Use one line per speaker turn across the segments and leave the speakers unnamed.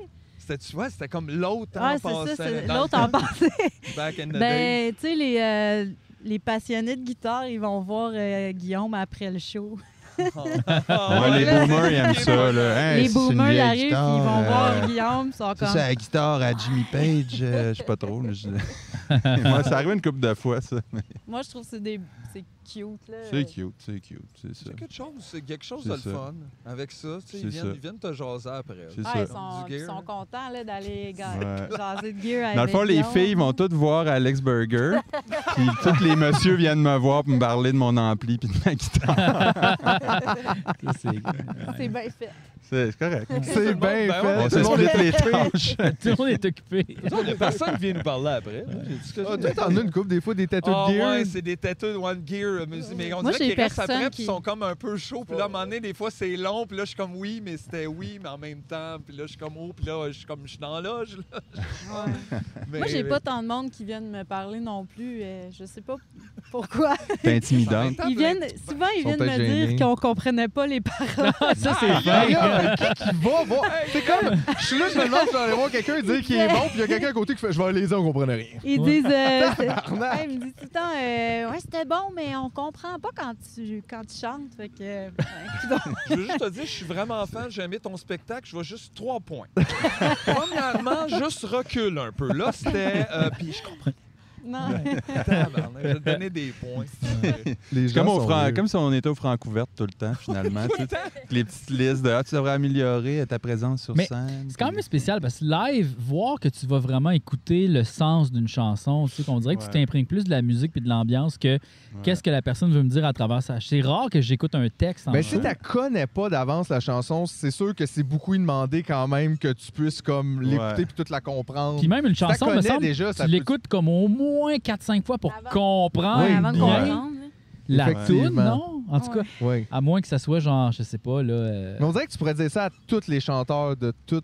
C'était, tu vois, c'était comme l'autre en
Ouais, c'est ça,
passant,
c'est
dans le
l'autre
temps,
en passé.
Back in the days.
ben, tu sais, les, euh, les passionnés de guitare, ils vont voir euh, Guillaume après le show.
Ah,
Ouais, les
là.
boomers, ils aiment ça. Là. Hein, Hey,
les
c'est une
boomers
vieille
ils arrivent, puis ils
guitare,
vont
euh,
voir Guillaume, ils sont
ça,
comme...
c'est la guitare à Jimmy Page. euh, je sais pas trop. là, je- Moi, ça arrive une couple de fois, ça.
Moi, je trouve que c'est des... c'est cute, là.
C'est cute, c'est cute, c'est ça.
C'est quelque chose, c'est quelque chose
C'est
de le
ça.
fun avec ça. tu sais,
C'est
Ils viennent,
ça.
ils viennent te jaser après.
C'est
Ah,
ça.
ils, sont,
Du
ils
gear.
sont contents là, d'aller ga-
Ouais.
jaser de gear avec
Dans le fond, les
Guillaume.
filles vont toutes voir Alex Burger. puis tous les messieurs viennent me voir pour me parler de mon ampli puis de ma guitare.
Ça, c'est-
C'est bien fait.
C'est c'est correct.
Ah C'est bien
Ben ouais,
fait.
On
Tout
se
le monde est-
split les tâches.
Tout le monde est occupé.
Nous autres, Il y a personne qui vient nous parler après. là. J'ai dit ce que
Ah,
j'ai
toi,
dit.
t'en as une coupe des fois des tattoos
Ah
de gear.
ouais, c'est des tattoos de One Gear. euh, musique. Mais on
Moi,
dirait
j'ai
qu'ils restent
personne
après,
qui-
puis ils sont comme un peu chauds. Puis là, à un moment donné, des fois, c'est long. Puis là, je suis comme oui, mais c'était oui, mais en même temps. Puis là, je suis comme oh, puis là, je suis comme je suis dans la loge. là.
Ouais.
Mais-
Moi, j'ai pas tant de monde qui viennent me parler non plus. euh, je sais pas pourquoi.
T'es
En même
intimidante.
temps,
Ils
plein-
viennent, souvent, ils
Sont
viennent me
peut-être gênés.
dire qu'on comprenait pas les paroles.
Ça, c'est
Ah,
vrai.
gars, qui qui va voir? C'est comme, je suis là, je me demande si j'allais voir quelqu'un dire qu'il est bon, puis il y a quelqu'un à côté qui fait, je vais aller les uns, on comprenait rien.
Ils
Ouais.
disent. euh, c'est- Ouais, ils me disent tout le temps, euh, ouais, c'était bon, mais on comprend pas quand tu, quand tu chantes. Fait que, euh, ouais.
Je veux juste te dire, je suis vraiment fan, j'ai aimé ton spectacle, je vois juste trois points. Premièrement, juste recule un peu. Là, c'était. euh, puis je comprends.
Non.
Tabarnak, je vais te donner des points.
Ben,
Les
C'est comme, au
sont
Fran-
weird.
comme si on était au Francouverte tout le temps, finalement. tu sais. les petites listes de ah, tu devrais améliorer ta présence sur
Mais
scène.
C'est quand même spécial parce que live, voir que tu vas vraiment écouter le sens d'une chanson, tu sais, qu'on dirait que tu
Ouais.
t'imprègnes plus de la musique puis de l'ambiance que qu'est-ce que la personne veut me dire à travers ça. C'est rare que j'écoute un texte en
Ben, si
show.
tu connais pas d'avance la chanson, c'est sûr que c'est beaucoup demandé quand même que tu puisses comme l'écouter
Ouais.
puis toute la comprendre.
Puis même une
Si t'as
chanson, me
connais
semble,
déjà, ça
tu
peut-
l'écoutes comme au moins 4-5 fois pour
Avant.
comprendre
Ouais, avant de
bien
Ouais.
comprendre. là.
la
Effectivement.
tune, non? En tout cas,
Ouais.
Ouais.
à moins que ça soit genre, je sais pas, là... euh,
Mais on dirait que tu pourrais dire ça à tous les chanteurs de tout,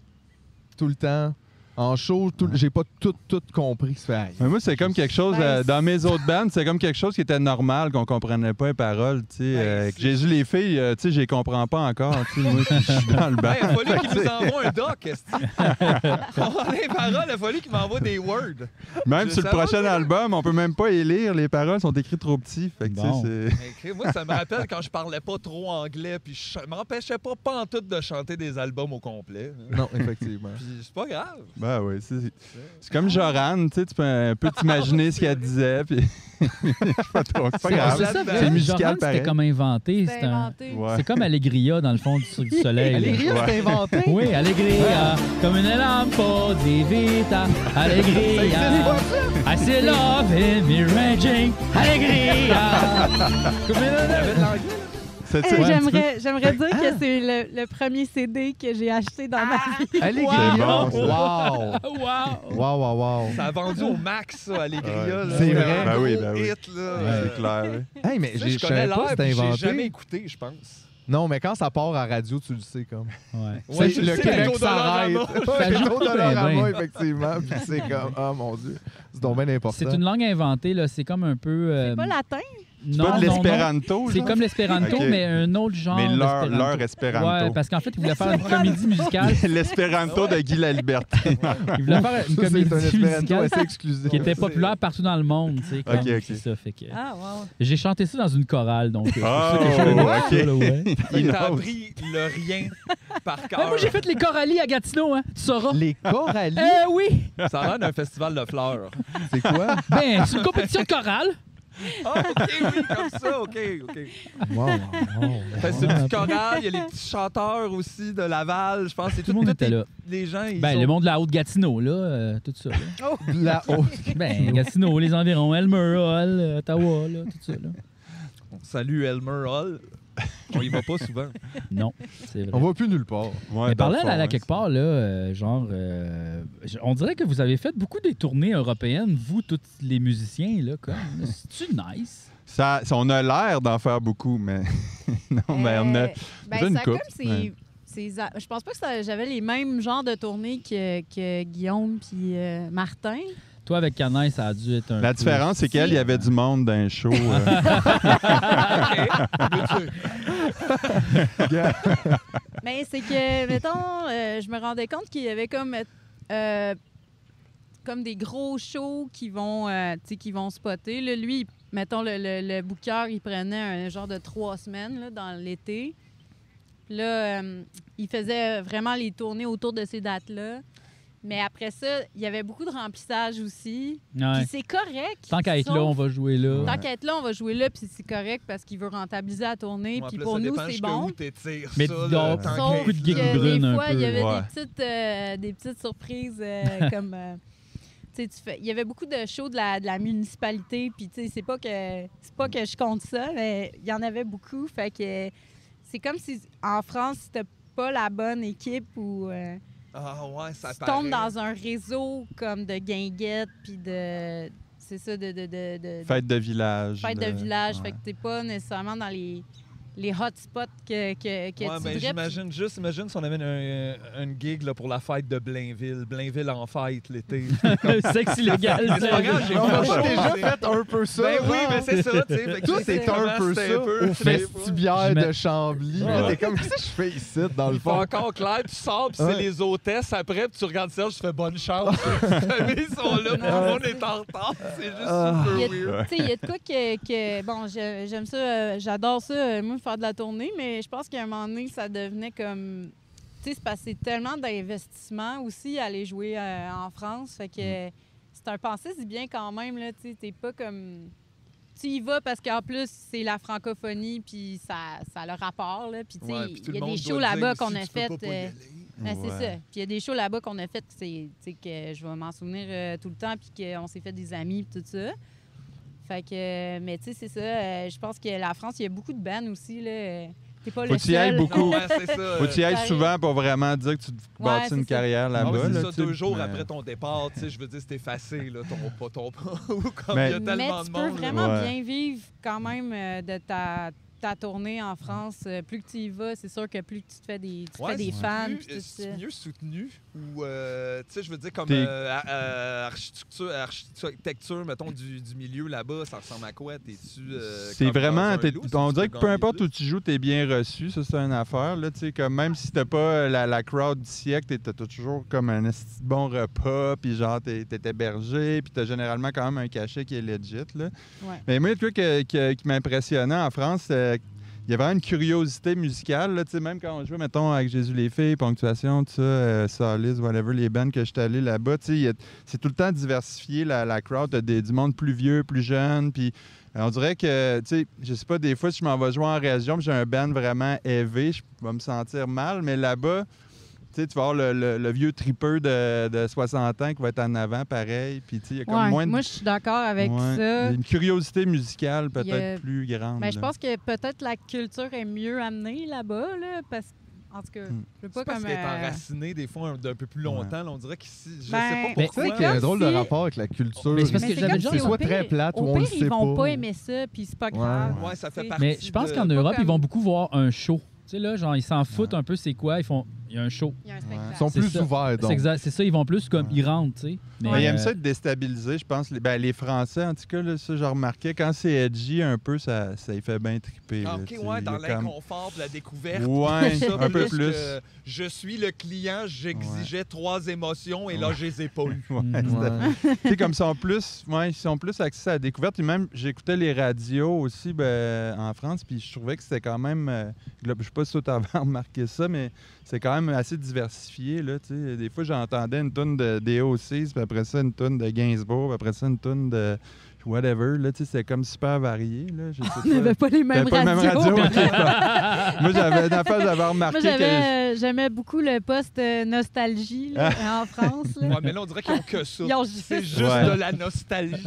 tout le temps. En show, tout- j'ai pas tout, tout compris. Tu fais, Aïe.
Mais moi, c'est comme quelque chose,
Ben,
euh,
c'est-
dans mes autres bandes, c'est comme quelque chose qui était normal, qu'on comprenait pas les paroles. tu sais, euh, que
c'est-
Jésus les filles, euh, tu sais, je les comprends pas encore. tu sais, moi, je suis dans le
Ben,
banc.
il a fallu qu'il nous envoie un doc, est les paroles, il a fallu qu'il m'envoie des words.
Même
Je
sur le
savais
prochain album, on peut même pas les lire. Les paroles sont écrites trop petites. Fait que, tu sais,
Bon.
c'est-
Mais écrit- Ben, Moi, ça me rappelle quand je parlais pas trop anglais, puis je ch- m'empêchais pas pantoute de chanter des albums au complet.
Non, effectivement.
Puis c'est pas grave.
Ben oui, c'est, c'est comme Joran, tu sais, tu peux un peu t'imaginer ce qu'elle disait, puis... c'est pas trop, c'est pas
C'est
Ah,
grave.
c'est ça,
C'est
Véronique
musical
Jordan, c'était
pareil.
comme inventé. C'est
C'était
un-
inventé.
Ouais.
c'est comme Allegria dans le fond du Cirque du Soleil. là.
Allegria, c'est inventé.
Oui, Allegria, comme une lampe di vita. Allegria, I see love in me raging. Allegria. Comme une-
C'est-
Eh,
c'est-
j'aimerais, j'aimerais dire que c'est le, le premier CD que j'ai acheté dans ma vie.
Allegria.
C'est bon,
Ah, Wow.
Oh, Wow.
Wow, wow, wow.
Ça a vendu au max, ça, Allegria.
Ouais.
là.
C'est
un
vrai.
Ben oui,
gros
ben oui.
hit, là.
Ouais,
Euh,
c'est clair. oui.
Hey, mais
tu sais,
j'ai-
je
je
connais
savais pas
l'air,
si
puis
c'était
j'ai
inventé.
jamais écouté, je pense.
Non, mais quand ça part à radio, tu le sais comme.
Ouais.
Ouais,
c'est
je
le
sais,
Québec
Théodorama.
s'arrête.
Ça
Ouais,
joue
Théodorama,
bien,
Ben
bien.
effectivement. Puis c'est comme, ah mon Dieu, c'est donc bien important.
C'est une langue inventée, là. C'est comme un peu. euh,
C'est pas latin.
non,
Pas de
non, non.
l'espéranto,
C'est
genre?
comme l'espéranto,
Ok.
mais un autre genre.
Mais leur,
d'espéranto.
leur
Ouais,
espéranto.
parce qu'en fait, ils voulaient faire une comédie musicale.
L'espéranto de Guy Laliberté.
Ils voulaient faire une
Ça, c'est un
comédie
espéranto
musicale
assez exclusif.
qui était
C'est-
populaire partout dans le monde, tu sais. comme,
Ok, ok.
c'est ça, fait que-
Ah, wow.
J'ai chanté ça dans une chorale, donc. euh, c'est
Oh,
pour ça que je connais
ok.
ça, là, ouais.
Il
Il
t'a
ose.
appris le rien par
Ah,
cœur.
moi, j'ai fait les coralies à Gatineau, hein. Tu sauras.
Les choralies,
Eh oui!
Ça a l'air d'un festival de fleurs.
c'est quoi?
Ben, c'est une compétition de chorale.
Ah, OK, oui, comme ça, OK, OK.
Wow, wow, wow.
Fait que c'est une chorale, il y a les petits chanteurs aussi de Laval, je pense. que c'est
Tout le monde
tous
était
les-
là.
Les gens, ils
Ben,
sont-
le monde de la Haute-Gatineau, là, euh, tout ça. là.
La hausse.
Ben, Gatineau, les environs, Elmer Hall, euh, Ottawa, là, tout ça. Là.
Salut Elmer Hall. On y va pas souvent.
Non, c'est vrai.
On va plus nulle part.
Mais parlant
hein.
là, là, quelque part, là, euh, genre, euh, je- on dirait que vous avez fait beaucoup des tournées européennes, vous, tous les musiciens, là, comme. là. C'est-tu nice?
Ça, ça- on a l'air d'en faire beaucoup, mais non, mais Ben, on a.
Euh,
on a une
ben, ça
coupe,
comme c'est.
ouais.
c'est za- Je pense pas que ça- j'avais les mêmes genres de tournées que, que Guillaume puis euh, Martin.
Toi, avec Canaille, ça a dû être un.
La
peu-
différence, c'est qu'elle, il y avait du monde dans le show. euh.
Mais c'est que, mettons, euh, je me rendais compte qu'il y avait comme, euh, comme des gros shows qui vont, euh, tu sais, qui vont spotter. Là, lui, mettons, le, le, le booker, il prenait un genre de trois semaines là, dans l'été. Puis là, euh, il faisait vraiment les tournées autour de ces dates-là. Mais après ça, il y avait beaucoup de remplissage aussi.
Ouais.
Puis c'est correct.
Tant qu'à être là, on va jouer là.
Tant qu'à être là, on va jouer là, puis c'est correct parce qu'il veut rentabiliser la tournée.
En
puis
plus,
pour
ça
nous,
dépend
c'est
jusqu'à
bon.
où t'étires
Mais
ça,
dis
là,
donc,
tant
Sauf
qu'à
coup de
être
geek
là.
que
brune un
des fois,
peu,
il y avait
ouais.
des, petites, euh, des petites surprises euh, comme. euh, tu sais, tu fais- Il y avait beaucoup de shows de la, de la municipalité, puis tu sais, c'est pas que c'est pas que je compte ça, mais il y en avait beaucoup. Fait que euh, c'est comme si en France, si t'as pas la bonne équipe ou euh,
Ah ouais, ça
tu tombes dans un réseau comme de guinguettes, puis de. C'est ça, de. de, de, de-
Fête de village. euh,
fête de village.
ouais.
Fait que t'es pas nécessairement dans les, les hotspots que, que, que
Ouais,
tu
ben,
voudrais, puis
j'imagine juste, imagine si on avait un, une gig là, pour la fête de Blainville. Blainville en fête l'été.
Ben Sexe illégal.
C'est pas grave, j'ai
On
pas
a
le choix.
déjà fait un peu ça.
ben oui,
genre.
mais c'est ça, tu sais. fait que
Tout
je sais
est un
comment
peu
c'était
ça
un peu,
au
je sais pas.
festibière
Je me-
de Chambly.
Ouais.
Là, T'es comme, qu'est-ce que je fais ici, dans le
Il fait
fond?
encore clair, tu sors, puis
Ouais.
c'est les hôtesses. Après, puis tu regardes ça, je fais bonne chance. Les familles sont là, tout le monde est en retard. C'est juste
Ah.
super
Il y
weird.
a- tu sais, il y a de quoi que, que- bon, je- j'aime ça, euh, j'adore ça, euh, moi, faire de la tournée, mais je pense qu'à un moment donné, ça devenait comme,
Mm.
tu sais, c'est parce que c'est tellement d'investissement aussi aller jouer euh, en France, fait que c'est un pensée si bien quand même, là, tu sais, t'es pas comme... Tu y vas parce qu'en plus, c'est la francophonie, puis ça, ça a le rapport, là. Puis, tu sais,
Ouais, puis tout
il y
le
a des
monde
shows
doit
là-bas
dire aussi,
qu'on a
tu peux
fait.
pas pas y
euh,
aller.
ben, c'est
Ouais.
ça. Puis il y a des shows là-bas qu'on a fait que c'est tu sais, que je vais m'en souvenir euh, tout le temps puis qu'on s'est fait des amis puis tout ça. Fait que euh, mais tu sais c'est ça, euh, je pense que la France, il y a beaucoup de bands aussi là. Euh, T'es pas
Faut
le
que tu y ailles
seul.
beaucoup.
Non, ouais, c'est ça.
Faut que tu y ailles
Pareil.
souvent pour vraiment dire que tu te
Ouais,
bâtis
c'est
une
ça.
carrière
Ah
là-bas.
ouais, c'est
là,
ça,
tu sais,
deux jours
mais-
après ton départ, tu sais, je veux dire, c'est effacé, là, ton pas, ton pas, ou comme
Mais-
il y a tellement
mais
de
tu peux
monde. là.
vraiment
Ouais.
bien vivre quand même euh, de ta ta tournée en France, Euh, plus que tu y vas, c'est sûr que plus que tu te fais des tu te
Ouais,
fais des
c'est
fans
soutenu,
puis tout
euh,
ça.
c'est mieux soutenu ou euh, tu sais je veux dire comme
T'es-
euh, ar- euh, architecture, architecture mettons du, du milieu là-bas ça ressemble à quoi euh, t'es tu
C'est vraiment. t'es- on dirait que peu importe où tu joues, t'es bien reçu. Ça, c'est une affaire. Là, tu sais, comme même si t'as pas euh, la, la crowd du siècle, t'es- t'as t'as toujours comme un esti de bon repas, puis genre, t'es t'es hébergé, puis t'as généralement quand même un cachet qui est legit. Là.
Ouais.
Mais moi, le truc que- que- qui m'impressionnait en France, euh, il y avait vraiment une curiosité musicale. Là, tu sais, même quand on jouait, mettons, avec Jésus les filles, Ponctuation, tout ça, euh, Solis, whatever, les bands que j'étais allé là-bas, tu sais, il y a- c'est tout le temps diversifié la, la crowd. T'as des- du monde plus vieux, plus jeune, puis euh, on dirait que, tu sais, je sais pas, des fois, si je m'en vais jouer en région, puis j'ai un band vraiment élevé, je vais me sentir mal, mais là-bas, tu sais, tu vas avoir le, le- le vieux tripeux de, de 60 ans qui va être en avant, pareil, puis tu sais, il y a comme
Ouais,
moins de
moi je suis d'accord avec
Ouais. Il
ça.
y a Une curiosité musicale
Il y a-
peut-être plus grande.
Ben, je
là.
pense que peut-être la culture est mieux amenée là-bas, là, parce que, en tout cas,
Hmm.
je veux
pas
pas
parce
comme...
qu'elle est
euh,
enracinée des fois un- d'un peu plus longtemps là, on dirait qu'ici je
Ben,
sais pas pourquoi
C'est vrai qu'il y a un
comme
drôle de
si-
rapport avec la culture.
Mais c'est parce
mais
que
c'est
j'avais
comme
déjà-
si
C'est
au
soit
pire-
très plate
au
ou on
pire,
le sait
ils vont
pas.
pas aimer ça, puis c'est pas grave.
ouais ça fait
Mais
partie
Mais je pense
de-
qu'en Europe,
comme-
ils vont beaucoup voir un show. Tu sais, là, genre, ils s'en foutent un peu c'est quoi. Ils font, il y a un show.
Il y a un
spectacle.
Ils
spectacle.
sont
C'est
plus
ça.
ouverts,
C'est
donc.
exact. C'est ça, ils vont plus comme,
Ouais.
ils rentrent, tu sais. Mais,
Mais ils aiment ça
euh,
être déstabilisé, je pense. les- ben, les Français, en tout cas, là, ça, je remarquais, quand c'est edgy un peu, ça, ça y fait bien triper.
Ah,
là,
ok
tu sais,
ouais dans
il y a comme-
l'inconfort de la découverte
Ouais,
Ça, euh,
un peu plus.
que je suis le client j'exigeais trois émotions et là
Ouais.
je les ai pas eues
Ouais,
Mhm.
c'est-
Ouais.
tu sais, comme ils sont plus, ouais, ils sont plus axés à la découverte. Et même, j'écoutais les radios aussi ben, en France, puis je trouvais que c'était quand même, euh, glo- je sais pas si tu avais remarqué ça, mais c'est quand même assez diversifié. Là, tu sais. des fois, j'entendais une tonne de DO6, puis après ça, une tonne de Gainsbourg, puis après ça, une tonne de whatever. Là, tu sais, c'est comme super varié. Là, je sais
On
pas.
n'avait pas les mêmes
T'avais pas le même
radios.
radio. Moi, j'avais, dans le fond, j'avais
Moi,
remarqué que...
j'avais, euh, j'aimais beaucoup le poste euh, nostalgie là, en France. là.
Ouais, mais là on dirait qu'ils ont que ça
Ils ont juste-
c'est juste
Ouais.
de la nostalgie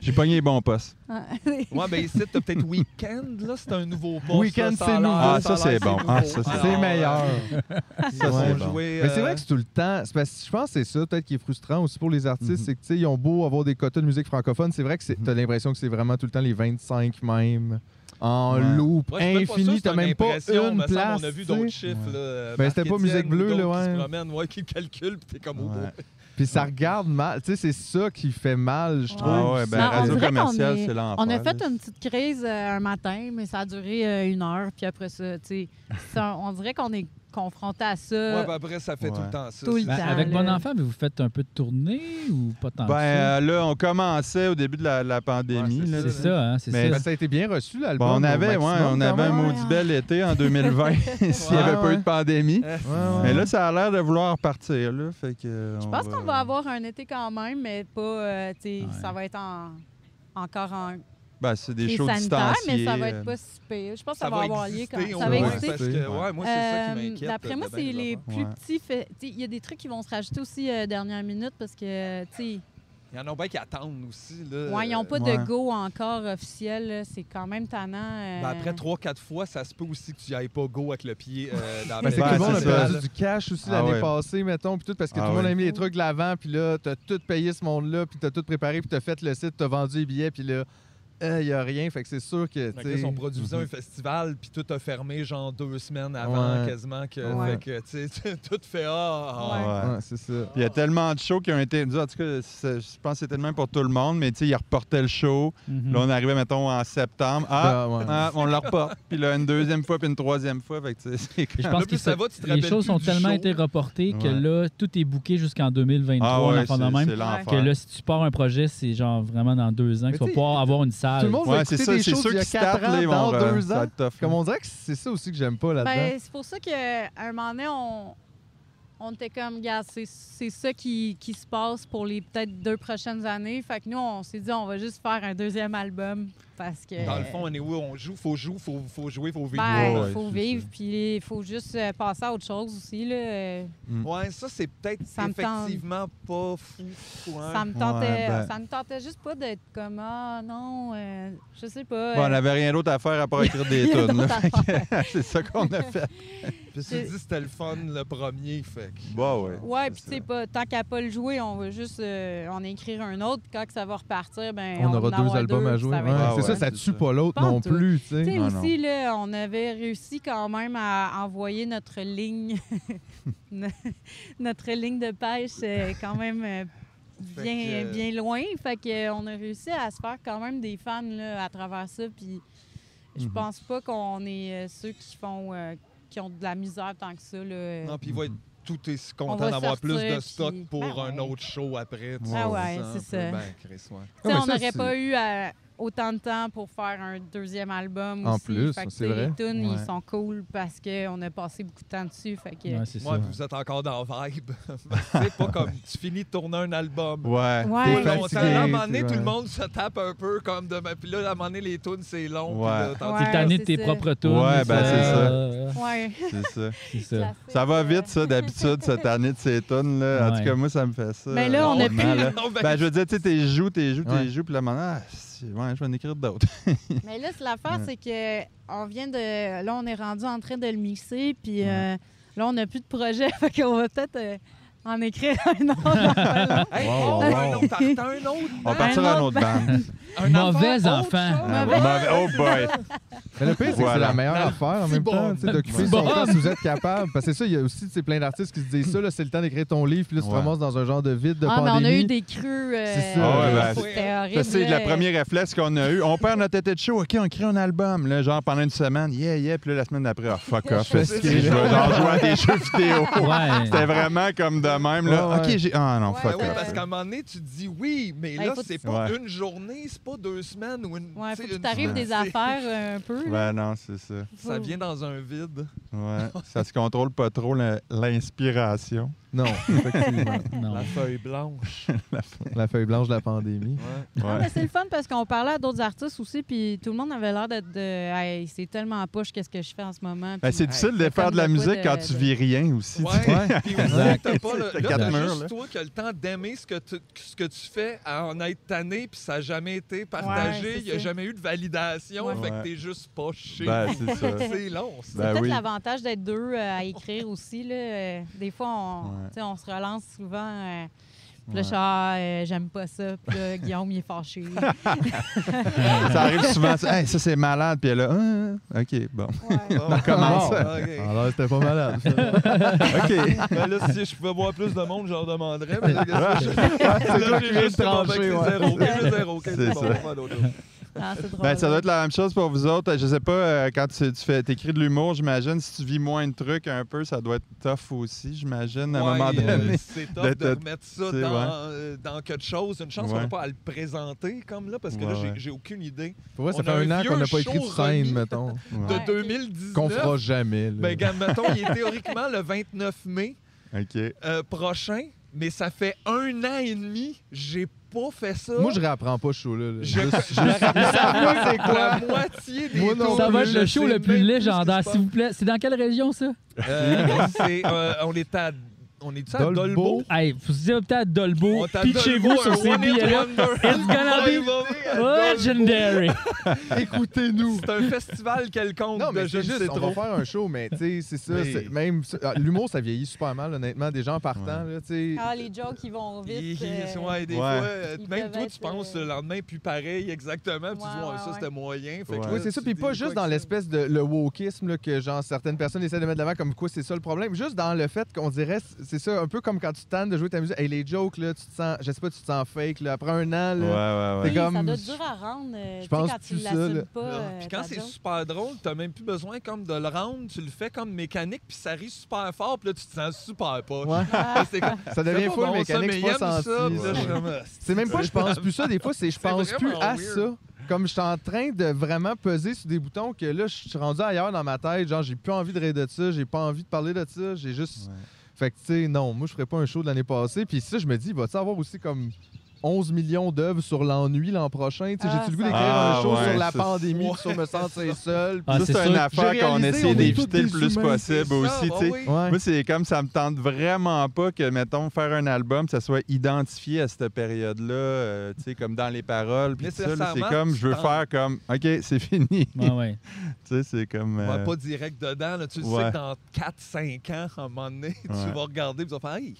J'ai pogné les bons postes.
Ouais, mais ici, t'as peut-être Weekend, là, c'est un nouveau poste.
Weekend,
là, ça a
c'est
l'air-
nouveau.
Ah,
a
ça,
l'air
c'est bon.
nouveau.
Ah, ça, c'est-
Alors,
C'est
euh,
meilleur.
Ils
Ça,
Ouais.
vont
c'est bon.
jouer,
Mais c'est vrai
euh,
que c'est tout le temps. c'est parce que je pense que c'est ça, peut-être, qui est frustrant aussi pour les artistes.
Mm-hmm.
Mhm.
C'est que, tu sais, ils ont beau avoir des quotas de musique francophone. C'est vrai que
Mhm.
tu as l'impression que c'est vraiment tout le temps les 25 mêmes en
Ouais.
loop
moi, euh, je suis même pas sûr
infini.
que c'est
T'as même pas
impression,
une
me semble,
place.
On a vu
tu sais.
d'autres chiffres, là.
Ben, c'était pas
Marc-Étienne
Musique
ou
Bleue,
d'autres
là,
Qui se
ouais.
promènent, ouais, qui calculent, puis t'es comme oh, au
Ouais.
bout.
Puis ça regarde mal. Tu sais, c'est ça qui fait mal, je
Ouais.
trouve.
Ah ouais, ben,
Ben, on
radio
dirait qu'on
commerciale,
est-
c'est l'enfer.
On a
là.
fait une petite crise euh, un matin, mais ça a duré euh, une heure, puis après ça, tu sais, ça- on dirait qu'on est confronté à
Ouais,
ça.
ben, après, ça fait tout le
Ouais.
temps ça.
Tout le
c'est-
ben,
temps,
avec
là.
Bon Enfant, avez-vous fait un peu de tournée ou pas tant que
Ben
ça?
euh, là, on commençait au début de la, la pandémie.
Ouais,
là.
C'est ça, hein, c'est
Mais
ça.
Ben, ça a été bien reçu, l'album.
Bon, on
au
avait, ouais,
maximum,
on
quand
avait un
même.
maudit bel été en 2020 s'il n'y
Ouais,
avait pas
ouais.
eu de pandémie.
Ouais, ouais.
Mais là, ça a l'air de vouloir partir. Là, fait que, euh,
Je pense qu'on va avoir un été quand même, mais pas, euh, tu sais,
Ouais.
ça va être en- encore en
Ben, c'est des
crise
shows
sanitaire,
distanciés.
mais ça va être
euh,
pas si pire. Je pense que ça,
Ça
va,
va
avoir lieu
exister,
quand
on
ça va
va
voir.
exister.
Parce que, ouais, moi, c'est ça qui
Euh,
m'inquiète.
D'après moi,
de bien des
c'est les
affaires.
plus
Ouais.
petits faits. Tu sais, Il y a des trucs qui vont se rajouter aussi euh, dernière minute parce que, tu sais,
Il y en a bien qui attendent aussi, là.
ouais, ils n'ont pas
ouais.
de go encore officiel. là. C'est quand même tannant. euh.
Ben, après 3-4 fois, ça se peut aussi que tu n'y ailles pas go avec le pied euh, dans
Mais
la
c'est
Ben,
que tout le monde a
c'est ça.
perdu du cash aussi
Ah
l'année
ouais.
passée, mettons, puis tout, parce que
Ah
tout le monde
ouais.
a mis les trucs de l'avant, puis là, t'as tout payé ce monde-là, puis t'as tout préparé, puis t'as fait le site, t'as vendu les billets, puis là, il n'y a rien. Fait que c'est sûr que.
Fait que
tu
là,
sais,
si on produisait un festival, puis tout a fermé genre deux semaines avant
Ouais.
quasiment que,
Ouais.
fait que, tu sais, tout fait ah, ah,
Ouais.
ouais.
ouais, c'est ça.
Il y a tellement de shows qui ont été. En tout cas, c'est- je pense que c'est tellement pour tout le monde, mais tu sais, ils reportaient le show.
Mhm.
Là, on arrivait, mettons, en septembre. Ah,
Ben, ouais.
ah, on le reporte. Puis là, une deuxième fois, puis une troisième fois. Fait que, tu sais, c'est
Et Je
quand-
pense
Là,
que
plus ça va, tu te
les
rappelles
choses
plus
ont
du
tellement
show.
été reportées que
Ouais.
là, tout est booké jusqu'en 2023,
Ah
on
ouais,
en
c'est
fait de même.
c'est
Que
l'enfer.
là, si tu pars un projet, c'est genre vraiment dans deux ans que
Mais
tu vas
tu sais,
pouvoir avoir une salle.
Tout le monde va
Ouais,
écouter
c'est ça,
des
c'est
choses
sûr
d'il y a
qu'ils
4 ans,
startent les vont
dans
re-
2
ça va
ans.
être tough,
Comme
là.
on dirait que c'est ça aussi que j'aime pas là-dedans.
Ben, c'est pour ça qu'à un moment donné, on, on était comme, gars, c'est c'est ça qui, qui se passe pour les peut-être deux prochaines années. Fait que nous, on s'est dit, on va juste faire un deuxième album parce que.
Dans le fond, on est où? On joue, faut jouer, faut, faut jouer, faut vivre.
Ben,
Ouais, ouais,
faut
c'est
vivre, puis il faut juste euh, passer à autre chose aussi. Là. Euh,
Ouais, ça, c'est peut-être
Ça me tente.
effectivement pas fou. fou, hein.
Ça me tentait,
Ouais, ben-
ça me tentait juste pas d'être comme ah non, euh, je sais pas.
Bon,
euh,
on n'avait rien d'autre à faire à part écrire des
rien
tunes. là.
d'autre à
Fait que c'est ça qu'on a fait.
Puis tu dis c'était le fun le premier, fait que-
Bon, Bah ouais.
euh, Ouais, puis tu sais pas, tant qu'à pas le jouer, on va juste euh, en écrire un autre. Puis Quand que ça va repartir, ben
On aura
va en
deux
avoir
albums à
puis
jouer.
ça va
Ouais,
être-
Ah
c'est ça,
ouais,
ça
c'est
tue
ça.
pas l'autre
Pas en
non
tout.
plus. tu sais.
Tu sais
Ah, Non, non.
aussi là, on avait réussi quand même à envoyer notre ligne, no- notre ligne de pêche euh, quand même euh,
Fait
bien,
que-
bien loin. Fait que euh, on a réussi à se faire quand même des fans là, à travers ça. Puis je
Mhm.
pense pas qu'on est euh, ceux qui font euh, qui ont de la misère tant que ça. là. euh,
Non, puis il va être tout est
On
content
va
d'avoir plus
sortir,
de
puis-
stock pour
Ben
un
ouais.
autre show après. tu
Ah
vois,
ouais,
un
c'est
peu.
ça.
Ben, Chris, ouais.
Tu sais,
Ah, mais
on
ça,
n'aurait
c'est-
pas eu euh, autant de temps pour faire un deuxième album
En
aussi.
plus,
Fait que,
c'est
tu sais,
vrai.
Les tunes,
Ouais.
ils sont cool parce qu'on a passé beaucoup de temps dessus. Fait que...
Ouais, c'est ça.
Moi, vous êtes encore dans Vibe. c'est pas comme tu finis de tourner un album.
Ouais.
Pas
Ouais.
longtemps.
fatigué,
À un moment donné,
tu
tout
vois.
le monde se tape un peu comme demain. Puis là, à un moment donné, les tunes, c'est long. puis
Ouais.
là, tandis-
Ouais.
T'es tanné de tes
c'est ça.
propres tunes.
Ouais, ben,
c'est
ça.
euh,
Ouais.
C'est ça.
C'est ça.
Ça va vite, ça, d'habitude, cette année de ces tonnes là En
Ouais.
tout cas, moi, ça me fait ça.
Mais là,
euh,
on a
vraiment,
plus-
là.
Non, ben,
Ben, je veux dire, tu sais, t'es joues, t'es joues,
Ouais.
t'es joues, puis là, maintenant, ah, si, ouais, je vais en écrire d'autres.
Mais là, c'est l'affaire, c'est que on vient de. Là, on est rendu en train de le mixer, puis euh, là, on n'a plus de projet, fait qu'on va peut-être euh, en écrire un autre.
Hey,
Wow,
oh, un
wow.
autre, t'as- t'as un autre.
On
hein?
partira à notre bande.
Un
Mauvais
enfant, autre
enfant.
chose.
Ah, ouais. Mauvais- Oh boy!
Mais le pire, c'est que c'est
Voilà.
la meilleure affaire en même
bon.
temps, tu sais, d'occuper son
bon.
temps si vous êtes capable. Parce que c'est ça, il y a aussi tu sais, plein d'artistes qui se disent ça, là, c'est le temps d'écrire ton livre, puis là, tu te
Ouais.
ramasses dans un genre de vide de
ah, mais
pandémie.
on a eu des crues. euh,
C'est ça.
Ah ouais, ben,
c'était
Ça,
horrible.
c'est le
là.
premier réflexe qu'on a eu. On perd notre tête de show. OK, on crée un album. Là, genre pendant une semaine, yeah, yeah. Puis là, la semaine d'après, ah, fuck off.
fais ce
esti,
qu'il est.
Je vais genre jouer à des jeux vidéo. C'était
Ouais.
vraiment comme de même. Là.
Ouais, ouais.
OK, j'ai. Ah non,
Ouais,
fuck
Ben oui,
off.
parce qu'à un moment donné, tu te dis oui, mais
Ben,
là,
faut-
c'est pas
Ouais.
une journée, c'est pas deux semaines ou une.
Ouais,
tu
faut
sais,
que
une
t'arrives
semaine.
des affaires euh, un peu. là.
Ouais, Ben, non, c'est ça.
Faut-
Ça vient dans un vide.
Ouais. Ça se contrôle pas trop le- l'inspiration.
Non, effectivement.
Non.
La feuille blanche.
la feuille blanche de la pandémie.
Ah,
Ouais.
mais c'est le fun parce qu'on parlait à d'autres artistes aussi, puis tout le monde avait l'air d'être de. Hey, c'est tellement poche qu'est-ce que je fais en ce moment.
Ben,
puis-
c'est difficile de
c'est
faire
comme
de la
de quoi
musique
de-
quand tu
de-
vis rien aussi. tu sais.
Ouais, puis aussi,
Exact.
t'as pas le,
T'as
là,
quatre
t'as
murs,
juste
là.
toi qui as le temps d'aimer ce que, tu, ce que tu fais à en être tanné, puis ça n'a jamais été partagé,
Ouais, c'est
il n'y a
ça.
jamais eu de validation,
Ouais.
fait que
Ouais.
t'es juste pas chez
Ben,
vous.
c'est ça.
C'est long, ça.
C'est
Ben
peut-être
oui.
l'avantage d'être deux euh, à écrire aussi. Là. Euh, Des fois, on,
Ouais.
tu sais, on se relance souvent. euh, puis là,
Ouais.
je suis, Ah, euh, j'aime pas ça. Puis là, Guillaume, il est fâché.
Ça arrive souvent. c'est, Hey, ça, c'est malade. Puis là, Ah, OK, bon.
Ouais.
Ah,
Comment
bon,
ça?
ok.
Alors, c'était pas malade. ça.
OK.
Ben là, si je pouvais voir plus de monde, j'en demanderais. Mais là, qu'est-ce que je-
c'est
Là,
toi
j'ai
qui viens
juste
de trancher,
tombé avec
ouais.
zéro, j'ai zéro, ok,
C'est
c'est bon,
ça.
on va faire d'autres choses.
Non, Ah, c'est drôle.
Ben, ça doit être la même chose pour vous autres. Je sais pas, euh, quand tu, tu fais, écris de l'humour, j'imagine, si tu vis moins de trucs un peu, ça doit être tough aussi, j'imagine, à un moment
Ouais,
donné. ben,
euh, c'est top
d'être-
de remettre ça dans,
tu sais, ouais.
euh, dans quelque chose. Une chance qu'on
Ouais.
n'a pas à le présenter comme là, parce que là,
Ouais,
j'ai-
ouais.
j'ai aucune idée.
Pour vrai, ça
On
fait
a
un
un
an qu'on n'a pas
vieux
écrit de
show remis.
scène, mettons.
Ouais.
Ouais.
De 2019.
Qu'on fera jamais. là.
Ben, regarde, mettons, il est théoriquement le 29 mai
OK.
euh, prochain, mais ça fait un an et demi, j'ai pas fait ça.
Moi, je réapprends pas ce show-là. là.
je,
Juste-
je me rappelle c'est quoi la moitié des
Moi non
tours,
Ça va être
je
le show
sais
le
même
plus
ce qui
légendaire,
se passe.
s'il vous plaît. C'est dans quelle région, ça?
Euh, c'est, euh, on est à on est à
Dolbeau?
Dolbeau.
Hey, vous êtes à
On
Dolbo.
est à
Pitchez-vous
Dolbeau, un
sur ces
one-hit
billets-là.
wonder.
It's gonna
Ouais,
be
va-
Legendary.
Écoutez-nous. C'est un festival quelconque
Non, mais
de je
c'est
ne sais
juste, on
trop.
va faire un show, mais tu sais, c'est ça.
Mais-
c'est- Même ça- ah, l'humour, ça vieillit super mal, honnêtement. Des gens en partant, là, tu sais.
Ah, les jokes, ils vont vite.
Hi, hi,
euh,
ouais, des
Ouais.
fois, euh,
Ils
même
peuvent
toi, tu
être,
penses
euh,
le lendemain, puis pareil, exactement. puis tu
Ouais,
dis, ouais,
ouais,
ça,
ouais.
c'était moyen. Fait
Ouais.
que là,
Oui, c'est ça.
tu
Puis
dis
pas
quoi
juste
que
dans
ça.
l'espèce de le wokisme là, que genre certaines personnes essaient de mettre de l'avant comme quoi c'est ça le problème. Juste dans le fait qu'on dirait, c'est ça, un peu comme quand tu tannes de jouer ta musique. Hey, les jokes, là, tu te sens, je sais pas, tu te sens fake. Là, après un an, là,
Ouais, ouais,
oui,
ouais.
C'est comme-
Ça doit être dur à rendre. euh,
Je
tu sais,
pense
quand tu
tout ça,
l'assumes
là.
pas.
Là,
euh,
Puis quand
ta
c'est
joke.
super drôle, t'as même plus besoin comme de le rendre, tu le fais comme mécanique, puis ça rit super fort, puis là tu te sens super poche.
Ouais.
C'est comme,
ça
c'est
devient
pas
full
bon, ben, ça,
mécanique,
mais
c'est
il
pas
aime ça,
senti.
puis là,
là.
je suis comme, ah,
C'est même pas je pense plus ça, des fois, c'est je pense plus
vraiment
à
weird.
ça. Comme je suis en train de vraiment peser sur des boutons que là, je suis rendu ailleurs dans ma tête. Genre, j'ai plus envie de rire de ça, j'ai pas envie de parler de ça, j'ai juste.
Ouais.
Fait que, tu sais, non, moi, je ferais pas un show de l'année passée. Puis ça, je me dis, va-tu avoir aussi comme 11 millions d'œuvres sur l'ennui l'an prochain? Tu sais,
Ah,
J'ai-tu le goût
ça-
d'écrire
Ah,
un show
ouais,
sur la
ça-
pandémie, puis sur me sentir seul? puis-
Ah,
ça,
c'est
c'est
sûr.
une
J'ai
affaire qu'on
réalisé,
essaie
on est
d'éviter
tous
le
des
plus
humains, Ah
possible aussi. tu sais.
Ouais.
Moi, c'est comme ça me tente vraiment pas que, mettons, faire un album, ça soit identifié à cette période-là, euh, tu sais, comme dans les paroles. Puis tout ça, là, c'est
Nécessairement,
comme, je veux
tu
faire comme, OK, c'est fini.
Ouais, ouais.
tu sais, c'est comme.
Ouais,
euh,
pas direct dedans. Là. Tu le
ouais.
sais que dans 4-5 ans, à un moment donné,
Ouais.
tu vas regarder et tu vas faire Hey,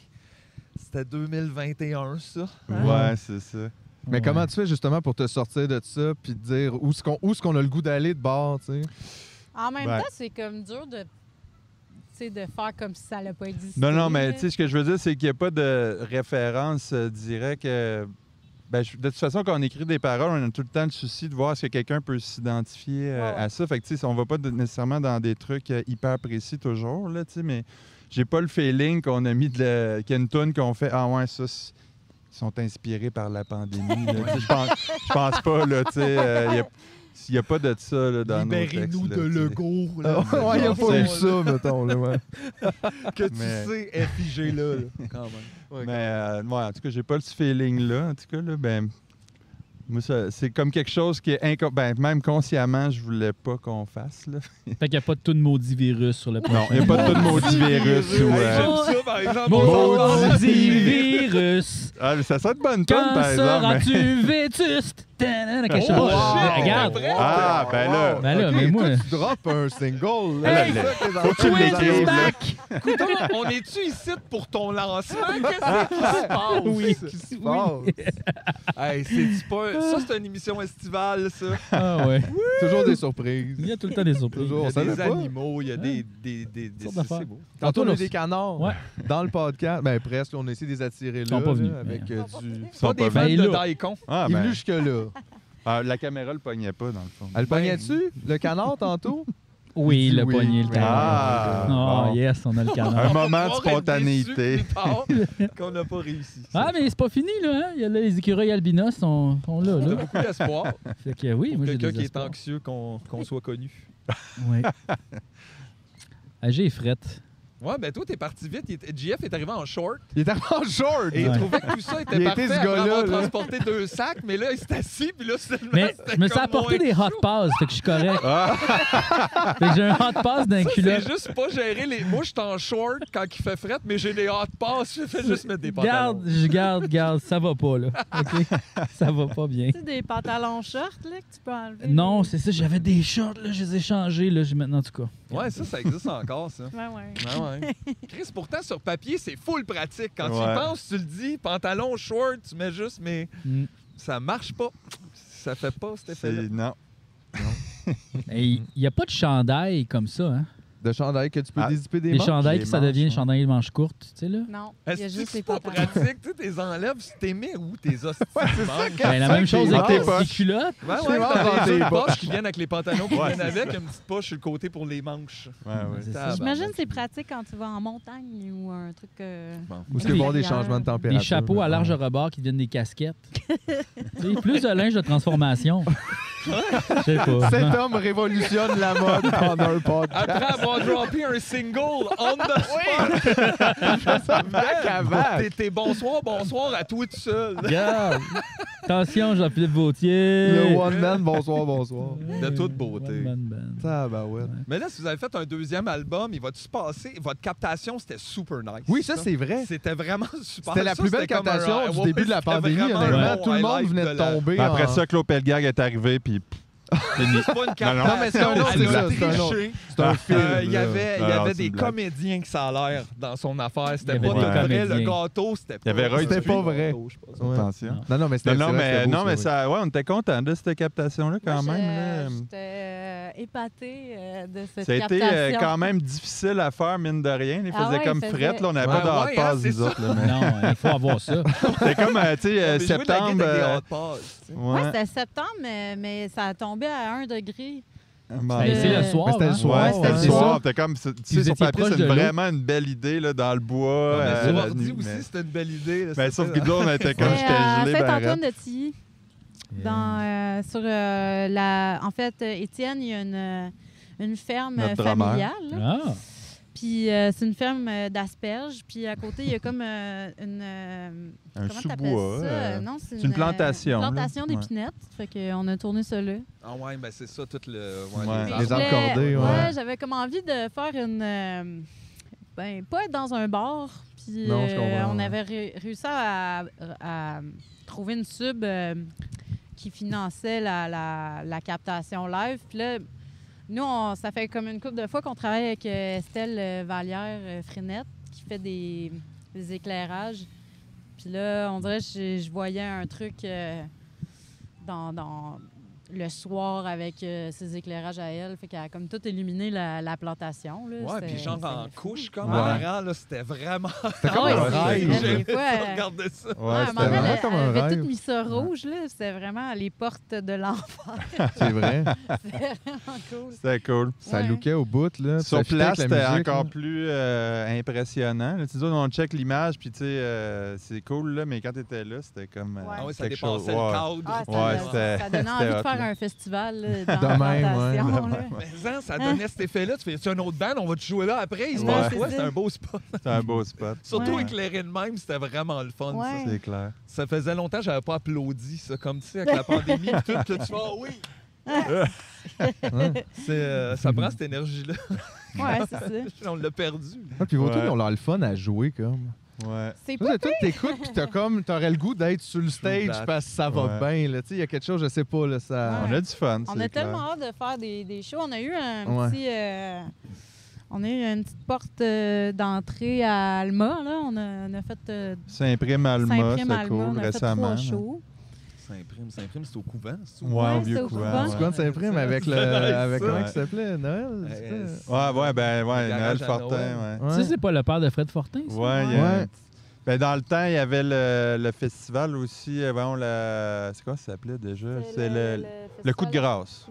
c'était 2021, ça.
Ouais, c'est ça.
Mais
Ouais.
comment tu fais justement pour te sortir de ça puis te dire où est-ce qu'on où est-ce qu'on a le goût d'aller de bord, tu sais?
En même
Ouais.
temps, c'est comme dur de, tu sais, de faire comme si ça n'allait pas existé.
Non, non, mais
là.
tu sais, ce que je veux dire, c'est qu'il n'y a pas de référence euh, directe. euh, ben, je- de toute façon, quand on écrit des paroles, on a tout le temps le souci de voir si quelqu'un peut s'identifier euh,
Ouais, ouais.
à ça. Fait que, tu sais, on va pas de- nécessairement dans des trucs euh, hyper précis toujours, là, tu sais, mais j'ai pas le feeling qu'on a mis de la... qu'il y a une toune qu'on fait « Ah ouais, ça, c'est- ils sont inspirés par la pandémie. là. Tu sais, Je pense, je pense pas, là, tu sais, euh, il y a- il n'y a, pas de ça là, dans nos textes.
Libérez-nous
là,
de
tu sais.
Lego.
Ah,
Là,
ouais, il a pas eu
c'est-
ça, mettons. Là, ouais.
Que tu
Mais-
sais, est figé là. là, quand même.
Mais euh, ouais, en tout cas, j'ai pas ce feeling-là. En tout cas, là, ben, moi, ça- c'est comme quelque chose qui est inco- ben, même consciemment, je voulais pas qu'on fasse. Là.
Fait qu'il n'y a pas de tout de maudit virus sur le
Non, il n'y a pas de tout maudit virus. ou,
Hey,
euh,
J'aime ça, par exemple.
Maudit virus!
Ah, mais ça sent de bonne tonne,
Quand
par exemple. mais-
seras-tu vétuste? Tadam, quelque chose.
Oh,
Mais
shit!
Regarde!
Ah, ben là.
Ben là,
Ok,
mais moi-
toi, tu drops un single. Là,
Hey!
c'est ça que les
Faut que tu
enfants-
l'écrives,
les
là.
Coudonc, on est-tu ici pour ton lancement? Ah, Qu'est-ce qui se passe?
Oui.
enfants-
Hey, c'est pas... un- Ça, c'est une émission estivale, ça.
Ah ouais.
Toujours des surprises.
Il y a tout le temps des surprises.
Toujours. On
il y a
savait
des
pas.
animaux, il y a des...
Hein?
des, des, des-
Toutes sortes
c'est-
d'affaires.
c'est beau.
Tantôt, on a eu
aussi.
des canards
Ouais.
dans le podcast. Ben presque, on a essayé de les attirer là,
sont pas venus,
là, avec
mais-
euh,
Ils sont
du...
pas
Ils
Pas
sont
des
pas
venus.
fans
Ben
de
là.
Daikon.
Ah,
Il est
ben,
venu jusque-là.
ah, la caméra le pognait pas, dans le fond.
Elle le pognait-tu, le canard, tantôt?
hein. Oui,
Il dit
le
oui.
poignet, le
Ah,
talon. Oh
bon.
yes, on a le canon.
Un moment de
Avoir été
spontanéité.
déçu plus tard Qu'on n'a pas réussi.
Ah, mais c'est pas fini, là. Hein? Il y a là, les écureuils albinos sont, sont là,
On a
là.
beaucoup d'espoir
Fait que oui,
pour
moi, j'ai
quelqu'un
des
qui est
espoirs.
anxieux qu'on qu'on soit connu.
Ouais. Ah, Agé et frette.
Ouais, ben toi, t'es parti vite. Il était- JF est arrivé en short
Il était en short!
et
Ouais.
il trouvait que tout ça était
Il était
parfait
ce
après
gars-là,
avoir
là.
transporté deux sacs, mais là, il s'est assis, puis là, seulement,
Mais
c'était
je me suis
comme
apporté
moins Ah.
des hot pass, fait que je suis correct. Fait que j'ai un hot pass d'un
Ça,
culot.
C'est juste pas gérer les. Moi, je suis en short quand il fait fret, mais j'ai des hot pass. Je fais juste mettre des pantalons.
Garde, je garde, garde, ça va pas, là. OK? Ça va pas bien.
Tu sais, des pantalons shorts là, que tu peux enlever.
Non, c'est ça, j'avais des shorts, là, je les ai changés, là, j'ai maintenant, en tout cas.
Ouais, ça, ça existe encore, ça.
Ouais, ouais.
Ouais, ouais. Chris, pourtant, sur papier, c'est full pratique. Quand tu
Ouais.
y penses, tu le dis, pantalon, short, tu mets juste, mais
Mm.
ça marche pas. Ça fait pas cet effet-là.
C'est- Non.
Et il n'y a pas de chandail comme ça, hein?
De chandail que tu peux
Ah,
dézipper des
Des
mains.
chandails
les
que ça
manches,
devient
ouais.
chandail manche courte, tu sais, là.
Non, il y a
Est-ce que
juste
c'est
les
pas
pantalons.
pratique? Tu sais, tes enlèves, si t'es mis où tes hosties. de manches.
Ben, la même chose
Dans tes
avec tes
poches.
petites culottes.
Ouais,
Tu
ouais,
les manges
t'as
dans
les
tes
deux
poches.
poches qui viennent avec les pantalons qui
Ouais,
viennent
c'est
avec, une petite poche sur le côté pour les manches.
Ouais, ouais.
C'est
Ah,
ça.
ben,
J'imagine
ben,
que c'est pratique quand tu vas en montagne ou un truc. euh,
Ou c'est
Des-
voir des changements de température.
Des chapeaux à
mettons.
large rebord qui deviennent des casquettes. Tu sais, plus de linge de transformation. Je sais pas.
Cet homme révolutionne la mode en un podcast.
Après avoir droppé un single on the spot,
Bac à bac.
t'es- t'es bonsoir, bonsoir à toi tout seul.
Regarde. Attention, Jean-Philippe Vautier.
Le one man, bonsoir, bonsoir.
De toute beauté.
One man band.
Tabarouette.
Mais là, si vous avez fait un deuxième album, il va-tu se passer? Votre captation, c'était super nice.
Oui, ça, c'est vrai.
C'était vraiment super.
C'était la
Ça,
plus belle
comme un-
captation du
ouais,
début de la
c'était
pandémie.
vraiment un
Honnêtement,
bon
tout le monde
highlight
venait de
la-
tomber.
Ah. Après
en-
ça, Claude Pelgag est arrivé, puis
C'est pas une captation.
Non, mais c'est un autre,
elle
c'est ça,
a
c'est un autre.
triché.
c'est un film.
Euh, Il y
là.
avait, il y
Alors,
avait
Ah, c'est
des
une blague.
comédiens que ça a l'air dans son affaire.
Il
C'était
y
pas
avait
de
des
vrai.
comédiens.
Le gâteau, c'était
Il y
pas
avait Roy
C'était
Dupuis.
pas vrai.
gâteau, je pense.
Ouais.
attention.
Non, non, mais c'était
Non, non,
c'est vrai que
mais,
c'était beau,
non, mais
oui.
ça, ouais, on était content de cette captation-là quand
Moi, je-
même. là. euh,
J'étais euh, épatée euh, de cette
Ça a été
captation.
euh, quand même difficile à faire, mine de rien. Il faisait
Ah ouais,
comme
il faisait-
frette, là, on n'avait
Ouais,
pas de hot
ouais, hein,
pass,
c'est
nous autres. là, mais-
Non, il faut avoir ça.
C'était comme, euh, tu sais, euh,
Mais jouer de la
septembre.
guitare avec des
euh,
hot pass, tu sais.
Ouais,
ouais, ben,
c'était septembre, mais, mais ça a tombé à 1 degré.
bon.
Ben, c'est le
Euh,
soir.
mais c'était le
hein?
soir,
Ouais,
Ouais,
c'était le
c'est
soir.
ça.
C'était comme, c'est-
Puis
tu sais,
vous
sur
étiez
papier,
proche
c'est
de l'eau.
vraiment une belle idée, là, dans le bois.
Mais
euh,
sur
la
ordi
nuit,
aussi,
mais-
c'était une belle idée. là, hein.
Ben,
c'était-
sauf que nous, on était comme,
C'était à
j'étais gelé, ben,
Saint-Antoine
arrête.
de Tilly. Dans, euh, sur euh, la... En fait, euh, Étienne, il y a une, euh, une ferme
Notre
euh,
drummer.
familiale. là.
Ah,
Puis euh, c'est une ferme euh, d'asperges. Puis à côté, il y a comme euh, une. euh,
Un
comment t'appelles
sous-bois.
ça?
euh,
non, c'est
une plantation, là.
plantation
Ouais.
d'épinettes. Fait qu'on a tourné ça là.
Ah ouais, ben c'est ça, tout le.
Ouais.
les
Mais
Les
arbres.
je
arbres
voulais-
cordés, ouais.
Ouais, j'avais comme envie de faire une. euh, ben, pas être dans un bar. Puis
Non, je
euh,
comprends,
on
ouais.
avait ré- réussi à, à trouver une sub euh, qui finançait la, la- la captation live. Puis là, nous, on- ça fait comme une couple de fois qu'on travaille avec euh, Estelle euh, Vallière euh, Frinette qui fait des, des éclairages. Puis là, on dirait que j'ai- je voyais un truc euh, dans, dans le soir avec euh, ses éclairages à elle. Fait qu'elle a comme tout illuminé la, la plantation. Là.
Ouais, puis
C'était-
genre
c'était
en
fou.
couche, comme
Ouais.
parent, là, c'était vraiment.
C'était
Ah ouais,
comme un
c'est-
rêve.
des fois,
Tu
elle-
regardais ça.
Ouais, à
Ouais,
un moment
c'était
donné,
vraiment
elle,
comme
elle
un
avait
rêve.
tout mis ça rouge, là. C'était vraiment les portes de l'enfant.
C'est vrai.
C'était vraiment cool.
C'était cool.
Ça
Ouais.
lookait au bout, là.
Sur
Ça fitait avec
place,
la
c'était
musique, hein.
encore
là.
plus euh, impressionnant. Là, tu dis, on check l'image, puis tu sais, euh, c'est cool, là, mais quand t'étais là, c'était comme. euh,
Ouais.
Ah ouais, ça
quelque chose.
dépassait
Ouais.
le cadre.
Ah, ça,
Ouais,
donnait-
c'était-
ça donnait
c'était
envie de
hot,
faire
là.
un festival là, dans la
De même, ouais,
plantation.
de
là.
Mais hein, ça donnait cet effet-là. Tu fais, tu as une autre band, on va te jouer là après. Il se
Ouais.
passe
C'est
quoi? C'est
ça.
un beau spot.
C'était un beau spot.
Surtout
Ouais.
éclairé de même, c'était vraiment le fun.
Ouais.
C'est clair.
Ça. ça faisait longtemps que j'avais pas applaudi ça, comme tu sais, avec la pandémie et tout. Puis là, tu vois, oui! C'est, euh, ça prend cette énergie-là.
Ouais, c'est ça.
on l'a perdu.
Ah, puis vos
Ouais.
trucs, ils ont leur le fun à jouer, comme.
Ouais.
C'est
Toi,
pas
toi, t'écoutes, puis t'as comme, t'aurais le goût d'être sur le
that.
stage parce que ça va
Ouais.
bien, là. Tu sais, il y a quelque chose, je sais pas, là, ça...
On a du fun.
On
c'est
a
clair.
tellement hâte de faire des, des shows. On a eu un
Ouais.
petit. euh, on a eu une petite porte euh, d'entrée à Alma. Là. On, a, on a fait euh,
Saint-Prime Alma,
Saint-Prime
c'est
Alma. On
cool,
a fait trois
récemment.
shows.
Saint-Prime, Saint-Prime, c'est au couvent. c'est au-
Ouais, au
Ouais, c'est
vieux
au
couvent.
couvent.
Tu
ouais.
comptes s'imprime avec le... avec
Ouais.
comment il s'appelait? Noël?
Euh,
c'est
c'est-
Ouais, ouais, ben ouais, Noël
Garage à
Fortin,
Noël.
ouais.
pas-
Ça, c'est pas le père de Fred Fortin, ça?
Ouais, il y a un
Ouais.
petit- Ben, dans le temps, il y avait le, le festival aussi. euh, voyons, la- C'est quoi ça s'appelait déjà? C'est le, le, coup de grâce.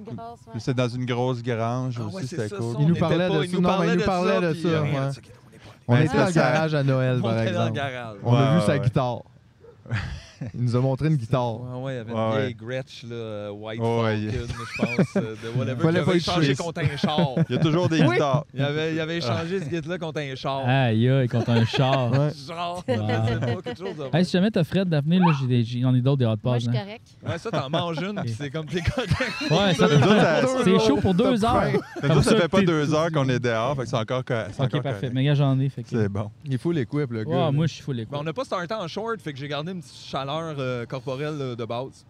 C'est dans une grosse grange
Ah ouais,
aussi,
c'est
c'était
ça,
cool.
ça,
Il
on
nous
était
parlait de
pas-
ça. Non, mais il nous parlait de
puis,
ça,
euh,
ouais.
regarde, c'est- on est pas allé.
On
Ben,
était
c'est
dans le
parce
garage à Noël,
On
par
était dans le
exemple.
garage.
On a
Ouais,
vu sa
ouais.
guitare. Il nous a montré une guitare.
Ouais, ouais, il y avait
Ouais,
une
ouais.
vieille Gretsch, là, euh, White
Oh, ouais,
Falcon, je pense, euh, de
Fallait
whatever. Il
pas
avait
y
échangé
toucher.
contre un char.
Il y a toujours des guitares.
Il avait, il avait échangé ce guide-là contre un char.
Aïe, aïe, contre un char.
Ah. Ouais. Ah.
Genre,
Ouais.
c'est pas quelque chose de...
Hey, si jamais t'as Fred d'avenir, là, j'ai des- j'ai- j'en ai d'autres des hot pods.
Moi,
hein.
je
hein.
suis correct.
Ouais, ça, t'en manges une, puis c'est comme t'es content.
Ouais, ça-
Nous autres, ça-
c'est chaud pour deux heures.
nous autres, ça
ça,
fait pas
t'es-
deux heures qu'on est dehors, fait que c'est encore, co- c'est encore
Ok, parfait.
correct.
Mais gars, j'en ai. Fait que...
C'est bon.
Il faut les coups, le
Ouais,
gars.
moi, je suis full écoute.
Ben, on n'a pas starté en short, fait que j'ai gardé une petite chaleur euh, corporelle euh, de base.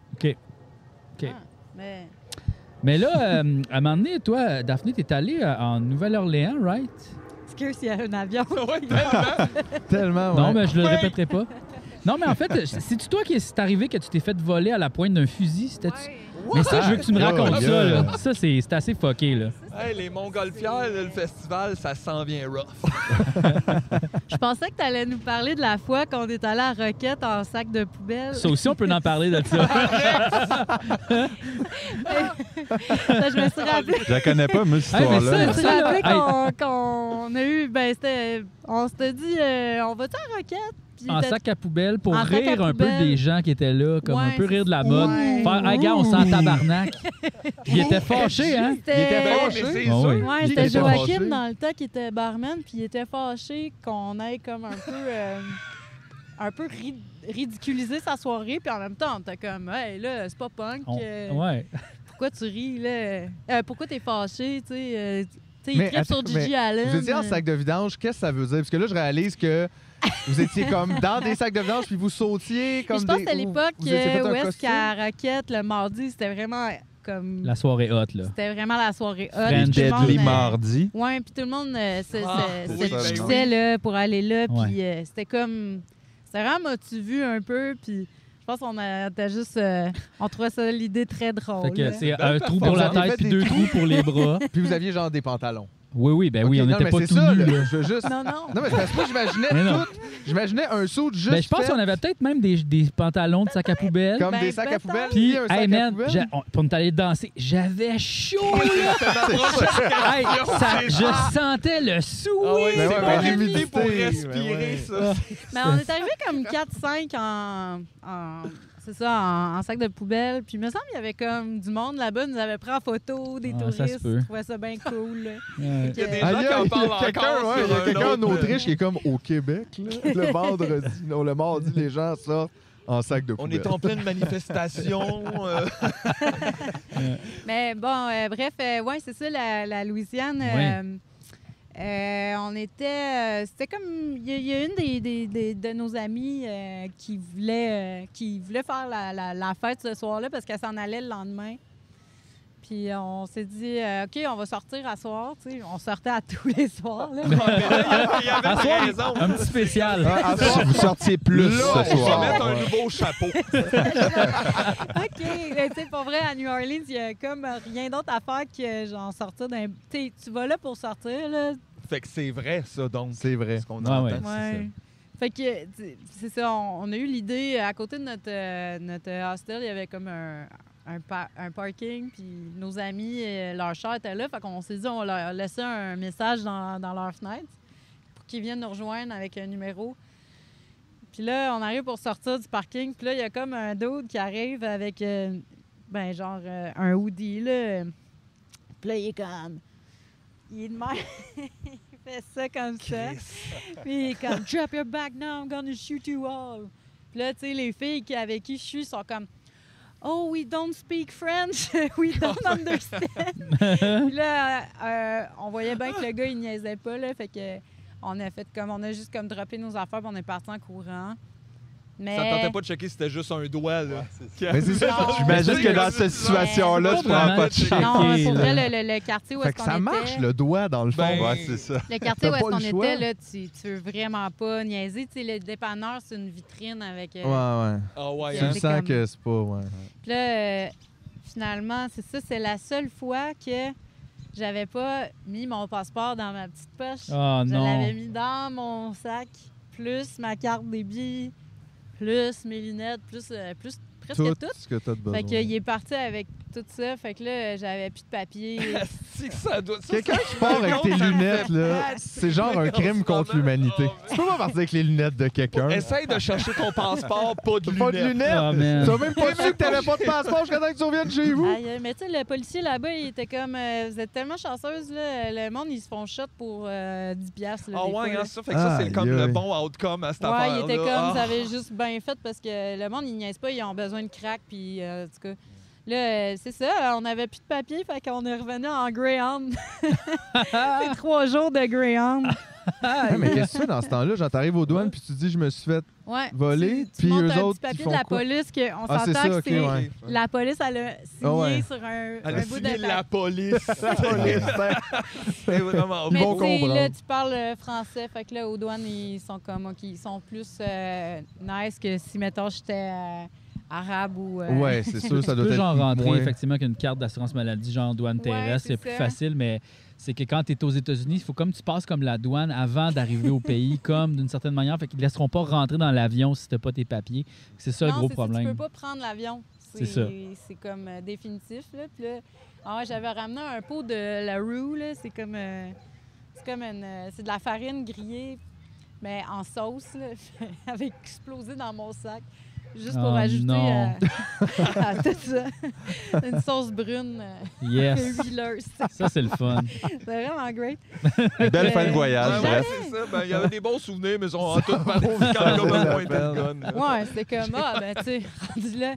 Mais
Mais là, euh, à un moment donné, toi, Daphné, t'es allé euh, en Nouvelle-Orléans, right?
excuse, il y a un avion.
ouais, tellement.
Tellement, ouais.
Non, mais je le
Oui.
répéterai pas. Non, mais en fait, c'est-tu toi qui est arrivé que tu t'es fait voler à la pointe d'un fusil? C'était Mais ça, je veux que tu me
Ouais,
racontes
ouais,
ça.
yeah.
Là. Ça, c'est c'est assez fucké, là.
Hey, les Montgolfières, là, le festival, ça s'en vient rough.
Je pensais que tu allais nous parler de la fois qu'on est allé à Roquette en sac de poubelle.
Ça aussi, on peut en parler de ça.
Ça, je me suis rappelé.
Je la connais pas, moi, cette
Hey, mais
histoire-là.
Je me
Ça,
suis
là,
rappelé
hey.
qu'on qu'on a eu. Ben, c'était. On s'était dit, euh, on va-tu à Roquette? Puis
En
t'as-
sac à poubelle pour
En sac à
rire un peu
poubelle.
des gens qui étaient là, comme un
Ouais,
peu rire de la
c'est-
mode.
ouais.
Faire, hey, gars, on s'en tabarnak. Il était fâché, hein? Il était
C'était-
fâché.
Ben, mais c'est
Ah
sûr.
oui.
Ouais,
Il
c'était
était
Joachim
fâché.
dans le temps qui était barman, puis il était fâché qu'on ait comme un peu. euh, un peu ri- ridiculisé sa soirée, puis en même temps, t'es comme, hey, là, c'est pas punk.
On-
euh,
Ouais.
Pourquoi tu ris, là? Euh, pourquoi t'es fâché, tu sais? euh, tu sais, il
Mais
tripe sur
attends,
Gigi
mais
Allen.
Vous étiez en sac de vidange, qu'est-ce que ça veut dire? Parce que là, je réalise que vous étiez comme dans des sacs de vidange, puis vous sautiez
Puis
comme
je pense
des...
que à
ou-
l'époque,
vous étiez fait
euh,
un
où est-ce
costume.
qu'à Roquette, le mardi, c'était vraiment comme...
La soirée haute, là.
C'était vraiment la soirée hot.
French
Tout le monde,
Deadly
euh,
Mardi.
Ouais, puis tout le monde euh, se,
Ah,
se-
oui,
se
ben
fixait,
oui.
là, pour aller là.
Ouais.
Puis euh, c'était comme. Ça vraiment tu vu un peu. Puis je pense qu'on a, t'as juste. euh, on trouvait ça l'idée très drôle.
Fait que
là.
Ben,
c'est
Belle
un trou pour la
performance.
tête
Vous
puis
avez
deux
fait
trous pour les bras.
Puis vous aviez genre des pantalons.
Oui, oui, ben oui,
Ok,
on
non,
n'était
mais
pas
c'est
tout
ça,
nus,
là.
là.
Je veux juste...
Non, non.
Non, mais c'est parce que moi,
Mais
j'imaginais
non.
tout... J'imaginais un saut de juste...
Ben, je pense
fait
qu'on avait peut-être même des, des pantalons de sac à poubelle.
Comme
Ben,
des sacs à
peut-être.
poubelle.
Puis,
un sac
hey
à
man,
poubelle.
j'a- on- pour nous aller danser, j'avais chaud, là! Hey, ça- je sentais le sou.
Ah oui,
Ben ouais,
c'est pas
ben,
l'humidité pour
l'humidité, ben
respirer,
ouais.
ça.
Mais on est arrivé comme 4-5 en. en- c'est ça, en, en sac de poubelle. Puis il me semble qu'il y avait comme du monde là-bas, nous avait pris en photo, des
Ah, ça se
touristes.
peut.
Je trouvais ça bien cool. là.
Ouais.
Il y a des
Ah,
gens
Aïe,
qui en
aïe, il y
parlent
a quelqu'un
encore
ouais,
sur
il y a
un
quelqu'un en
autre, euh,
Autriche qui est comme au Québec. là. Le vendredi, non, le mardi, les gens sortent en sac de
On
poubelle.
est en pleine manifestation. euh,
Mais bon, euh, bref, euh, ouais, c'est ça, la, la Louisiane.
Ouais.
euh, euh, on était. euh, C'était comme. Il y, a- il y a une des, des- des- de nos amies euh, qui, voulait, euh, qui voulait faire la, la- la fête ce soir-là parce qu'elle s'en allait le lendemain. Puis on s'est dit, euh, OK, on va sortir à soir. tu sais. on sortait à tous les soirs. là.
Il y avait
À soir,
raison.
un petit spécial.
Ah, à soir, vous sortiez plus
Là,
ce
on va
soir.
mettre un
Ouais.
nouveau chapeau.
OK, mais tu sais, pour vrai, à New Orleans, il y a comme rien d'autre à faire que genre sortir d'un. Tu sais, tu vas là pour sortir, là.
Fait que c'est vrai, ça, donc.
C'est vrai.
Ce qu'on
Ouais,
entend,
ouais.
c'est ça.
Ouais. Fait que, tu- c'est ça, on, on a eu l'idée, euh, à côté de notre, euh, notre euh, hostel, il y avait comme un, un, pa- un parking, puis nos amis, euh, leur chat était là, fait qu'on s'est dit, on leur laissait un message dans, dans leur fenêtre pour qu'ils viennent nous rejoindre avec un numéro. Puis là, on arrive pour sortir du parking, puis là, il y a comme un dude qui arrive avec, euh, ben, genre, euh, un hoodie, là. Puis là, il est comme... Il est de même. il fait ça comme ça. Puis il est comme, drop your back now, I'm gonna shoot you all. Puis là, tu sais, les filles qui, avec qui je suis sont comme, oh, we don't speak French, we don't understand. Puis là, euh, on voyait bien que le gars, il niaisait pas, là. Fait que on a fait comme, on a juste comme droppé nos affaires, puis on est parti en courant. Mais...
Ça tentait pas de checker si c'était juste un doigt, là.
Ah, Mais c'est ça.
Non.
J'imagine que dans cette situation-là,
situation-là,
tu
tu
prends
prends
pas de
pas de
chance.
Non,
Ok,
pour
là.
vrai, le, le- le quartier où
Fait
est-ce
que
qu'on
ça
était-
marche, le doigt, dans le fond.
Ben,
Ouais, c'est ça.
Le
T'as
quartier où est-ce
pas
qu'on
le choix.
était, là, tu, tu veux vraiment pas niaiser. Tu sais, le dépanneur, c'est une vitrine avec... euh,
Ouais, ouais.
Ah ouais,
Tu
hein?
le
C'est
sens
comme-
que c'est pas, ouais.
Puis là, euh, finalement, c'est ça, c'est la seule fois que j'avais pas mis mon passeport dans ma petite poche.
Oh
Je l'avais
non.
mis dans mon sac, plus ma carte débit, plus mes lunettes, plus, euh, plus presque
Tout
tout.
ce que t'as de besoin.
Fait qu'il est parti avec tout ça. Fait que là, j'avais plus de papier.
Asti que ça doit... ça,
Quelqu'un
c'est-
qui part avec tes
Ça me
lunettes,
fait
là,
mal.
Ah, c'est genre un crime contre l'humanité. Tu peux pas partir avec les lunettes de quelqu'un.
Essaye de chercher ton passeport, pas de
T'as
lunettes.
pas de
Ah, man.
lunettes? T'as même pas su que t'avais pas de passeport jusqu'à temps que tu reviennes chez vous?
Aïe, aïe, mais tu sais, le policier là-bas, il était comme euh, Vous êtes tellement chanceuse, là, le monde, ils se font shot pour euh, 10$. piastres, là,
Ah
des fois,
ouais,
là.
hein, ça fait que ça, c'est
Aïe,
comme le
aïe.
bon outcome à cette
Ouais,
affaire-là.
il était comme,
Ah.
vous avez juste bien fait parce que le monde, ils niaisent pas, ils ont besoin de crack, puis euh, en tout
Mm.
cas. Là, euh, c'est ça, on n'avait plus de papier, fait qu'on est revenu en Greyhound. c'est trois jours de Greyhound.
Ah, mais qu'est-ce que tu fais dans ce temps-là? Genre, t'arrives aux douanes puis tu dis, je me suis fait.
Ouais.
Voler,
Tu- tu
puis
montes
eux
un petit
autres, ils
papier
font
de la
quoi?
police qu'on
Ah, c'est
s'entend
ça,
que
ok,
c'est...
ouais.
La police, elle a signé
Ah ouais.
sur un,
Elle
un
a
bout de
signé
papier.
la police. c'est vraiment
Mais
bon.
tu sais,
comprendre.
là, tu parles euh, français, fait que là, aux douanes, ils sont comme, OK, ils sont plus euh, nice que si, mettons, j'étais euh, arabe ou... euh,
Ouais, c'est sûr, ça
Tu
doit
peux
être.
genre rentrer
moins-
effectivement qu'une carte d'assurance maladie genre douane
Ouais,
terrestre,
c'est
c'est plus
ça.
facile, mais c'est que quand tu es aux États-Unis, il faut comme tu passes comme la douane avant d'arriver au pays, comme d'une certaine manière, fait qu'ils te laisseront pas rentrer dans l'avion si t'as pas tes papiers. C'est ça
non,
le gros
c'est ça, Tu
problème.
peux pas prendre l'avion.
C'est ça.
C'est comme euh, définitif. Là. Puis là, ah ouais, j'avais ramené un pot de la roux. là. C'est comme, euh, c'est comme une, euh, c'est de la farine grillée, mais en sauce, là, avec explosé dans mon sac. Juste pour
Oh
ajouter
non.
euh, à tout ça. Une sauce brune euh,
Yes.
huileuse.
ça c'est le fun.
C'est vraiment great. Euh,
Une belle fin de
Ah
voyage,
ouais,
bref.
c'est ça. Ben, il y avait des bons souvenirs, mais ils sont en toute parodie quand comme un point de gun, là.
Ouais, c'était comme, ah, ben, tu sais, rendu là.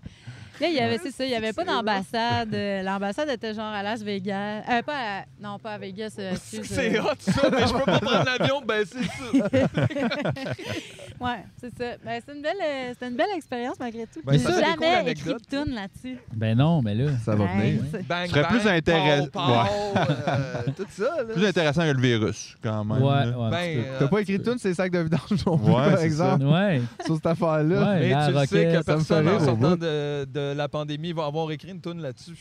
Là, il y avait, c'est ça, il n'y avait pas d'ambassade. Euh, L'ambassade était genre à Las Vegas. Euh, pas à- non, pas à Vegas. euh, excuse,
C'est
euh,
hot, ça, mais je peux pas prendre l'avion, ben c'est ça.
Ouais, c'est ça. Ben, c'est une belle, euh, c'était une belle expérience malgré tout.
Ben,
J'ai
ça, c'est cool,
jamais écrit
l'anecdote.
de tune là-dessus.
Ben non, mais là.
Ça va
Ouais,
venir.
c'est-
Bang,
serait plus
bang,
intéress-
pow, pow, euh, tout ça, là.
Plus intéressant que le virus, quand même.
Ouais,
là.
ouais.
Ben, euh,
T'as pas écrit de tunes, c'est sacs de vidange non plus,
Ouais,
par
c'est
exemple,
Ouais.
sur cette affaire-là.
Ouais,
Mais
la
tu le sais que
roquette.
Ah, ça me
personne,
fait
en
rire au
sortant
bout.
de, de la pandémie, va avoir écrit une toune là-dessus.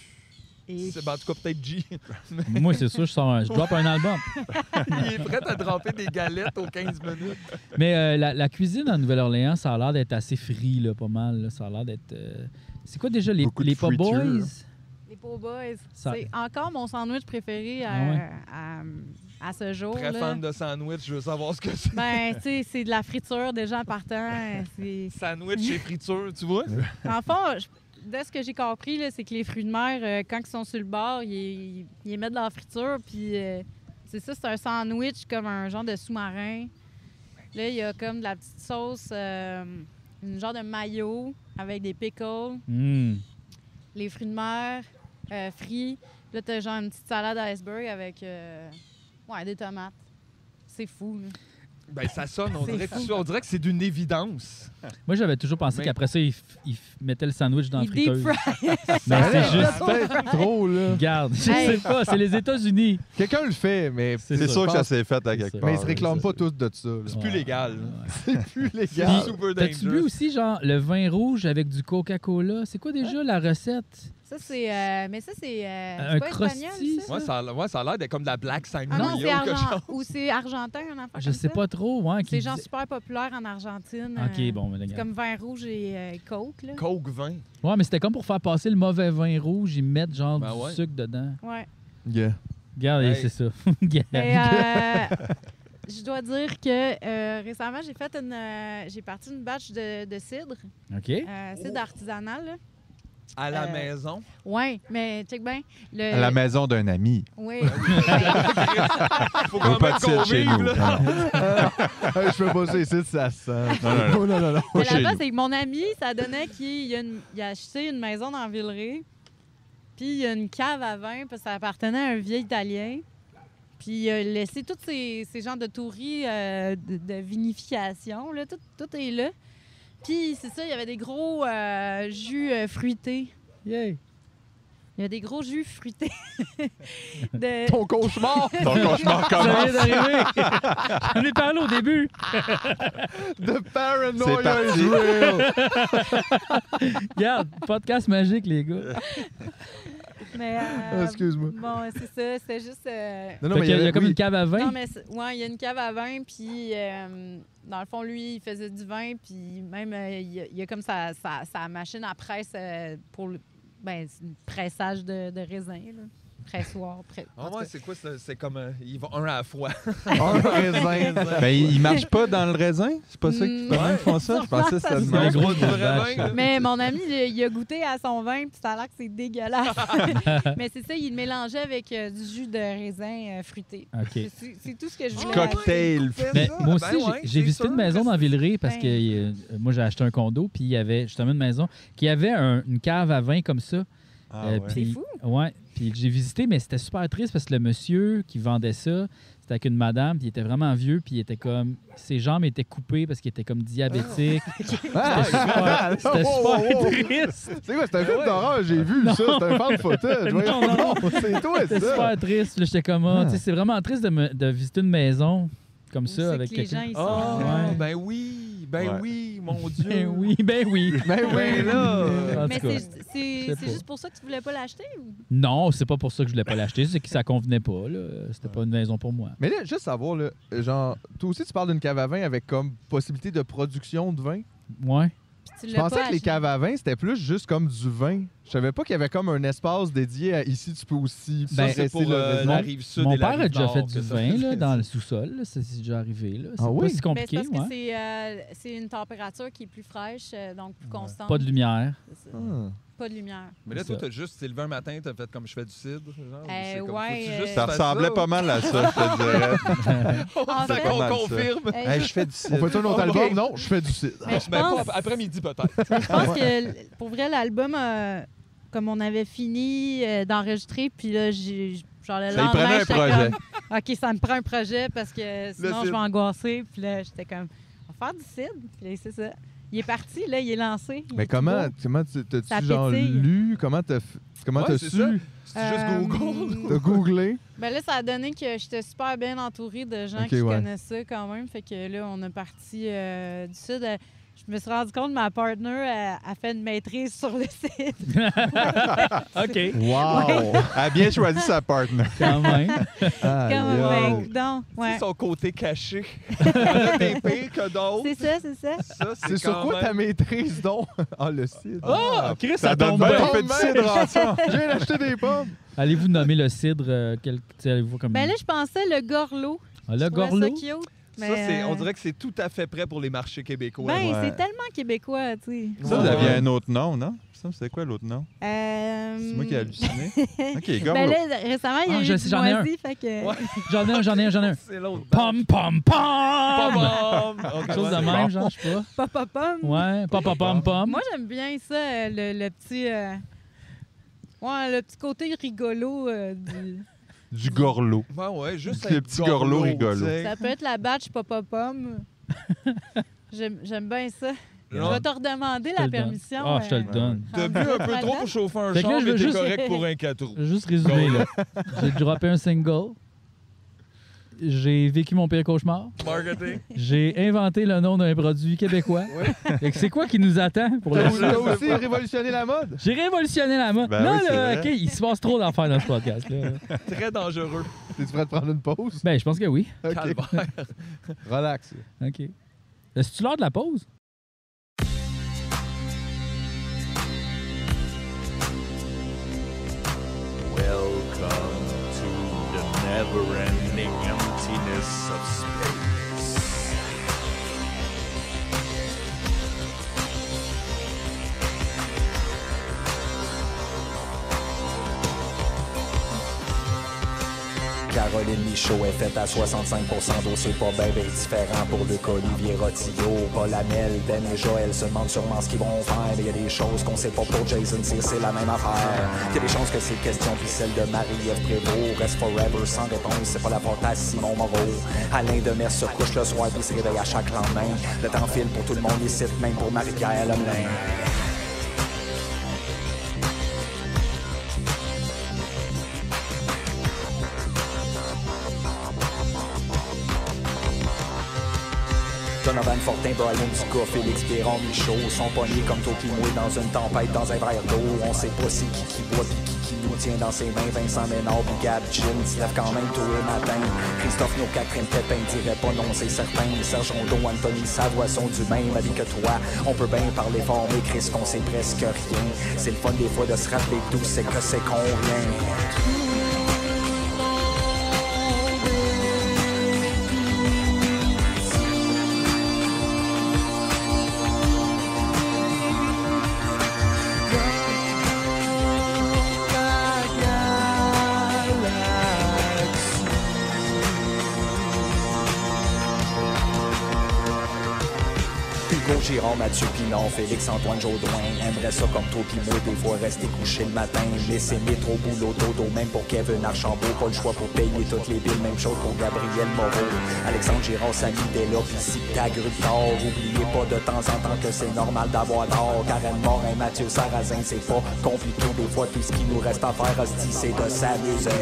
Et-
C'est- ben, en tout cas, peut-être G.
Moi, c'est sûr, je, sors un- je drop un album.
Il est prêt à dramper des galettes aux 15 minutes.
Mais euh, la, la cuisine en Nouvelle-Orléans, ça a l'air d'être assez free, là, pas mal. là. Ça a l'air d'être. euh, C'est quoi déjà les,
Beaucoup de
les Pop
friture.
Boys?
Les Pow Boys.
Ça-
C'est encore mon sandwich préféré à,
Ah ouais?
à- à ce jour.
Très
là.
fan de sandwich, je veux savoir ce que c'est.
Ben, tu sais, c'est de la friture déjà en partant. c'est-
Sandwich et friture, tu vois?
En fond, je- de ce que j'ai compris, là, c'est que les fruits de mer, euh, quand ils sont sur le bord, ils, ils- ils les mettent dans la friture, puis euh, c'est ça, c'est un sandwich comme un genre de sous-marin. Là, il y a comme de la petite sauce, euh, une genre de mayo avec des pickles,
Hmm.
les fruits de mer euh, frits. Là, t'as genre une petite salade iceberg avec euh, ouais, des tomates. C'est fou. là.
Ben, ça sonne, on
C'est
dirait,
fou.
tout de suite, on dirait que c'est d'une évidence.
Moi, j'avais toujours pensé
Mais-
qu'après ça, ils f- ils f- mettaient le sandwich dans la
Ils deep
friteuse.
fry.
Mais
Ah,
c'est juste.
peut-être trop, là.
Garde, je
Hey.
sais pas, c'est les États-Unis.
Quelqu'un le fait, mais
C'est
C'est
ça,
sûr
je
que ça
pense-
s'est fait à
C'est
quelque
ça.
part.
Mais ils se
là.
réclament
c'est
pas
ça.
tous de ça. là.
C'est
C'est plus légal. là.
plus légal.
C'est super
T'as-tu bu
dangereux.
aussi, genre, le vin rouge avec du Coca-Cola? C'est quoi déjà la recette?
Ça, c'est. euh, mais ça, c'est. euh, c'est
Un
pas espagnol,
crusty,
ça?
Ouais, ça a l'air- ouais, ça a l'air d'être comme de la black
Ah non, c'est
sangria ou quelque
argent...
chose.
ou c'est argentin, un enfant.
Je sais pas trop, hein. qui
C'est genre
disait-
super populaire en Argentine. euh,
Ok, bon, mais
C'est
regarde.
comme vin rouge et euh, coke, là.
Coke vin.
Ouais, mais c'était comme pour faire passer le mauvais vin rouge, ils mettent genre
Ben
du
ouais.
sucre dedans.
Ouais.
Yeah.
Regarde,
Hey.
c'est ça. Regarde.
Mais, euh, je dois dire que euh, récemment, j'ai fait une. euh, j'ai parti une batch de, de cidre,
OK.
euh, cidre
Oh.
artisanal, là.
À la
Euh,
maison.
Ouais, mais check bien. Le...
À la maison d'un ami.
Oui.
Faut
Au
quand même
pas de
qu'on
cidre chez
vive,
nous.
là.
Hey, je peux pas ça ici, ça sent.
Non, non, non.
Oh, non, non, non.
Mais
Pas chez
là-bas,
nous.
c'est que mon ami, ça donnait qu'il y a, une- il a acheté une maison dans Villeray. Puis il y a une cave à vin, parce que ça appartenait à un vieil Italien. Puis il a laissé tous ces, ces genres de touris euh, de, de vinification. Là, tout, tout est là. Puis c'est ça, il y avait des gros euh, jus euh, fruités.
Yay.
Il y avait des gros jus fruités. de...
Ton cauchemar
Ton cauchemar
Ça
commence.
vient d'arriver. J'en ai parlé au début.
de
C'est
paranoia
parti.
is real.
Regarde, podcast magique, les gars.
Mais, euh,
Excuse-moi.
Bon, c'est ça, c'était juste... euh,
Non, non,
Fait
mais
qu'il y a- il y a
avait-
comme
oui.
une cave à vin.
Non, mais c'est- ouais, il y a une cave à vin, puis euh, dans le fond, lui, il faisait du vin, puis même, euh, il y a- il y a, comme sa, sa- sa machine à presse euh, pour le ben, c'est un pressage de, de raisin, là. pressoir. Pré...
Ah
en tout
ouais,
cas.
c'est quoi? ça? C'est comme euh, ils vont un à la fois.
Un raisin.
Ben, il il marche pas dans le raisin? C'est pas ça qu'ils
Mm.
comment ils font ça? Je pensais que c'était le
C'est
même.
un gros
Pas de vrai
vache,
vin,
là.
là.
mais mon ami, il, il a goûté à son vin, puis ça a l'air que c'est dégueulasse. mais c'est ça, il le mélangeait avec euh, du jus de raisin euh, fruité.
OK.
C'est- C'est c'est tout ce que je
Du
voulais.
Cocktail.
Mais
Ben
moi aussi,
ouais,
j'ai- j'ai
c'est
visité
sûr
une maison
que
dans
c'est-
Villeray parce que
Ben.
euh, moi, j'ai acheté un condo, puis il y avait justement une maison qui avait un- une cave à vin comme ça.
Ah
Euh,
ouais.
puis-
C'est fou.
Ouais. Puis j'ai visité, mais c'était super triste parce que le monsieur qui vendait ça, c'était avec une madame, puis il était vraiment vieux, puis il était comme. Ses jambes étaient coupées parce qu'il était comme diabétique. C'était
Ah,
Oh,
super,
non,
c'était
wow,
super
wow, wow.
triste.
C'est quoi, c'est un film d'horreur, j'ai vu ça. C'est un fan footage.
Non,
voyons.
non, non.
C'est toi,
C'était
ça.
super triste. Puis là, J'étais comme, ah, tu sais, c'est vraiment triste de, me- de visiter une maison comme
C'est
ça avec
que les gens,
quelqu'un.
ils sont...
Ah,
Ouais.
ben oui, ben
Ouais.
oui, mon Dieu.
Ben oui, ben oui.
Ben
Ben
oui.
là.
En
Mais
tout cas.
c'est- c'est
sais
c'est
pas.
juste pour ça que tu voulais pas l'acheter? ou?
Non, c'est pas pour ça que je voulais pas l'acheter, c'est que ça convenait pas. là. C'était pas une maison pour moi.
Mais là, juste savoir, là, genre, toi aussi, tu parles d'une cave à vin avec comme possibilité de production de vin.
Ouais.
Puis tu
Je
l'as
pensais
pas
que les
acheté.
caves à vin, c'était plus juste comme du vin. Je savais pas qu'il y avait comme un espace dédié à ici, tu peux aussi
Ben,
Ça, c'est
presser
pour
le
euh,
raisin.
la rive sud
Mon
et la
père a
rive
déjà
nord
fait
que
du
ça
vin
fait
là,
ça.
dans le sous-sol. là. Ça, C'est déjà arrivé. là. C'est
Ah oui?
pas si
Ben, c'est
compliqué.
parce
ouais.
que c'est, euh, c'est une température qui est plus fraîche, euh, donc plus constante.
Pas de lumière.
C'est ça.
Ah.
Pas de lumière.
Mais là, toi,
Ça.
t'as juste, t'es levé un matin, t'as fait comme je fais du cidre. Genre, ou
Eh,
c'est comme,
ouais,
faut-tu
euh,
Ça
juste faire
ressemblait
ça?
pas mal à ça, je te dirais.
En
Ça
fait-
qu'on
Pas mal, ça.
confirme.
Hey,
Oh, Hey,
je-
je Ah, ben, fais du cidre.
On fait un autre
Ok.
album? Non, je fais du Ah. cidre.
mais je
Mais Ben, pas
pense,
ap- après-midi, peut-être.
je pense que l- pour vrai, l'album, euh, comme on avait fini euh, d'enregistrer, puis là, j'ai, j- genre
Ça
le
y
lendemain,
prenait un
j'étais
projet.
comme, OK, ça me prend un projet parce que sinon,
cidre.
je vais angoisser. Puis là, j'étais comme, on va faire du cidre. Puis là, c'est ça. Il est parti, là, il est lancé. Il est
Mais
tout
comment,
beau.
comment tu- t'as-tu
Ça
genre
pétille.
lu? Comment t'as f- comment
Ouais,
t'as
c'est ça.
su?
C'est juste
Euh,
Google.
T'as googlé?
Ben là, ça a donné que j'étais super bien entourée de gens
Ok,
qui
ouais.
connaissent ça quand même. Fait que là, on est parti euh, du sud. Euh, je me suis rendu compte que ma partner euh, a, a fait une maîtrise sur le site.
OK.
Wow!
Elle a bien choisi sa partner.
Quand même.
Aïe,
Comme,
aïe.
ouais, donc, ouais.
C'est son côté caché. Il y en a des pires que d'autres.
C'est ça, c'est ça.
Ça,
C'est sur
quand
quoi
même-
ta maîtrise, donc? Ah, le cidre.
Ah, Chris,
Ça donne bien.
bien.
On fait du cidre ensemble.
J'ai acheté des pommes!
Allez-vous nommer le cidre euh, quel- tu sais, Allez-vous comme.
Ben là, je pensais le gorlot.
Ah, le
Je trouvais
gorlot.
Ça cute,
ça,
mais,
c'est, on
euh,
dirait que c'est tout à fait prêt pour les marchés québécois.
Ben,
ouais.
c'est tellement québécois, tu sais.
Ça, vous aviez un autre nom, non? Ça, c'était quoi l'autre nom?
Euh,
C'est moi qui ai halluciné. OK, gorlo.
Ben là, récemment, il y a
Ah,
eu
je
du
sais, j'en ai un.
moisi, fait que...
Ouais.
J'en ai un, j'en ai un, j'en ai un.
C'est l'autre.
Pom, pom,
Pom,
pom!
pom. Ok,
Quelque chose de
ouais.
même, genre, je sais pas.
Pop, pop, pom.
Ouais, pom, pom, pom, pom.
Moi, j'aime bien ça, euh, le, le petit... euh, Ouais, le petit côté rigolo euh, du...
Du gorlo.
Ouais, ouais, juste
Le
un
petit gorlot
gorlot,
rigolo.
tu sais.
Ça peut être la batch pop, pop, pom. J'aime j'aime bien ça. Je
Non,
vais te redemander
Je te
la
le donne.
permission.
Ah, je te le
euh,
donne.
T'as bu un peu trop pour chauffer un
Fait que là,
char,
je
mais
veux
t'es
juste-
correct pour un 4 roues.
Je vais Juste résumer, là. J'ai droppé un single. J'ai vécu mon pire cauchemar.
Marketing.
J'ai inventé le nom d'un produit québécois. Fait que c'est quoi qui nous attend pour le
T'as t'as aussi révolutionné la mode.
J'ai révolutionné la mode.
Ben
non,
oui, c'est
là, OK,
vrai.
il se passe trop d'affaires dans ce podcast-là.
Très dangereux.
T'es prêt de prendre une pause?
Ben, je pense que oui.
Ok.
Calvaire.
Relax.
OK. Est-ce que tu l'heure de la pause?
Welcome to the never ending emptiness of space. Caroline Michaud est faite à 65% d'eau, c'est pas bien ben différent pour Luc Olivier Rotillo, Paul Amel, Ben et Joël se demandent sûrement ce qu'ils vont faire, mais il y a des choses qu'on sait pas pour Jason Sear, c'est la même affaire. Il y a des chances que ces questions puis celles de Marie-Ève Prévost restent forever sans réponse, c'est pas la porte à Simon Moreau. Alain Demers se couche le soir puis se réveille à chaque lendemain. Le temps file pour tout le monde ici, même pour Marie-Pierre Lemelin. Donovan Fortin, Brian Ducas, Félix Perron, Michaud sont pognés comme Toki mouillé dans une tempête, dans un verre d'eau. On sait pas c'est qui qui boit pis qui qui nous tient dans ses mains. Vincent Ménard, pis Gab, Jim, se lève quand même tôt le matin. Christophe Naud, Catherine Pépin, dirait pas non, c'est certain. Serge Rondeau, Anthony Savoie sont du même avis que toi. On peut bien parler fort, mais Chris, qu'on sait presque rien. C'est le fun des fois de se rappeler tout, c'est que c'est qu'on rien. Hugo Giron, Mathieu Pinon, Félix-Antoine Jaudoin aimerait ça comme toi pis moi, des fois rester couché le matin. Laisser mettre au boulot dodo, même pour Kevin Archambault, pas le choix pour payer toutes les billes, même chose pour Gabriel Moreau. Alexandre Giron, Samy Della, pis si ta grue tort, oubliez pas de temps en temps que c'est normal d'avoir tort. Karen Morin, Mathieu Sarrazin, c'est pas compliqué, des fois tout ce qui nous reste à faire, hostie, c'est de s'amuser.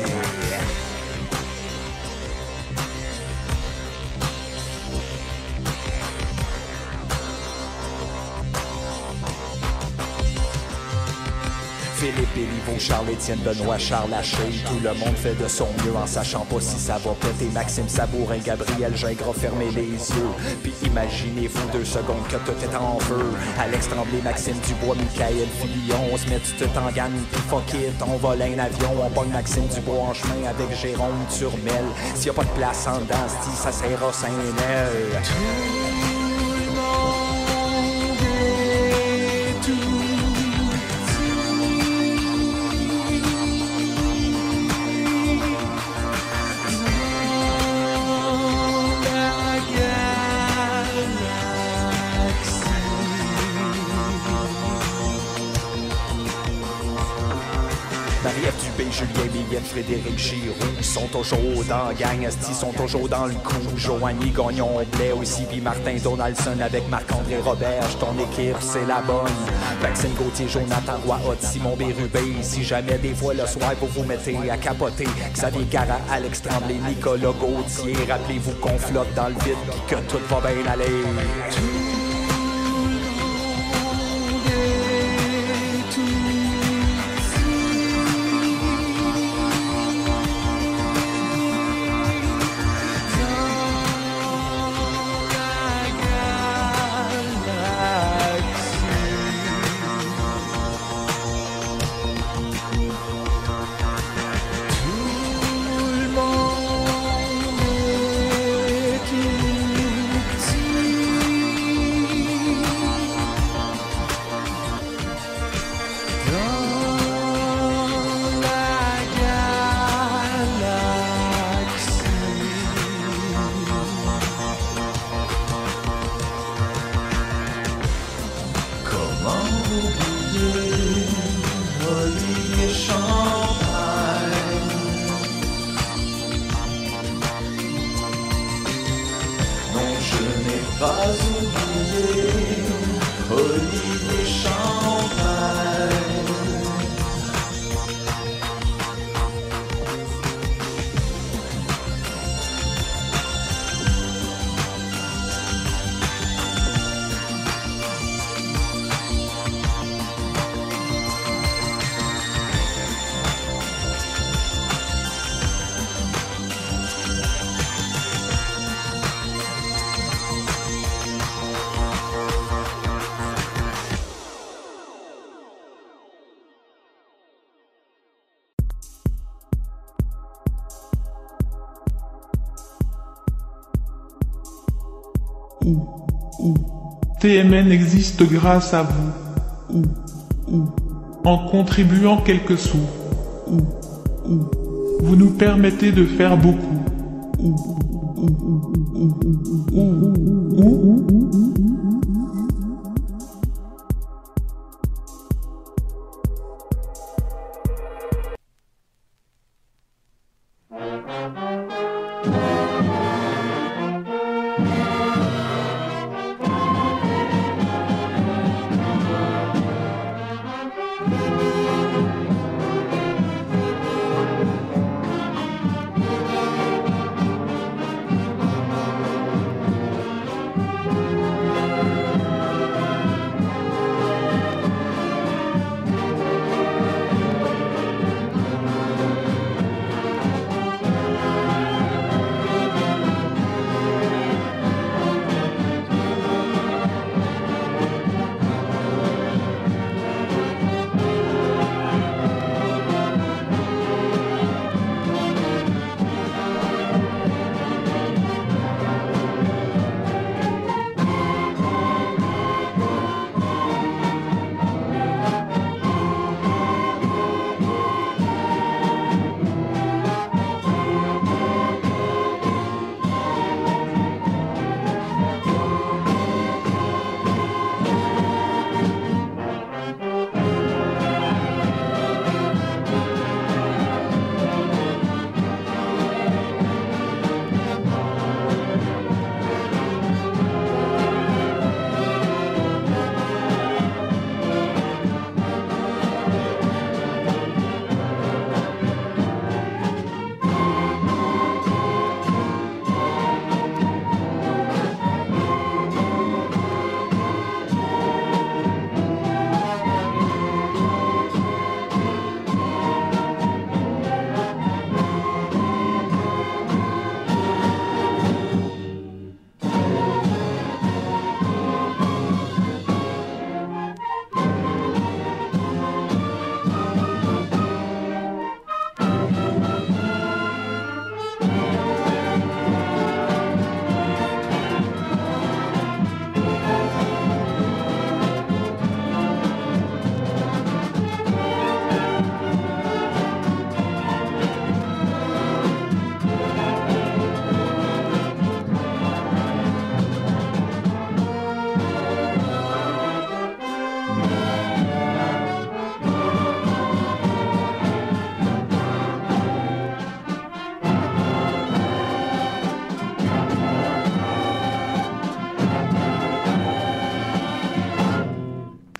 Philippe Béliveau, Charles-Étienne Benoît, Charles Haché. Tout le monde fait de son mieux en sachant pas si ça va péter. Maxime Sabourin, Gabriel Gingras, fermez les yeux. Puis imaginez-vous deux secondes que tout est en feu. Alex Tremblay, Maxime Dubois, Michael Fillon. On se met tout en gang, puis fuck it. On vole un avion, on pogne Maxime Dubois en chemin avec Jérôme Turmel. S'il y a pas de place en danse, dis, ça sera Saint-Nel. Marie-Ève Dubé, Julien Millette, Frédéric Giroux sont toujours dans la gang, Asti sont toujours dans le coup. Joanie Gagnon, Blais aussi, puis Martin Donaldson avec Marc-André Roberge. Ton équipe, c'est la bonne. Maxime Gauthier, Jonathan Roy, Hot, Simon Bérubé. Si jamais des fois le soir vous vous mettez à capoter, Xavier Gara, Alex Tremblay, Nicolas Gauthier. Rappelez-vous qu'on flotte dans le vide, puis que tout va bien aller. Pas oublier Olivier Champagne.
TMN existe grâce à vous. En contribuant quelques sous. Vous nous permettez de faire beaucoup.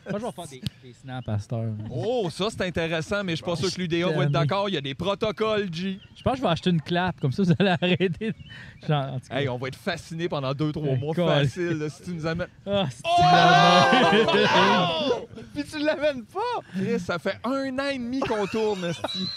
Moi, je vais faire des, des snaps à cette heure.
Oh, ça, c'est intéressant, mais je suis pas sûr que l'UDA va être d'accord. Il y a des protocoles, G.
Je pense que je vais acheter une clap, comme ça, vous allez arrêter. de- Genre, en tout cas.
Hey, on va être fascinés pendant 2-3
Hey,
mois.
colle.
Facile, là, si tu nous amènes.
Ah, c'est
Oh!
la merde.
Puis tu l'amènes pas! Chris, ça fait un an et demi qu'on tourne, esti.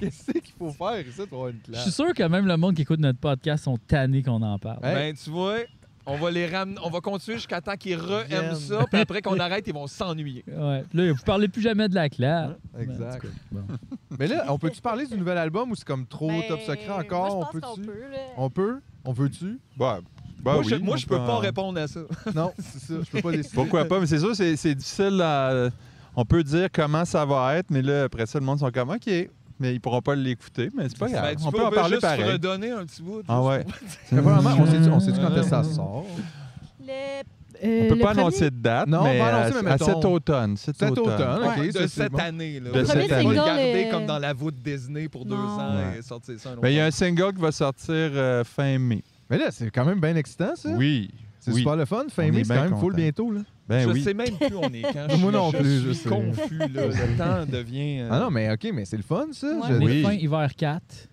Qu'est-ce qu'il faut faire ici pour avoir une
Je
classe?
suis sûr que même le monde qui écoute notre podcast sont tannés qu'on en parle.
Hey.
Ben, tu vois, on va les ramener, on va continuer jusqu'à temps qu'ils
Viennent.
re-aiment ça, puis après qu'on arrête, ils vont s'ennuyer.
Ouais. Là, vous parlez plus jamais de la clap.
Ben,
Exact. Mais là, on peut-tu parler du nouvel album ou c'est comme trop
Ben,
top secret
moi,
encore?
je
on
pense qu'on
peut-tu?
peut, là.
On peut? On veut-tu?
Bah, bah
moi,
oui,
je, moi, je peux
on
pas
peut-
répondre à ça.
Non, c'est ça. Je peux pas décider.
Pourquoi pas? Mais c'est sûr, c'est c'est difficile. à- On peut dire comment ça va être, mais là, après ça, le monde sont comme OK. Mais ils pourront pas l'écouter, mais c'est pas grave.
Ben, tu
on
peux,
peut en
ben,
parler
juste
pareil.
redonner un petit bout.
Ah ouais.
Mais vraiment, on sait-tu on sait-tu quand est-ce que ça sort?
Le-
On
euh,
peut
le
pas
premier-
annoncer de date,
Non, on
mais,
va
à,
annoncer, mais
à
mettons-
cet automne. Cet,
Cet automne, ok.
Ouais,
ça,
de
c'est
cette
bon.
année. Là.
De Le cette
premier année.
On va le
single
garder
est-
comme dans la voûte Disney pour deux
Non.
ans
Ouais.
et sortir ça. un autre
Ben, Il y a un single qui va sortir euh, fin mai.
Mais là, c'est quand même bien excitant, ça.
Oui.
C'est
oui.
super le fun.
On
Famé,
est
c'est
bien
quand même full
content.
bientôt, là.
Ben
je
oui.
sais même plus on est quand.
Moi
Je-
non
je
plus, je
suis
sais.
confus, là. Le temps devient. euh,
Ah non, mais OK, mais c'est le fun, ça.
Ouais.
Je-
Oui.
Ah, Fin hiver 4.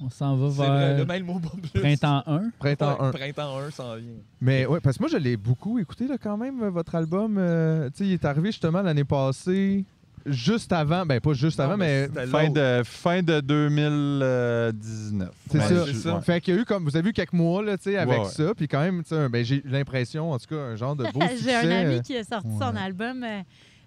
On s'en va
c'est vrai, le
vers
même mot pas plus.
printemps 1.
Printemps
Ouais,
1.
Printemps 1 s'en vient.
Mais ouais, parce que moi, je l'ai beaucoup écouté là, quand même, euh, votre album. euh, tu sais, il est arrivé justement l'année passée, juste avant, ben pas juste
Non,
avant, mais.
mais c'était
Fin
l'autre.
de, fin de 2019.
C'est
Ouais,
ça.
je- ouais.
Fait qu'il y a eu comme vous avez eu quelques mois là, tu sais, avec
Ouais, ouais.
ça, puis quand même, tu sais, un- ben, j'ai l'impression, en tout cas, un genre de beau succès.
J'ai un
euh,
ami qui a sorti son
ouais.
album euh,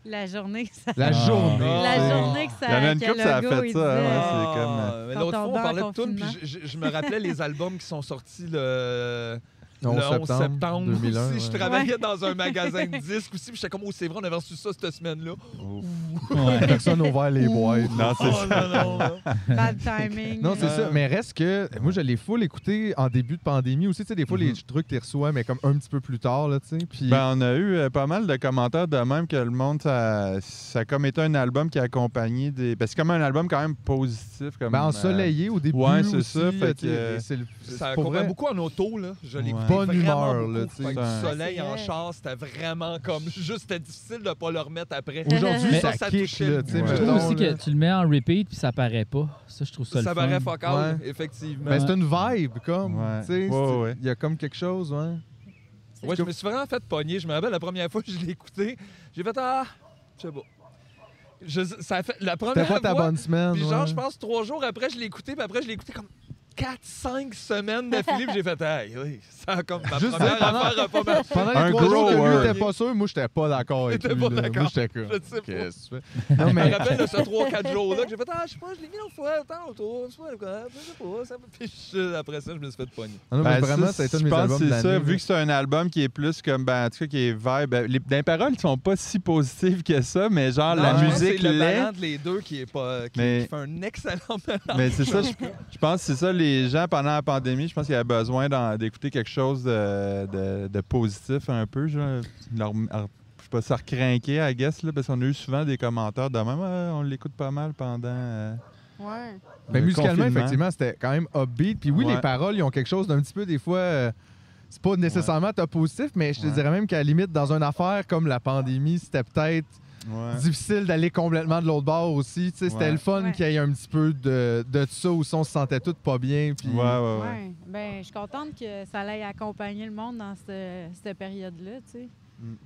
la journée que ça.
La
Ah.
journée.
La
tu sais.
journée que ça.
Il y en a une
que
couple,
le
ça a
gars,
fait
il
ça,
disait,
hein, c'est-
Ah,
euh,
comme,
mais
Quand
L'autre fois,
on
on
bat en
parlait de tunes, puis
confinement.
je, je- je me rappelais les albums qui sont sortis le,
Le
le
11 septembre 2001,
aussi.
ouais.
Je travaillais dans un magasin de disques aussi, puis j'étais comme, oh, c'est vrai, on avait reçu ça cette semaine-là.
Oh,
Ouais.
Personne n'a ouvert les boîtes.
Non, c'est ça.
oh, non, non, non.
euh, Bad timing.
Non, c'est
Euh,
ça. Mais reste que. Moi, je l'ai full écouté en début de pandémie aussi. Tu sais, des fois, les trucs, tu reçois, mais comme un petit peu plus tard, là, tu sais. Puis.
Ben, on a eu euh, pas mal de commentaires de même que le monde, ça, ça a comme été un album qui a accompagné des. Parce que c'est comme un album quand même positif. Comme,
ben, ensoleillé au début.
ouais, c'est
aussi,
ça, fait
tu sais,
que-
C'est le-
Ça
pour
accompagne
vrai.
beaucoup en auto, là. Je
Ouais.
l'ai écouté
Bonne
vraiment
humeur,
beaucoup.
là, tu sais.
Fait que
Ouais.
du soleil
C'est
en
vrai.
char, c'était vraiment comme juste, c'était difficile de pas le remettre après.
Aujourd'hui,
Mais-
ça,
ça
kick,
touchait
là,
le
tu sais,
bout.
Je
Ouais.
trouve
mettons,
aussi
là.
que tu le mets en repeat puis ça paraît pas. Ça, je trouve ça,
Ça,
le fun.
paraît focal, effectivement.
Ben, c'est une vibe, comme.
euh, Ouais.
Tu sais,
Ouais,
c'est- il
ouais.
y a comme quelque chose, ouais.
Ouais, je me suis vraiment fait pogner. Je me rappelle la première fois que je l'ai écouté. J'ai fait Ah, je sais pas. Je- ça a fait, la
T'as
première
pas ta
fois,
bonne semaine.
Puis
ouais.
genre, je pense trois jours après, je l'ai écouté, puis après, je l'ai écouté comme 4-5 semaines d'affilée, puis j'ai fait Aïe, oui, ça a comme ma
Juste
première
dire, pendant-
affaire a pas marché.
Pendant les
Un
trois jours que lui
grower.
était pas sûr, moi, j'étais pas d'accord avec
T'étais
lui.
pas
là.
d'accord.
Moi, j'étais comme.
Je sais pas.
Qu'est-ce que tu fais? Non,
Je me
mais.
rappelle de ce 3-4 jours-là que j'ai fait Ah, je sais pas, je l'ai mis en fois, tant autour, je sais pas, quoi, je sais pas. Ça... Puis je- après ça, je me suis fait pogner.
Ah non, mais
Ben,
vraiment,
ça,
ça a été un de
je
mes
pense
albums
que
de
c'est ça.
l'année,
Vu que c'est un album qui est plus comme, ben, en tout cas, qui est vibe. ben, Les, les paroles sont pas si positives que ça, mais
Ah,
genre, la
Non, je pense que
musique
c'est le
l'est.
talent de les deux qui est pas qui,
Mais-
qui fait un excellent mélange.
Mais c'est ça, je, je pense que c'est ça, les gens pendant la pandémie, je pense qu'il y avait besoin d'en- d'écouter quelque chose de, de- de positif un peu. genre, leur- leur- je sais pas, ça recrinquait, I guess, là, parce qu'on a eu souvent des commentaires de même, Ah, on l'écoute pas mal pendant. euh,
Ouais.
Mais
le
Ben, musicalement,
confinement.
effectivement, c'était quand même upbeat. Puis oui,
Ouais.
les paroles, ils ont quelque chose d'un petit peu, des fois, euh, c'est pas nécessairement top positif, mais je te
Ouais.
dirais même qu'à la limite, dans une affaire comme la pandémie, c'était peut-être
ouais.
difficile d'aller complètement de l'autre bord aussi. Tu sais, C'était
Ouais.
le fun
Ouais.
qu'il y ait un petit peu de, de ça où on se sentait tous pas bien. Puis...
Ouais, ouais, ouais.
Ouais. Ben, je suis contente que ça allait accompagner le monde dans ce- cette période-là, tu sais.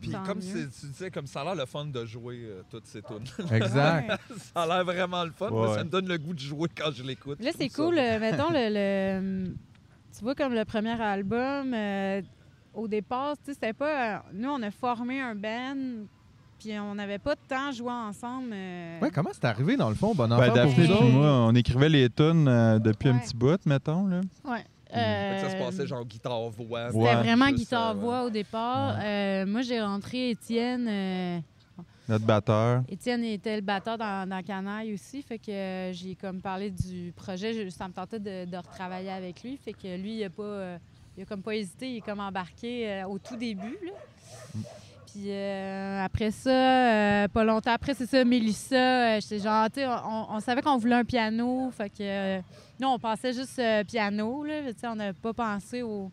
Puis
Tant
comme
mieux.
c'est- tu disais, comme ça a l'air le fun de jouer euh, toutes ces tunes.
Exact.
Ah Ouais.
ça a l'air vraiment le fun. Moi,
Ouais.
ça me donne le goût de jouer quand je l'écoute.
Là,
Je
c'est
trouve ça
cool.
bon.
euh, mettons, le, le- tu vois, comme le premier album, euh, au départ, tu sais, c'était pas. euh, nous, on a formé un band, puis on n'avait pas de temps à jouer ensemble. euh,
Ouais, comment c'est arrivé dans le fond, bon enfant?
Ben,
pour
Daphné
vous
et
autres?
moi, on écrivait les tunes euh, depuis un
Ouais.
petit bout, mettons. Là.
Fait que ça se
euh,
passait genre guitare-voix.
Ouais.
C'était vraiment
Juste, euh,
guitare-voix au départ. Euh, moi, j'ai rentré Étienne. euh,
Notre batteur.
Étienne était le batteur dans, dans Canaille aussi, fait que euh, j'ai comme parlé du projet, je- ça me tentait de, de retravailler avec lui, fait que lui, il a pas, euh, il a comme pas hésité, il est comme embarqué euh, au tout début. là. Puis euh, après ça, euh, pas longtemps après, c'est ça, Mélissa, euh, j'étais genre, tu sais, on, on savait qu'on voulait un piano, fait que euh, nous, on pensait juste euh, piano, là, tu sais, on n'a pas pensé au,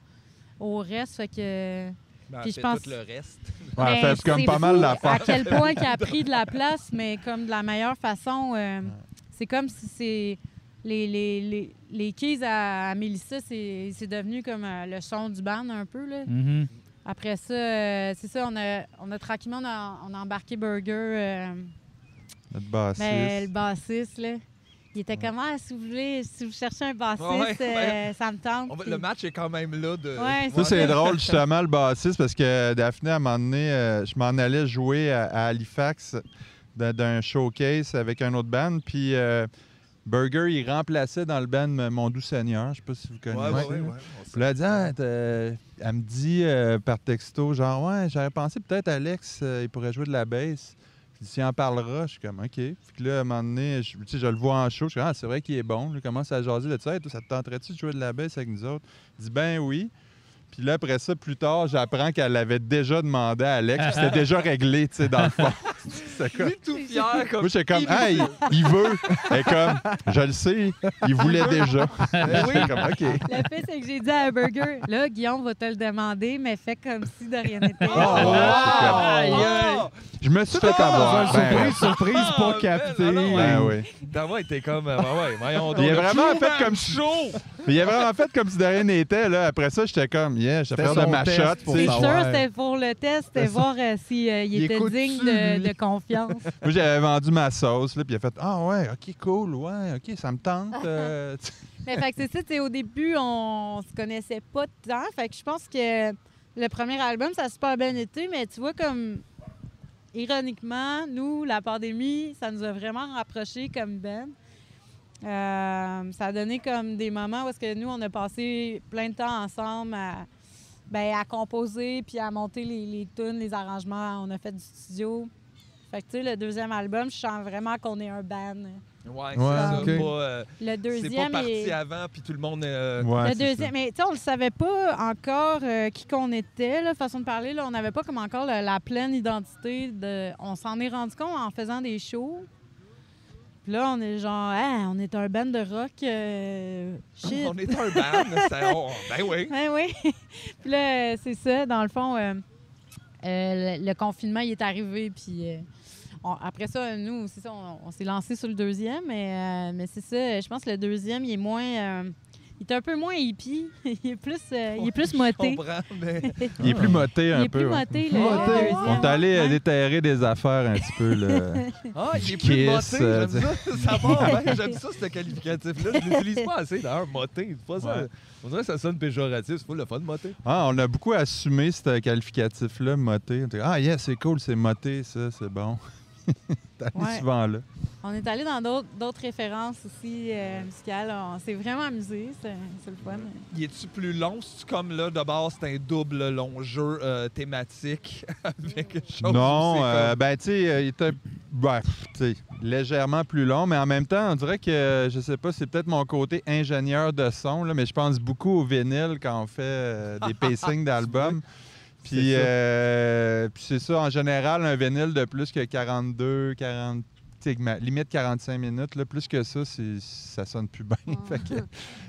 au reste, fait que...
Ben,
Puis je
fait
pense-
Tout le reste.
Ouais,
Ben,
fait comme
c'est
pas mal
fou
d'affaires.
À quel point qu'il a pris de la place, mais comme de la meilleure façon. euh, C'est comme si c'est. Les, les, les, les keys à, à Mélissa, c'est c'est devenu comme euh, le son du band un peu. Là.
Mm.
Mhm.
Après ça, euh, c'est ça, on a, on a tranquillement on a, on a embarqué Burger, euh,
Notre bassiste.
ben, le bassiste. Là. Il était comme Ah, si vous voulez, si vous cherchez un bassiste,
Ouais, ben,
euh, ça me tente.
On va-
Puis-
le match est quand même là. De...
Ouais,
Ça, c'est drôle, justement, le bassiste, parce que Daphné, à un moment donné, euh, je m'en allais jouer à, à Halifax d'un- d'un showcase avec un autre band, puis euh, Burger, il remplaçait dans le band Mon Doux Seigneur, je sais pas si vous
Ouais,
connaissez.
ouais, ouais. ouais, on
Puis
sait.
là, elle, dit, Ah, t'as- elle me dit euh, par texto, genre, ouais, j'avais pensé peut-être Alex, euh, il pourrait jouer de la bass. Je dis, s'il en parlera, je suis comme, OK. Puis que là, à un moment donné, je, tu sais, je le vois en show, je suis comme, ah, c'est vrai qu'il est bon. Je commence à jaser de ça, Hey, toi, ça te tenterait-tu de jouer de la bass avec nous autres? Il dit, ben oui. Puis là, après ça, plus tard, j'apprends qu'elle avait déjà demandé à Alex, puis c'était déjà réglé, tu sais, dans le fond. C'est quoi?
Lui, tout fier comme.
Moi, j'étais comme, hey, il veut. Elle est comme, je le sais, il Ben voulait déjà. J'étais comme, OK.
Le fait, c'est que j'ai dit à Burger, là, Guillaume va te le demander, mais fais comme si de rien n'était.
Ah, ouais, c'est comme-
Ah,
Aïe, aïe.
ah!
Je me suis fait
Ah,
avoir. Ben, ouais.
surprise, surprise,
Ah,
pas
ben,
capté.
alors,
Ben oui.
Dans moi, il était comme. euh, Ben ouais, voyons donc.
Il est
le
vraiment
Cuban
fait comme-
chaud.
Mais il a vraiment fait comme si de rien n'était. Là. Après ça, j'étais comme, yeah, j'ai
C'était
peur de
son
ma
test
shot.
pour
tu sais.
C'est
Ah,
sûr,
ouais.
c'était pour le test, c'était voir euh, si, euh, il
Il
était
écoute
digne
tu,
de,
lui?
de confiance.
Moi, j'avais vendu ma sauce, là, puis il a fait Ah, ouais, OK, cool, ouais, OK, ça me tente. euh, tu-
Mais fait que c'est ça, tu sais, au début, on se connaissait pas tant. Fait que je pense que le premier album, ça a super bien été, mais tu vois, comme ironiquement, nous, la pandémie, ça nous a vraiment rapprochés comme band. Euh, ça a donné comme des moments où est-ce que nous, on a passé plein de temps ensemble à, ben, à composer puis à monter les, les tunes, les arrangements. On a fait du studio. Fait que, tu sais, le deuxième album, je sens vraiment qu'on est un band.
Ouais, c'est
Ouais,
ça.
ok.
Pas, euh,
Le
c'est pas
deuxième
parti
est-
avant, puis tout le monde. euh,
Ouais,
le
c'est
deuxième, mais tu sais, on le savait pas encore euh, qui qu'on était, là, façon de parler. Là, on n'avait pas comme encore la, la pleine identité. de. On s'en est rendu compte en faisant des shows. Puis là, on est genre, Hey, on est un band de rock. euh, shit.
On est un band. c'est- oh, ben oui.
Ouais, Ah oui. puis là, euh, c'est ça, dans le fond, euh, euh, le, le confinement, il est arrivé. Puis euh, on- après ça, euh, nous, c'est ça, on, on s'est lancé sur le deuxième. Mais, euh, mais c'est ça, euh, je pense que le deuxième, il est moins. euh, il est un peu moins hippie. il est plus, euh, il est plus
Je
moté.
comprends, mais.
ça. Il est plus moté
Il
un
est
peu.
plus
ouais.
moté,
Plus
le,
moté.
le deuxième.
On est allé euh,
Ouais.
déterrer des affaires un petit peu. Là.
Ah, il est
Du
plus
kiss,
moté,
euh,
j'aime ça. Ça va, ben, j'aime ça, ce qualificatif-là. Je l'utilise pas assez, d'ailleurs, moté. C'est Pas ça.
Ouais.
On dirait que ça sonne péjoratif. C'est pas le fun, moté.
Ah, on a beaucoup assumé ce qualificatif-là, moté. On était, Ah, yeah, c'est cool, c'est moté, ça, c'est bon. T'as allé
Ouais.
souvent là.
On est allé dans d'autres- d'autres références aussi euh, musicales. On s'est vraiment amusé. C'est c'est le fun.
Il est-tu plus long? C'est-tu comme là, de base, c'est un double long jeu euh, thématique avec quelque chose? où
Non, euh,
c'est comme- ah,
ben tu sais, euh, il était ouais, pff, tu sais, légèrement plus long, mais en même temps, on dirait que euh, je sais pas, c'est peut-être mon côté ingénieur de son, là, mais je pense beaucoup au vinyle quand on fait euh, des pacings d'albums. Puis
C'est ça.
euh, puis c'est ça, en général, un vinyle de plus que 42, 40, tu sais, ma- limite 45 minutes, là, plus que ça, c'est- ça sonne plus bien. Fait que-
Ben,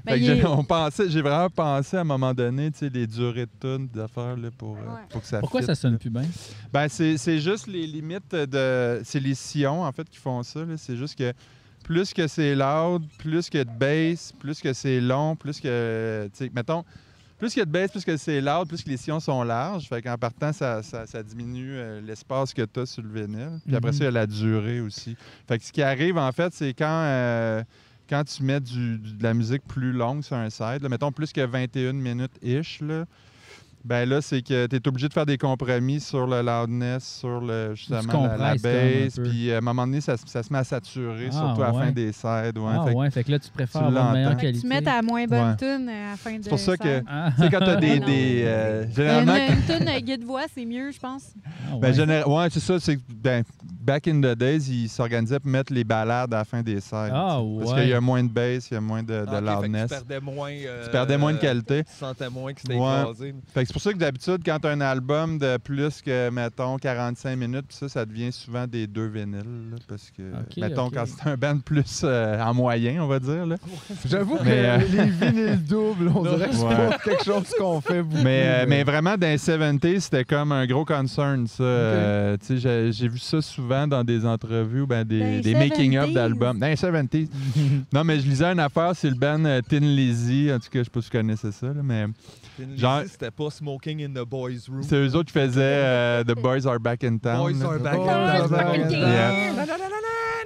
fait que
il est-
j'ai- on pensait- j'ai vraiment pensé à un moment donné, tu sais, les durées de tunes, des affaires là, pour, euh,
Ouais.
pour que ça
Pourquoi
fitte,
ça
là.
sonne plus bien?
Ben, c'est c'est juste les limites de. C'est les sillons, en fait, qui font ça. là. C'est juste que plus que c'est loud, plus que de bass, plus que c'est long, plus que. Tu sais, mettons, plus que de bass, plus que c'est loud, plus que les sillons sont larges. Fait qu'en partant, ça, ça- ça diminue euh, l'espace que tu as sur le vinyle. Puis après
Mhm.
ça, il y a la durée aussi. Fait que ce qui arrive, en fait, c'est quand. euh, quand tu mets du- du- de la musique plus longue sur un side, là, mettons plus que 21 minutes-ish, là, ben là, c'est que tu es obligé de faire des compromis sur le loudness, sur le, justement la- la,
compresses comme un
baisse.
peu.
Puis euh, à un moment donné, ça, se- ça se met à saturer,
Ah,
surtout à la
ouais.
fin des sides. ouais.
ah
Fait que
ouais, fait que là, tu préfères
tu
avoir une meilleure
l'entends.
Fait que
qualité.
tu mets ta moins bonne
Ouais.
tune euh, à la fin de
C'est pour ça que.
scène.
Ah,
Tu sais, quand t'as des.
non.
des euh,
Une,
généralement,
une toune euh, guide-voix, c'est mieux, je pense.
ah ouais.
Ben, généra- ouais, c'est ça. C'est, que, ben, back in the days, ils s'organisaient pour mettre les balades à la fin des sides.
Ah
Parce
ouais.
qu'il y a moins de bass, il y a moins de, de
Ah, ok, fait que
loudness.
Tu perdais moins. euh,
tu perdais moins de qualité.
Tu sentais moins que c'était
Ouais.
écrasé.
Fait que c'est pour ça que d'habitude, quand t'as un album de plus que, mettons, 45 minutes, pis ça, ça devient souvent des deux vinyles. là, parce que,
Ok,
mettons,
ok.
quand c'est un band plus euh, en moyen, on va dire. Là.
J'avoue que
Mais, euh,
les vinyles doubles, on dirait que c'est
Ouais.
pas quelque chose qu'on fait beaucoup.
Mais, euh,
là.
mais vraiment, dans les 70, c'était comme un gros concern, ça. Euh, tu sais, j'ai- j'ai vu ça souvent dans des entrevues, ou ben,
Dans les
des, des making-of
70s.
d'albums. Dans les 70s. non, mais je lisais une affaire, c'est le band euh, Tin Lizzy. En tout cas, je sais pas si vous connaissez ça, là, mais
Puis
Genre-
ici, C'était pas Smoking in the Boys Room.
c'est eux autres qui faisaient euh, The Boys Are Back in Town.
Boys
là.
are back
Oh,
in
Boys are
the
back in
Boys.
town.
Ah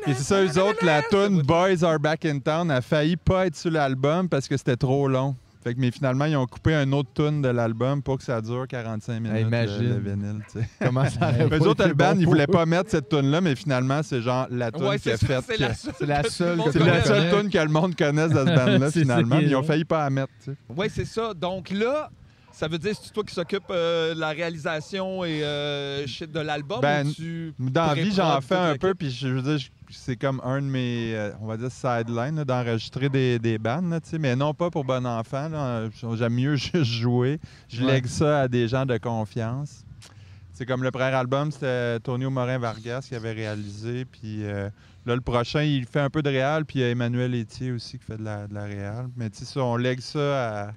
Et c'est ça, eux autres, la tune Boys Are Back in Town a failli pas être sur l'album parce que c'était trop long. Fait que, mais finalement, ils ont coupé un autre tune de l'album pour que ça dure 45 minutes. euh,
Hey, imagine.
Le, le vinyle, tu sais.
Comment ça aurait
Eux
pas
Eux autres,
été
le band,
bon
ils
pour
voulaient
eux?
pas mettre cette tune-là, mais finalement, c'est genre la tune
Ouais,
qui a
c'est
fait.
ça, c'est la
que-
seule.
C'est la seule
monde
que-
C'est la
connaît.
seule tune que le monde connaît de ce band-là,
C'est ça
finalement.
qui est
mais ils ont
drôle.
failli pas la mettre. tu sais.
Oui, c'est ça. Donc là, ça veut dire que c'est toi qui s'occupe euh, de la réalisation et euh, shit de l'album
Ben,
ou tu...
Dans la vie,
Pré-prod,
j'en
toute
fais
la
un
kit.
peu, puis je veux dire, je- c'est comme un de mes, euh, on va dire, sidelines, là, d'enregistrer des, des bandes, là, tu sais, mais non pas pour bon enfant. là. J'aime mieux juste jouer. Je
Ouais.
lègue ça à des gens de confiance. Tu C'est comme le premier album, c'était Tonio Morin Vargas qui avait réalisé. Puis euh, là, le prochain, il fait un peu de réal. Puis il y a Emmanuel Etier aussi qui fait de la, de la réal. Mais tu sais, ça, on lègue ça à,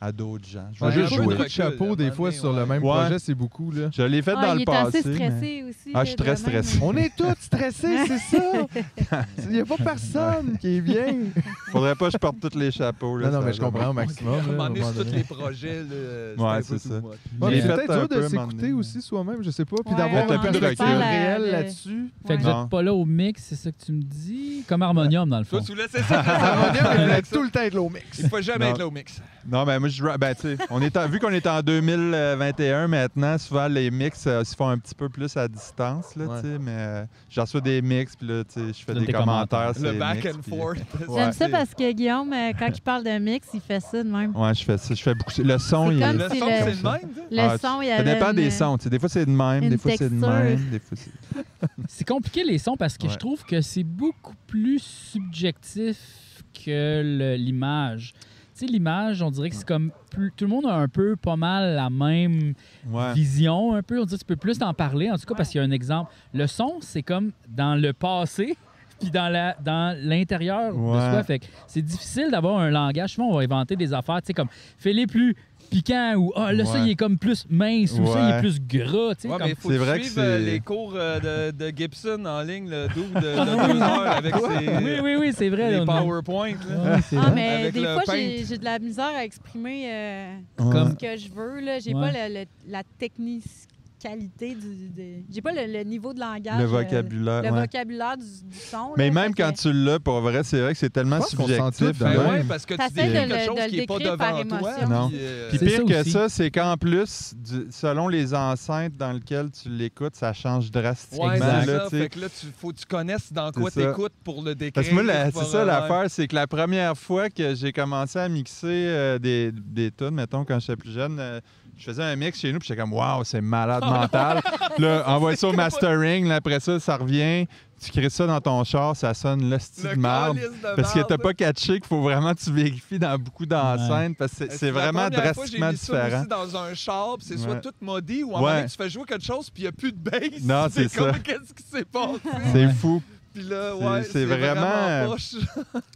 à d'autres gens. Je vais
Ouais,
juste
un peu
jouer.
de chapeau, des fois, sur le même
Ouais.
projet, c'est beaucoup. Là.
Je l'ai fait
Ah,
dans
il
le
est
passé.
assez
mais-
stressé aussi.
Ah,
là,
je suis très
de même.
stressé.
On est tous stressés, c'est ça. Il n'y a pas personne qui est bien.
Faudrait pas que je porte tous les chapeaux. Là,
Non, non,
ça
mais je
va.
comprends au
À
maximum.
euh,
là, à
un moment
un
donné,
moment
sur tous
donné.
les projets, là, c'était
Ouais,
un peu
c'est
tout
ça.
much.
Ouais,
J'ai
mais
fait
c'est peut-être
un
dur
peu,
de
un moment
s'écouter
donné.
aussi soi-même, je sais pas, puis
Ouais,
d'avoir
on
une
a envie de
perspective
faire la-
réelle
le-
là-dessus.
Fait que vous
Non.
n'êtes pas là au mix, c'est ça que tu me dis? Comme harmonium, dans le
Toi,
fond.
tu voulais c'est ça.
On
c'est
est
ça.
tout le temps de l'eau mix.
Il faut jamais
Non.
être là au mix.
Non, ben moi, je, ben, tu sais, on est en- vu qu'on est en 2021 maintenant, souvent les mix euh, se font un petit peu plus à distance, là,
Ouais.
tu sais, mais euh, j'en reçois des mix, puis là, tu sais, je fais
Là,
des
tes
commentaires.
commentaires.
sur
Le
les
back
Ah, mix,
and
puis- euh,
forth.
Ouais.
J'aime ça parce que Guillaume, euh, quand il parle de mix, il fait ça de même.
Ouais, je fais ça, je fais beaucoup. Le son,
C'est
il
comme
Le son,
si
c'est
le-
le même. tu sais.
Le
Ah,
son, il y
ça
avait
dépend
une-
des sons, tu sais, des fois c'est de même,
une
des fois c'est de
texture.
même, des fois c'est-
C'est compliqué les sons parce que
Ouais.
je trouve que c'est beaucoup plus subjectif que le- l'image. Tu sais, l'image, on dirait que c'est comme plus- tout le monde a un peu pas mal la même
Ouais.
vision, un peu. On dirait que tu peux plus t'en parler, en tout cas, parce qu'il y a un exemple. Le son, c'est comme dans le passé, puis dans la dans l'intérieur
Ouais.
de soi. Fait que c'est difficile d'avoir un langage. Souvent, on va inventer des affaires, tu sais, comme fais-les plus piquants ou ah, là, ça,
Ouais.
il est comme plus mince ou ça, il
Ouais.
est plus gras, tu sais.
Ouais,
comme-
mais faut
C'est
que tu
vrai que
suives, euh,
c'est-
les cours euh, de, de Gibson en ligne, le double de, de deux heures avec ses
Oui, oui, oui, c'est vrai.
les
on-
PowerPoint. là.
Ouais, c'est
Ah,
vrai.
mais
Avec
des
le
fois,
paint.
j'ai j'ai de la misère à exprimer euh,
Comme-
Ah.
ce que je veux. là. J'ai
Ouais.
pas le- le- la technicalité du. de- J'ai pas le, le niveau de langage.
Le
euh,
vocabulaire.
Le
ouais.
vocabulaire du, du son.
Mais
là,
même
fait
quand
que
tu l'as, pour vrai, c'est vrai que c'est tellement
Je pense qu'on s'en
subjectif.
tire
Ben
Ouais.
ouais, parce que tu dis
T'essaies de
quelque
le-
chose
de le
qui est pas
décrire par
devant toi.
émotion.
Non.
puis, euh,
Puis
C'est
pire
ça
que
aussi.
ça, c'est qu'en plus, du- selon les enceintes dans lesquelles tu l'écoutes, ça change drastiquement.
Ouais,
là,
c'est ça.
tu sais.
Fait que là, tu, faut que tu connaisses dans
C'est
quoi
ça.
t'écoutes pour le décrire.
Parce que moi, la-
pour,
c'est ça
euh,
l'affaire, c'est que la première fois que j'ai commencé à mixer euh, des, des tunes, mettons, quand j'étais plus jeune, euh, je faisais un mix chez nous, puis j'étais comme, waouh, c'est malade mental. là, envoie ça au mastering, là, après ça, ça revient, tu crées ça dans ton char, ça sonne l'hostie
Le
de marde.
calice de
Parce que t'as
marde.
pas catché qu'il faut vraiment que tu vérifies dans beaucoup d'enceintes, parce que c'est-
Est-ce
c'est
que la
vraiment
première fois, j'ai
drastiquement
mis ça
différent.
aussi dans un char, puis c'est soit
Ouais.
tout maudit ou en
Ouais.
même tu fais jouer quelque chose, puis il n'y a plus de bass.
Non, c'est ça.
comme, Qu'est-ce qui s'est passé?
C'est fou.
Puis là,
C'est-
ouais,
c'est
c'est vraiment,
vraiment-
poche.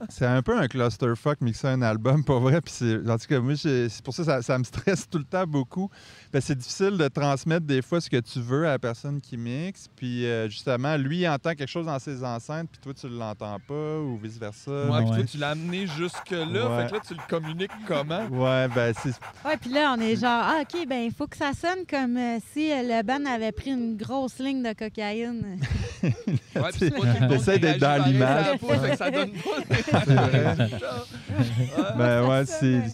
C'est un peu un clusterfuck mixer un album, pas vrai. Puis c'est, en tout cas, moi, j'ai- c'est pour ça que ça, ça me stresse tout le temps beaucoup. Parce que c'est difficile de transmettre des fois ce que tu veux à la personne qui mixe. Puis euh, justement, lui, il entend quelque chose dans ses enceintes, puis toi, tu l'entends pas, ou vice-versa.
Ouais, puis toi,
ouais.
tu l'as amené jusque-là.
Ouais.
Fait que là, tu le communiques comment?
Ouais, ben c'est.
Ouais, puis là, on est genre, ah, OK, ben il faut que ça sonne comme euh, si euh, le ban avait pris une grosse ligne de cocaïne.
Ouais, puis c'est pas tout le monde
T'essaies
qui
d'être dans
réagit pareil
l'image.
à la peau, fait que ça donne pas
c'est vrai.
des résultats.
Ben ouais, c'est.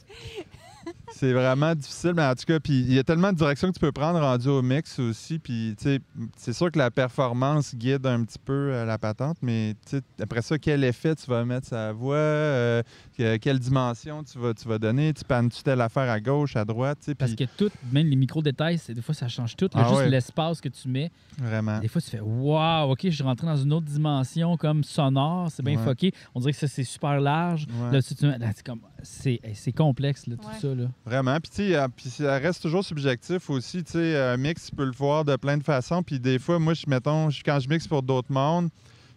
C'est vraiment difficile, mais en tout cas, puis il y a tellement de directions que tu peux prendre rendu au mix aussi, puis tu sais, c'est sûr que la performance guide un petit peu euh, la patente, mais tu sais, après ça, quel effet tu vas mettre sa voix, euh, que- quelle dimension tu vas, tu vas donner, tu pannes-tu telle affaire à gauche, à droite, tu sais,
Parce
puis
que tout, même les micro-détails, c'est- des fois, ça change tout. là,
Ah
juste
ouais.
l'espace que tu mets.
vraiment.
Des fois, tu fais Waouh, OK, je suis rentré dans une autre dimension comme sonore, c'est bien
Ouais.
fucké. On dirait que ça, c'est super large.
Ouais.
Là, si tu- là, c'est comme- c'est hey, c'est complexe, là, tout
Ouais.
ça. Là.
Vraiment. Puis, tu sais, euh, puis ça reste toujours subjectif aussi. Tu sais, un mix, tu peux le voir de plein de façons. Puis des fois, moi, je, mettons, je- quand je mixe pour d'autres mondes,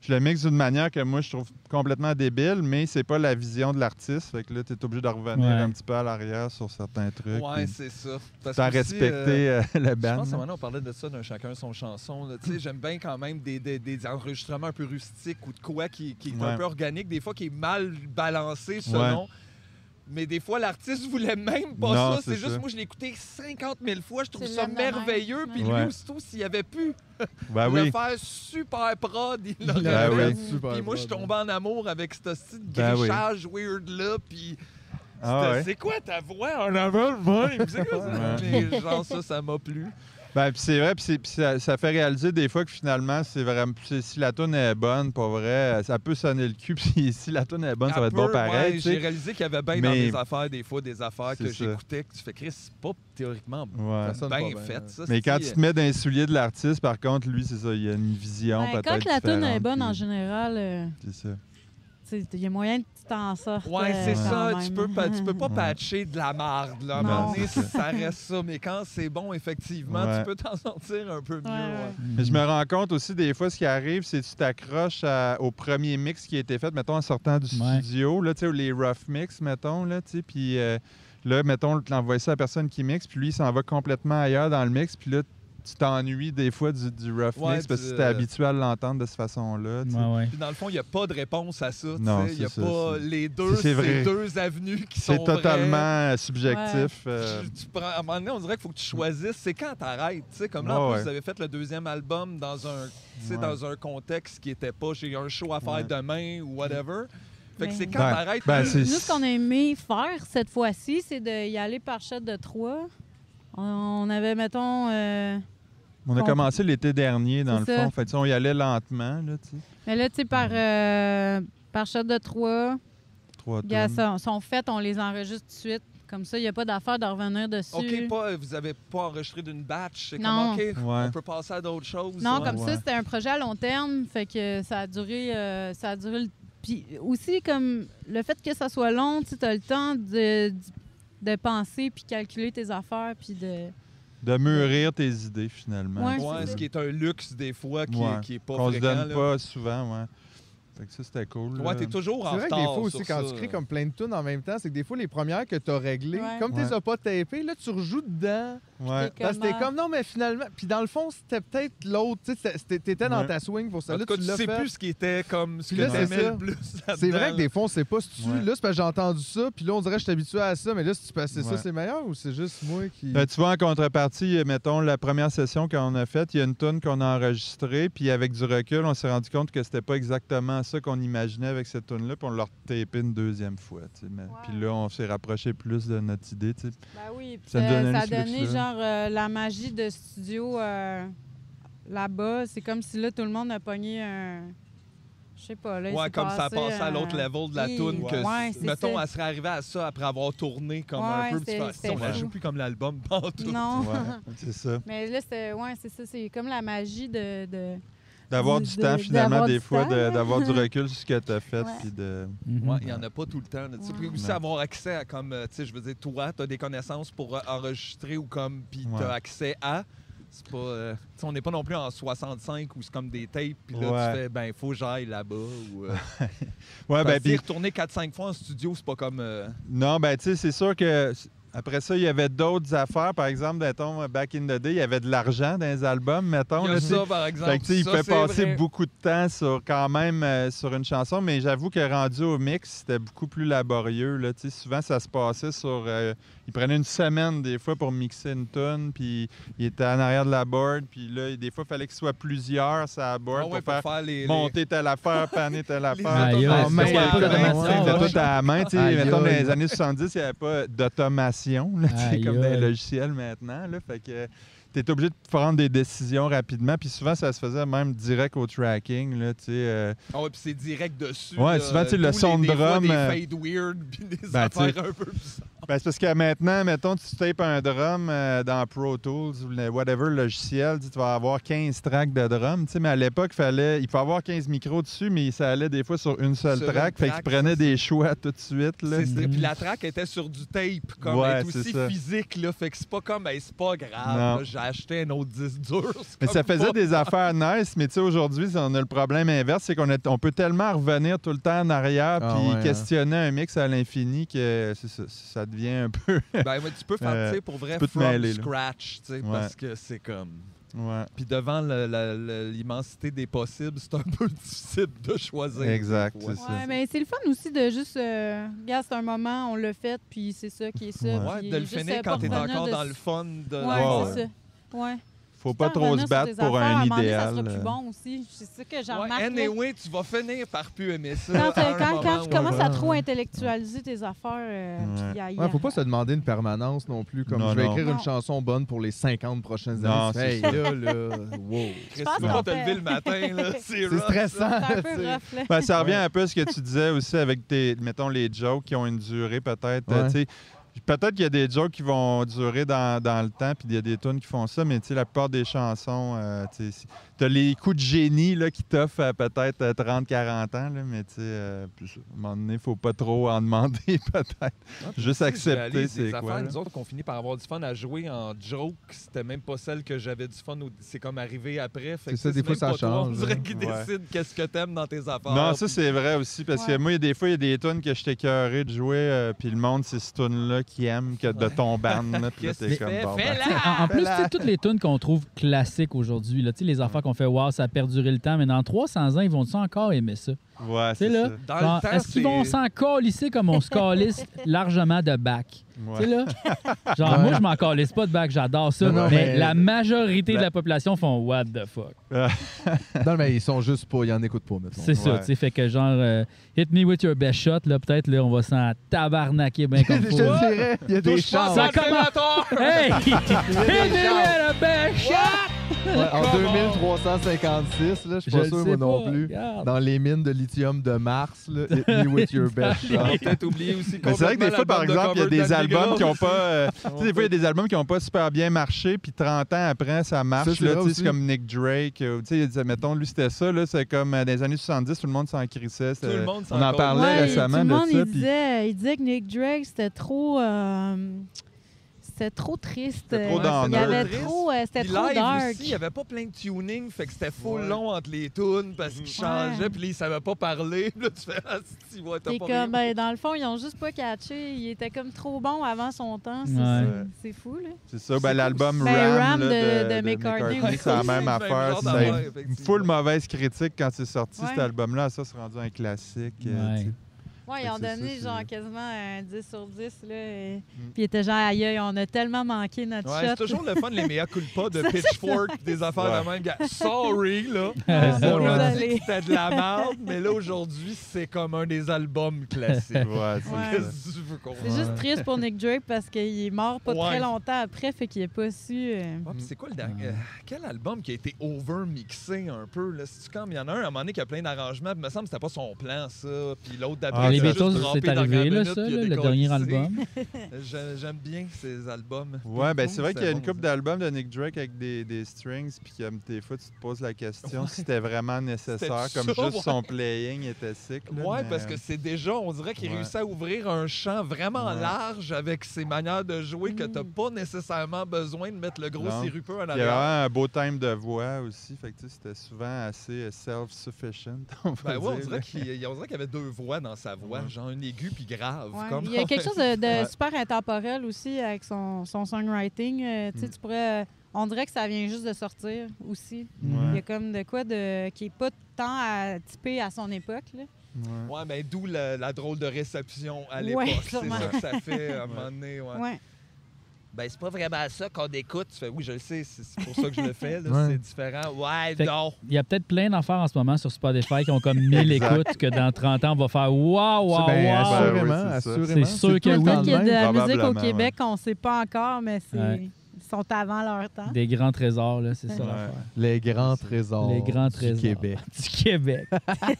je le mixe d'une manière que moi, je trouve complètement débile, mais c'est pas la vision de l'artiste. Fait que là, tu es obligé de revenir
Ouais.
un petit peu à l'arrière sur certains trucs.
Ouais,
puis
c'est ça. Parce
sans
qu'aussi, euh,
respecter euh, le
Je
band.
pense à un moment donné, on parlait de ça d'un chacun son chanson. là. Tu sais, j'aime bien quand même des, des- des enregistrements un peu rustiques ou de quoi qui, qui est
Ouais.
un peu organique, des fois qui est mal balancé selon. Mais des fois, l'artiste voulait même pas
Non,
ça.
c'est
C'est juste,
ça.
moi, je l'ai écouté 50 000 fois. Je trouve
Tu
ça
l'aimes de même.
merveilleux. Puis
Ouais.
lui, aussitôt, s'il avait pu
Ben
le
oui.
faire super prod, il l'aurait
Ben
fait.
oui.
Super
Puis moi, je suis
bon.
tombé en amour avec ce style de
Ben oui.
grichage weird-là. Puis
Ah
c'était-
ouais.
c'est quoi ta voix en avant le même? C'est quoi ça?
Ouais.
Mais genre, ça, ça m'a plu.
Ben, puis c'est vrai, puis c'est- puis ça, ça fait réaliser des fois que finalement, c'est vraiment. c'est- Si la tune est bonne, pas vrai, ça peut sonner le cul. Puis si la tune est bonne, ça
Un
va être
peu,
bon pareil.
ouais,
tu sais.
J'ai réalisé qu'il y avait bien dans
Mais-
mes affaires, des fois, des affaires
C'est
que
ça.
j'écoutais, que tu fais, Chris, c'est pas théoriquement bien
Ouais.
sonne pas bien,
fait.
ouais.
ça,
Mais
c'est-
quand tu te mets dans les souliers de l'artiste, par contre, lui, c'est ça, il y a une vision
Ben,
peut-être
quand la tune est
différente,
bonne, en
puis-
général, euh,
C'est ça.
tu tu sais, il y a moyen que tu t'en sortes.
Ouais,
euh,
c'est
quand
ça.
même.
Tu peux, pas- tu peux pas patcher de la marde. Là. À un
Non.
moment donné, ça reste ça. Mais quand c'est bon, effectivement,
Ouais.
tu peux t'en sortir un peu mieux. ouais.
Mais je me rends compte aussi, des fois, ce qui arrive, c'est que tu t'accroches à- au premier mix qui a été fait, mettons, en sortant du
Ouais.
studio, là, tu sais, ou les rough mix, mettons, là, tu sais, puis euh, là, mettons, tu l'envoies ça à la personne qui mixe, puis lui, il s'en va complètement ailleurs dans le mix, puis là, tu t'ennuies des fois du, du rough
Ouais,
mix parce
du- euh,
que t'es habitué à l'entendre de cette façon-là, tu sais.
Ouais, ouais.
Puis dans le fond, il n'y a pas de réponse à ça. tu
Non,
sais. Il y a
c'est ça,
pas
c'est-
les deux,
c'est
c'est
vrai.
deux avenues qui sont
C'est totalement
vraies.
euh, subjectif. euh,
Tu- tu prends- à un moment donné, on dirait qu'il faut que tu choisisses. C'est quand t'arrêtes, tu sais. Comme là, en
Ouais,
plus,
ouais.
vous avez fait le deuxième album dans un, tu sais,
Ouais.
dans un contexte qui était pas j'ai un show à faire
Ouais.
demain ou whatever. Fait que
Mais-
c'est quand
Ouais.
t'arrêtes.
Ben,
là,
c'est-
Nous, ce qu'on a aimé faire cette fois-ci, c'est d'y aller par shot de trois. On avait, mettons, euh,
on a
qu'on-
commencé l'été dernier, dans le
C'est
fond.
ça.
Fait que, tu sais, on y allait lentement, là, tu sais.
mais là, tu sais, par, euh, par shot de trois,
Trois
gars,
tonnes.
ça- sont faites, on les enregistre tout de suite. Comme ça, il n'y a pas d'affaire de revenir dessus.
OK, pas, vous avez pas enregistré d'une batch. C'est comme,
Non.
OK,
Ouais.
on peut passer à d'autres choses.
Non,
ouais.
comme
Ouais.
ça, c'était un projet à long terme, fait que ça a duré, euh, ça a duré. le- Puis aussi comme le fait que ça soit long, tu as le temps de, de penser puis calculer tes affaires puis de.
De mûrir tes idées, finalement.
Ouais,
tu
Ouais,
sais.
ce qui est un luxe des fois qui,
Ouais.
est, qui est pas
qu'on se
fréquent.
donne
là.
pas souvent, ouais. Fait que ça, c'était cool.
Ouais,
là.
t'es toujours en
C'est vrai que
retard.
des fois
sur
aussi, quand
ça.
tu crées comme plein de tunes en même temps, c'est que des fois, les premières que t'as réglées,
Ouais.
comme tu les
Ouais.
as pas tapées, là, tu rejoues dedans.
Ouais.
T'es
Parce que t'es
ah,
comme, non, mais finalement... Puis dans le fond, c'était peut-être l'autre. Tu sais, c'était- c'était- t'étais
Ouais.
dans ta swing pour ça.
En
Là,
tout cas,
tu
tu
l'as
sais
fait.
plus ce qui était comme ce
Puis
que
là, c'est
t'aimais
ça.
le plus.
C'est vrai
là-dedans,
que des fois, on sait pas si tu...
Ouais.
Là, c'est parce que j'ai entendu ça, puis là, on dirait que je suis habitué à ça, mais là, si tu passais
Ouais.
ça, c'est meilleur ou c'est juste moi qui...
Ben, tu vois, en contrepartie, euh, mettons, la première session qu'on a faite, il y a une tune qu'on a enregistrée, puis avec du recul, on s'est rendu compte que c'était pas exactement ça qu'on imaginait avec cette tune là puis on l'a retapé une deuxième fois. tu sais, mais- Puis là, on s'est rapproché plus de notre idée. tu sais.
ben oui, puis
Ça
ça,
me donnait
ça a
ce luxe-là.
donné genre euh, la magie de studio euh, là-bas. C'est comme si là tout le monde a pogné un. Je sais pas, là. il
Ouais,
s'est
comme ça a
passé
passé à
un-
l'autre level de la
Oui,
toune que
ouais,
si-
c'est
mettons,
ça.
elle serait arrivée à ça après avoir tourné comme un
Ouais,
peu. puis tu
c'est-
fais,
c'est
Si, on la
fou.
joue plus comme l'album pantoute.
Non.
Ouais, c'est ça.
Mais là, c'était. Ouais, c'est ça. C'est comme la magie de- de...
D'avoir
De-
du
de-
temps, finalement,
d'avoir
des
du
fois,
temps,
de-
ouais.
d'avoir du recul sur ce que tu as fait.
Ouais.
Puis de...
Mhm.
Ouais, il n'y en a pas tout le temps. là, tu sais. Puis aussi
Non.
avoir accès à comme, euh, tu sais, je veux dire, toi, tu as des connaissances pour euh, enregistrer ou comme, puis tu
Ouais.
as accès à. C'est pas. euh, tu sais, on n'est pas non plus en 65 où c'est comme des tapes, puis là,
Ouais.
tu fais, ben, faut que j'aille là-bas. Ou, euh,
Ouais,
parce
ben,
que
puis-
retourner 4-5 fois en studio, c'est pas comme. euh,
Non, ben tu sais, c'est sûr que s- après ça, il y avait d'autres affaires. Par exemple, mettons, euh, back in the day, il y avait de l'argent dans les albums, mettons.
Il y a
là, tu sais.
ça, par exemple.
Fait que, tu sais, il
Ça,
fait
c'est
passer
vrai.
beaucoup de temps sur quand même euh, sur une chanson, mais j'avoue que rendu au mix, c'était beaucoup plus laborieux. Là, Tu sais, souvent, ça se passait sur. euh, il prenait une semaine des fois pour mixer une tonne, puis il était en arrière de la board, puis là, des fois, il fallait qu'il soit plusieurs sur la board
Ah ouais,
hein, pour faire
les. les-
monter telle affaire, panner telle affaire.
Aïe, aïe,
Ah,
c'est
mais
parce qu'il y avait pas
quand même,
d'automation,
c'était
ouais.
tout à la main. tu sais,
Aïe,
mettons, dans
aïe.
les années 70, il n'y avait pas d'automation, là, tu sais,
Aïe,
comme dans les
aïe.
logiciels maintenant. Là, fait que tu es obligé de prendre des décisions rapidement. Puis souvent, ça se faisait même direct au tracking. Là, tu sais, euh,
Ah ouais, puis c'est direct dessus.
Ouais,
là,
souvent, tu sais, le
d'où les-
son de
des fois,
drum,
Des
euh,
fades weird, puis des
ben, tu sais,
affaires un peu bizarres.
ben, c'est parce que maintenant, mettons, tu tapes un drum euh, dans Pro Tools ou le- whatever le logiciel, tu sais, tu vas avoir 15 tracks de drum. tu sais, Mais à l'époque, fallait, il pouvait avoir 15 micros dessus, mais ça allait des fois sur une seule
Sur une
track. fait
track,
qu'ils prenaient des choix tout de suite. Là,
C'est ça.
Mhm.
Puis la track était sur du tape, comme
Ouais,
elle est
c'est
aussi
ça.
physique, là. Fait que c'est pas comme, hey, c'est pas grave,
Non.
là, j'ai acheté un autre disque dur. c'est
Mais
Ah,
ça
comme
faisait
pas-
des affaires nice, mais tu sais, aujourd'hui, on a le problème inverse, c'est qu'on est- on peut tellement revenir tout le temps en arrière
Ah
puis
ouais, hein.
questionner un mix à l'infini que c'est ça, ça devient un peu.
Ben, ouais, tu peux faire,
Euh,
tu sais, pour vrai,
tu peux te
from
mêler, là.
scratch, tu sais,
Ouais.
parce que c'est comme.
Ouais,
Puis devant le- la- le- l'immensité des possibles, c'est un peu difficile de choisir. des
exact,
fois.
c'est
Ouais,
ça.
mais c'est le fun aussi de juste. euh, Regarde, c'est un moment, on l'a fait, puis c'est ça qui est ça.
Ouais.
Ouais,
puis
de le
juste,
finir
euh,
quand
pas
t'es
revenir
encore
de-
dans le fun de
Ouais,
Ouais,
c'est ça. Ouais.
Faut pas
Tant
trop
revenir
se
sur
battre
tes
pour
affaires,
un
à moment donné, Ça sera
idéal.
plus
euh.
bon aussi. C'est ça que j'ai
Ouais,
remarqué. là.
anyway, tu vas finir par plus aimer ça.
Quand,
à
euh,
un
quand-
moment
quand tu
ou un
commences
autre.
à trop intellectualiser tes affaires, euh,
Ouais.
puis y a- y a-
Ouais, faut pas se demander une permanence non plus. Comme
Non,
je vais
non.
écrire
Non.
une chanson bonne pour les 50 prochaines
Non,
années.
c'est
Hey,
ça.
là, là, wow.
Chris,
pense
tu vas
qu'on
te lever
fait-
le matin, là. C'est
C'est
rough,
stressant.
C'est un peu
c'est-
rough, là.
Ben, ça revient un peu à ce que tu disais aussi avec tes, mettons, les jokes qui ont une durée peut-être. euh,
Ouais.
tu sais. Peut-être qu'il y a des jokes qui vont durer dans, dans le temps, puis il y a des tunes qui font ça, mais tu sais, la plupart des chansons, euh, tu sais, si- T'as les coups de génie là, qui t'offrent à peut-être euh, 30-40 ans, là, mais tu sais, euh, plus- à un moment donné, faut pas trop en demander peut-être. Juste accepter c'est quoi. là.
Nous autres, qu'on finit par avoir du fun à jouer en joke, c'était même pas celle que j'avais du fun. au- C'est comme arrivé après. Fait
C'est
que
ça, des
c'est
fois,
même
ça
pas toi,
change,
On dirait
hein.
qu'ils
Ouais.
décident qu'est-ce que t'aimes dans tes affaires.
Non, ça c'est vrai aussi, parce que moi, il y a des fois, il y a des tunes que j'étais écœuré de jouer, euh, puis le monde, c'est ce tune-là qui aime que de ton band. là, Puis là,
Qu'est-ce
t'es comme bon, ben,
Tu sais, en, en plus, tu sais, toutes les tunes qu'on trouve classiques aujourd'hui, là, tu sais, les affaires qu'on fait, wow, ça a perduré le temps, mais dans 300 ans, ils vont-tu encore aimer ça?
ben, Ouais,
Tu sais,
c'est
là,
ça.
Dans
genre,
Ah, le temps,
est-ce qu'ils vont
c'est-
s'en calisser comme on se calisse largement de bac? Tu sais, là, genre, moi, je m'en calisse pas de bac, j'adore ça,
Non, non,
mais,
mais-
la majorité de
La-
la population font what the fuck.
Non, mais ils sont juste pas, ils en écoutent pas, mettons.
C'est ça,
Ouais.
tu sais, fait que genre, euh, hit me with your best shot, là, peut-être, là, on va s'en tabarnaquer bien comme
Je
faut.
te dirais, il y a des
Touche pas à
chances.
Ça
mon
commence.
ordinateur!
Hey! hit me with a best shot!
Ouais, en 2356, là, je suis
Je
pas
le
sûr,
sais
moi non
pas,
plus.
regarde.
Dans les mines de lithium de Mars, là, hit me with your best
On
shot.
a peut-être oublié aussi
Mais c'est vrai que des fois, par exemple, il y a des albums qui
ont
ont pas. euh, tu sais, des fois, il y a des albums qui ont pas super bien marché, puis 30 ans après, ça
Ça,
marche.
c'est
là,
vrai
tu sais, c'est
aussi.
comme Nick Drake. euh, tu sais, mettons, lui, c'était ça. Là, c'est comme euh, dans les années 70, tout le monde s'en crissait. c'était-
Tout le monde s'en
On en
calisse.
parlait
Ouais,
récemment
tout le
de
monde,
ça.
il,
puis-
disait, il disait que Nick Drake, c'était trop... euh, c'était trop triste.
C'était trop
il y
downer.
avait
Triste.
trop... euh, c'était
Puis
trop
live
dark.
aussi, il n'y avait pas plein de tuning, fait que c'était full
Ouais.
long entre les tunes parce
Mhm.
qu'il changeait, puis là, il ne savait pas parler. Puis là, tu fais, ah, si, ouais, t'as
T'es
pas
comme,
rien.
ben, dans le fond, ils ont juste pas catché. Il était comme trop bon avant son temps. C'est,
Ouais.
c'est- c'est fou, là.
C'est ça, ben, l'album
Ben,
Ram,
Ram
là,
de- de
de,
McCartney aussi.
c'est la même
Même
affaire.
genre
Ça
d'affaire,
a eu une
effectivement.
full mauvaise critique quand c'est sorti,
Ouais.
cet album-là. Ça, c'est rendu un classique. euh,
Ouais.
tu sais.
Ouais,
Fait
ils
que
ont
c'est
donné
ça,
genre
c'est-
quasiment un 10 sur 10. Là, et- Puis ils étaient genre, aïe, aïe, on a tellement manqué notre
Mm. Ouais, c'est
shot.
toujours le fun, les mea culpa de Pitchfork, puis des affaires de même. gars. Sorry, là.
Ouais,
c'est
on a
ça,
dit
ouais.
que c'était de la merde, mais là, aujourd'hui, c'est comme un des albums classiques.
Ouais, c'est
Ouais.
ça.
Qu'est-ce que tu veux qu'on
C'est juste triste pour Nick Drake parce qu'il est mort pas
Ouais.
très longtemps après, fait qu'il a pas su. euh,
Mm.
Ah, puis c'est quoi le dernier? euh, Quel album qui a été overmixé un peu? Là? C'est-tu comme il y en a un à un moment donné qui a plein d'arrangements, puis il me semble que c'était pas son plan, ça. Puis l'autre d'après,
Ah, les
il a
Beatles,
Ah, juste droppé
c'est
dans
arrivé,
la
là,
minute,
ça,
puis il a
là, le
décollissé.
dernier album.
J'ai- J'aime bien ces albums.
Ouais, ben c'est vrai qu'il y a une
bon,
couple d'albums de Nick Drake avec des, des strings, puis comme des fois, tu te poses la question si c'était vraiment nécessaire,
C'était
comme
ça,
juste
ouais.
son playing était sick. là,
Ouais,
mais,
parce que
euh,
c'est déjà, on dirait qu'il
Ouais.
réussit à ouvrir un champ vraiment
Ouais.
large avec ses manières de jouer que
Mm.
t'as pas nécessairement besoin de mettre le gros
Non.
sirupeux en
Il y a
arrière.
vraiment un beau thème de voix aussi, fait que tu sais, c'était souvent assez euh, self-sufficient, on va
Ben ouais, on
dire,
dirait
là.
qu'il il- on dirait qu'il y avait deux voix dans sa voix, genre une aiguë puis grave.
ouais.
comme-
Il y a quelque chose de, de
Ouais.
super intemporel aussi avec son, son songwriting. euh,
Mm.
tu sais, tu pourrais. On dirait que ça vient juste de sortir aussi. Il y a comme de quoi de qui est pas tant à typer à son époque. Là.
Ouais.
Ouais, mais d'où la, la drôle de réception à
Ouais,
l'époque. c'est
sûrement.
ça que ça fait à un moment donné. Ouais.
Ouais.
Ben, c'est pas vraiment ça qu'on écoute. Tu fais, oui, je le sais, c'est c'est pour ça que je le fais. là,
Ouais.
C'est différent. Ouais,
Fait-
non.
Il y a peut-être plein d'affaires en ce moment sur Spotify qui ont comme 1000
Exact.
écoutes que dans 30 ans, on va faire waouh, waouh, waouh.
Ben,
ouais,
assurément,
c'est ça.
assurément.
C'est sûr que
tout le
oui.
temps
Peut-être
de
qu'il y a de la
Probablement,
musique au
ouais.
Québec qu'on sait pas encore, mais c'est
Ouais.
ils sont avant leur temps.
Des grands trésors, là, c'est ça
Ouais.
l'affaire.
Les grands trésors
Les grands
du
trésors.
Québec.
Du Québec.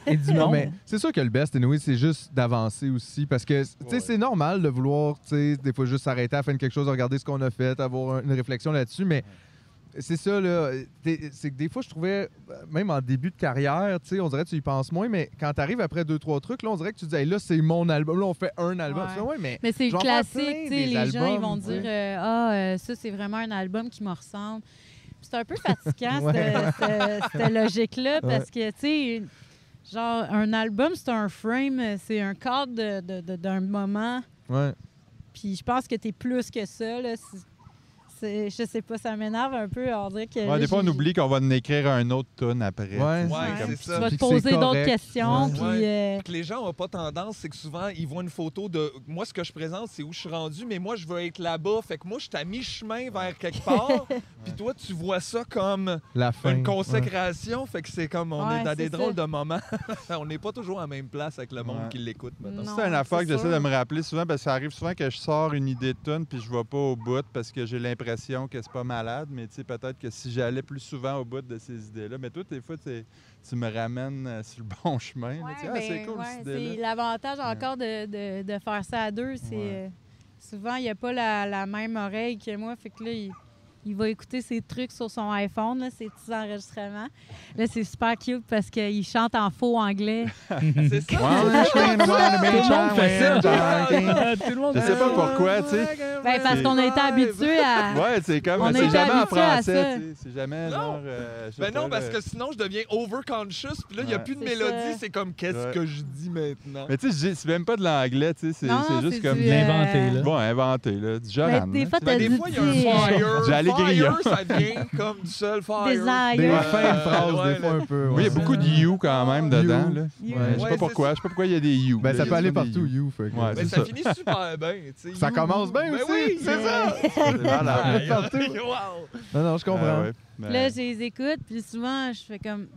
Et du
Non,
monde.
mais c'est sûr que le best, anyway, c'est juste d'avancer aussi. Parce que, tu sais,
Ouais.
c'est normal de vouloir, tu sais, des fois juste s'arrêter à faire quelque chose, regarder ce qu'on a fait, avoir un- une réflexion là-dessus. Mais c'est ça, là. t'es- C'est que des fois, je trouvais, euh, même en début de carrière, tu sais, on dirait que tu y penses moins. Mais quand tu arrives après deux, trois trucs, là, on dirait que tu dis, Hey, là, c'est mon album. Là, on fait un album.
Ouais.
Tu fais, Ouais, mais.
Mais c'est
Je vais en faire
classique,
plein,
tu
des
sais, les gens ils
albums,
vont
tu sais.
dire euh, ah euh, ça c'est vraiment un album qui me ressemble. Puis C'est un peu fatigant
Ouais.
cette, cette- cette logique-là parce que tu sais une- genre un album c'est un frame, c'est un cadre de- de- de- d'un moment.
Ouais.
Puis je pense que t'es plus que ça là. C'est- c'est- je sais pas, ça m'énerve un peu. On dirait que
Ouais,
là,
des fois, on
j'ai-
oublie qu'on va en écrire un autre tune après.
Ouais.
tu sais,
Ouais,
comme-
c'est
Tu
ça.
vas te
Puis que c'est
poser d'autres
correct.
questions.
Ouais.
Puis,
Ouais.
euh,
Puis que les gens n'ont pas tendance, c'est que souvent, ils voient une photo de moi, ce que je présente, c'est où je suis rendu, mais moi, je veux être là-bas. Fait que moi, je suis à mi-chemin vers quelque part. Puis toi, tu vois ça comme
La fin.
une
ouais.
consécration. Fait que c'est comme, on
Ouais,
est dans
c'est
des
ça.
drôles de moments. on n'est pas toujours à la même place avec le monde
Ouais.
qui l'écoute, maintenant.
Non,
C'est une affaire
c'est
que j'essaie
sûr.
de me rappeler souvent parce que ça arrive souvent que je sors une idée de tune puis je vais pas au bout parce que j'ai l'impression que c'est pas malade, mais tu sais, peut-être que si j'allais plus souvent au bout de ces idées-là, mais toi, des fois, t'es- tu me ramènes euh, sur le bon chemin. là,
Ouais,
tu sais, Ah,
ben,
c'est cool,
ouais,
cette
c'est
idée-là.
l'avantage encore de, de- de faire ça à deux. C'est
Ouais.
euh, souvent il n'y a pas la, la même oreille que moi, fait que là il- Il va écouter ses trucs sur son iPhone, là, ses petits enregistrements. Là, c'est super cute parce qu'il chante en faux anglais. Mm.
C'est ça.
Tout le monde
Je
fait
sais pas pourquoi, tu sais.
Ben, parce qu'on a été habitué à.
Ouais, c'est comme.
Ah. On
C'est
est
jamais en
habitué à
français,
ça.
tu sais. C'est jamais
Non.
genre. euh, je sais
Ben
pas,
non, parce
là.
que sinon, je deviens overconscious, puis là, il n'y a
Ouais.
plus de
C'est
mélodie.
ça.
C'est comme, qu'est-ce
Ouais.
que je dis maintenant?
Mais tu sais, je dis- c'est même pas de l'anglais, tu sais. C'est
Non,
c'est juste
c'est
comme.
du, euh,
L'inventer, là.
Bon, inventé, là. Du Joran.
Ben, des
hein,
fois,
tu sais.
t'as
Ben, des
dit-
fois, il y a un
dit-
fire.
Du Allegria.
Fire, ça vient comme du seul fire.
Des
Desire.
fins de
Euh,
phrases,
ouais,
des fois, un peu.
Oui, il y a
ouais.
beaucoup de you quand même
You.
dedans, là.
You.
Ouais, je sais
Ah,
pas
Ouais, c'est
pourquoi. Je sais pas pourquoi il y a des you.
Ben,
là,
ça
il y
peut
a
aller
souvent des
partout, you. fait que-
Ouais,
Mais
c'est
Ben, ça finit super bien. tu sais.
Ça commence bien
Ben
aussi,
oui,
c'est ça!
C'est malade.
Ouais, partout.
Wow.
Non, non, je
Ah
comprends.
ouais, ben,
Là, je les écoute, puis souvent, je fais comme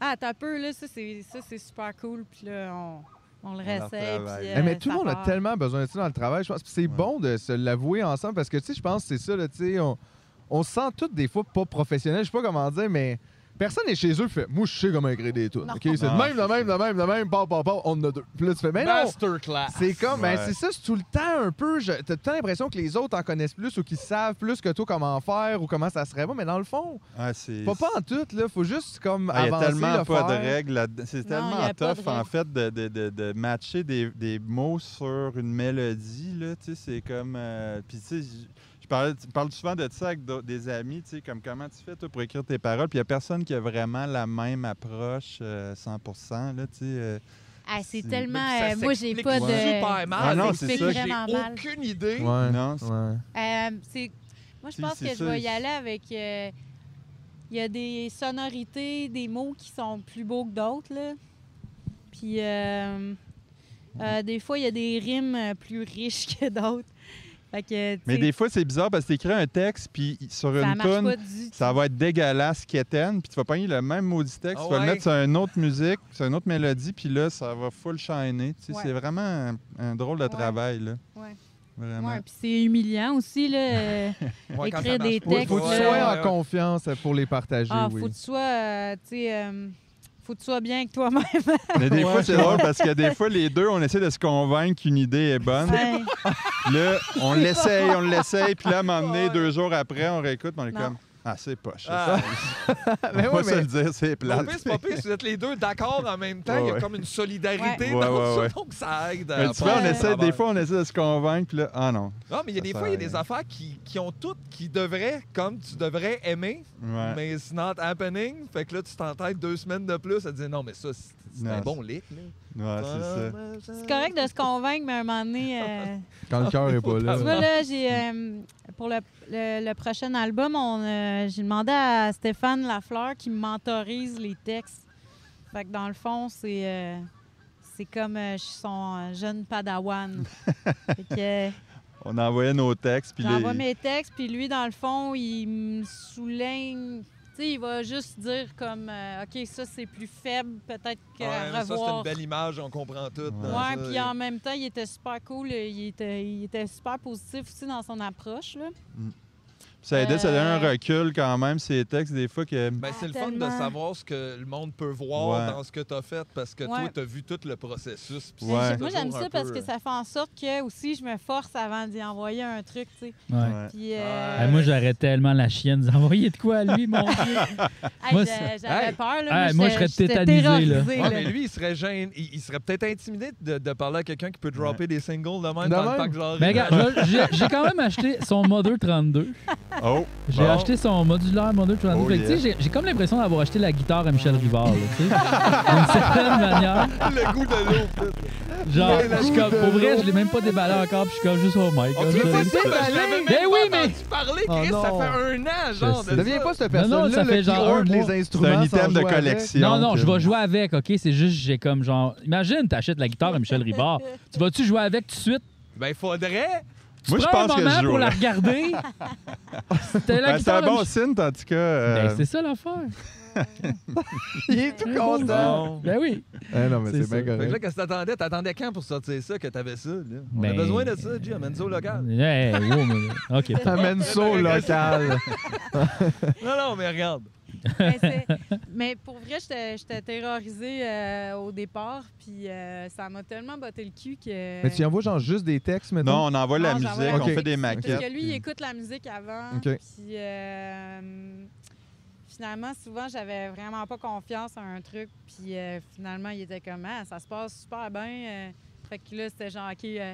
Ah, attends un peu, là, ça, c'est, ça, c'est super cool, puis là, on, on le
le
réessaye.
retravaille.
puis,
Eh, mais
euh,
tout le
ça
monde a
part.
tellement besoin de ça dans le travail, je pense. Puis c'est bon de se l'avouer ensemble parce que, tu sais, je pense que c'est ça, là, tu sais, on, on se sent tous des fois pas professionnels. Je sais pas comment dire, mais personne n'est chez eux fait « Moi, je sais comment écrire des tunes. OK? C'est de
Non,
même, de même, de même, de même, pas, pas, pas, on en a deux. » Puis là, tu fais « Mais non! »
Masterclass.
C'est comme, ben,
Ouais.
c'est ça, c'est tout le temps un peu. je- T'as tout le temps l'impression que les autres en connaissent plus ou qu'ils savent plus que toi comment faire ou comment ça serait bon, mais dans le fond,
ah, c'est-
pas, pas en tout, là. Faut juste comme
Ah, Il y a
avancer.
tellement
le
pas de
faire.
règles là-dedans. C'est
Non, il y
tellement
a pas de
tough, en
règles.
fait, de, de- de- de matcher des, des mots sur une mélodie. Là, tu sais, c'est comme. euh, Puis, tu sais, j- je parlais- tu parles souvent de ça avec d'au- des amis, tu sais, comme comment tu fais, toi, pour écrire tes paroles. Puis, il n'y a personne qui a vraiment la même approche euh, 100 là, tu sais. euh.
Ah, c'est
C'est-
tellement.
Ça
euh, moi, j'ai
s'explique
pas de.
Super mal.
Ah non,
c'est
J'ai
ça. Vraiment mal.
aucune idée.
Ouais.
Non, c'est-
ouais.
Euh, c'est- moi, je
Si,
pense
c'est
que je
ça,
vais y
c'est-
aller avec. euh, Il y a des sonorités, des mots qui sont plus beaux que d'autres, là. Puis, euh, euh, des fois, il y a des rimes euh, plus riches que d'autres. Fait que, tu
Mais
sais,
des fois, c'est bizarre parce que tu écris un texte, puis sur
ça
une
marche
tune,
pas du tout.
ça va être dégueulasse, quétaine, puis tu vas pogner le même maudit texte,
Ah
tu vas
ouais.
le mettre sur une autre musique, sur une autre mélodie, puis là, ça va full shiner. Tu sais,
Ouais.
C'est vraiment un, un drôle de
Ouais.
travail, là.
Ouais.
Vraiment.
Ouais, puis c'est humiliant aussi, là. euh,
Ouais, quand ça
Écrire
marche
des
pas.
textes,
Faut que tu
Ouais,
sois
ouais,
en confiance pour les partager,
ah,
oui.
faut que tu sois, euh, tu sais, euh, faut que tu sois bien avec toi-même.
Mais des fois,
Ouais.
c'est drôle parce que des fois, les deux, on essaie de se convaincre qu'une idée est bonne.
Ouais.
Là, on l'essaye, on l'essaye, puis là, à un moment donné, deux jours après, on réécoute, puis on est
Non.
comme. Ah, c'est poche.
Ah.
on
Mais
va
ouais,
se
mais-
le dire, c'est
Pas
plate.
pire, c'est pas pire, si vous êtes les deux d'accord en même temps, il y
Ouais.
a comme une solidarité
Ouais.
dans
Ouais, ouais,
ça,
ouais.
donc ça aide. à
Mais tu vois, on
passer au
essaie,
travers.
des fois, on essaie de se convaincre, puis là, ah non.
Non, mais il y a
Ça
des
sert
fois, il y a
à
des
rien.
affaires qui, qui ont toutes, qui devraient, comme tu devrais aimer,
Ouais.
mais it's not happening. Fait que là, tu t'entêtes deux semaines de plus à te dire non, mais ça, c'est c'est un
Non,
bon lick. là.
Ouais, c'est ça.
C'est correct de se convaincre, mais à un moment donné, euh,
Quand le cœur est pas là.
tu vois, là, j'ai, euh, pour le, le- le prochain album, on, euh, j'ai demandé à Stéphane Lafleur qui me mentorise les textes. Fait que dans le fond, c'est, euh, c'est comme euh, je suis son euh, jeune padawan. fait que, euh,
On envoyait nos textes, puis les...
J'envoie mes textes, puis lui, dans le fond, il me souligne. Tu sais, il va juste dire comme, euh, OK, ça, c'est plus faible, peut-être que
Ouais,
à
mais ça, c'est une
revoir.
belle image, on comprend tout. dans
Ouais,
ça,
puis
et-
en même temps, il était super cool. euh, Il était, il était super positif aussi dans son approche. Là.
ça aidait, ça donnait un
Euh,
recul quand même, ces textes, des fois que...
Ben,
Ah,
c'est le fun de
tellement.
savoir ce que le monde peut voir
Ouais.
dans ce que tu as fait parce que
Ouais.
toi, tu as vu tout le processus. puis
Ouais.
c'est
Moi,
toujours
j'aime
un
ça
peu,
parce que
euh,
ça fait en sorte que aussi, je me force avant d'y envoyer un truc. tu sais.
Ouais.
Ouais.
Puis, euh,
Ah, moi, j'aurais tellement la chienne d'envoyer de quoi à lui, mon Dieu.
hey,
moi,
j'a-
c'est-
j'avais
hey,
peur. Là,
hey, moi, je serais
j'étais- j'étais
tétanisé, là.
terrorisée,
Ouais,
là.
mais lui, il serait gêné. Il, il serait peut-être intimidé de, de parler à quelqu'un qui peut dropper des singles de même
De
dans
même.
le parc genre.
Mais Ben, regarde, je vais- j'ai- j'ai quand même acheté son Mother 32.
Oh!
J'ai
Bon.
acheté son modulaire Mother 32.
Oh
Fait que, tu sais, j'ai- j'ai comme l'impression d'avoir acheté la guitare à Michel Rivard, là, tu sais. D'une certaine manière.
le goût de l'eau.
Genre,
Le
je suis
goût
comme, pour vrai, je l'ai même pas déballé encore, puis je suis comme juste au mic.
On
comme
dirait
ça.
pas que
c'est
c'est parce que je l'avais
malin.
même
Ben
pas
oui,
entendu
mais-
parler,
Oh
Chris, ça
non.
fait un an, genre.
Je
De
Deviens
ça.
pas cette
Non, non,
personne-là
ça
là,
fait
qui
genre un
hoard
mois.
les
C'est
instruments.
un
sans
item de
jouer avec.
collection.
Non, non,
que-
je vais jouer avec, OK? C'est juste, j'ai comme genre... Imagine, t'achètes la guitare à Michel Rivard. Tu vas-tu jouer avec tout de suite?
Ben, faudrait.
Tu
Moi, je
prends
pense
un
que je
moment pour
jouerais.
la regarder. C'était la
Ben, c'est
guitare
un
de
bon
Mich-
signe, en tout cas. euh,
Ben, c'est ça l'affaire.
Il est tout content.
Bon.
Ben oui.
Eh non, mais
C'est
c'est bien
ça.
Fait que là,
correct.
qu'est-ce que t'attendais? T'attendais quand pour sortir ça, que t'avais ça? Là? On a
Ben,
besoin de ça, Jim, amène ça au local.
Hey, wow, moi, Eh, là. OK.
Amène ça au local.
Non, non, mais regarde.
Mais, c'est- mais pour vrai, j'étais j'étais terrorisée euh, au départ, puis euh, ça m'a tellement botté le cul que.
Mais tu envoies genre juste des textes maintenant?
Non, on envoie la
Non, j'envoie la
musique, on
musique.
fait des
Parce que
maquettes.
lui, il écoute la musique avant.
OK.
Puis euh, finalement, souvent, j'avais vraiment pas confiance à un truc. Puis euh, finalement, il était comme, ah, ça se passe super bien. euh. fait que là, c'était genre, OK, euh,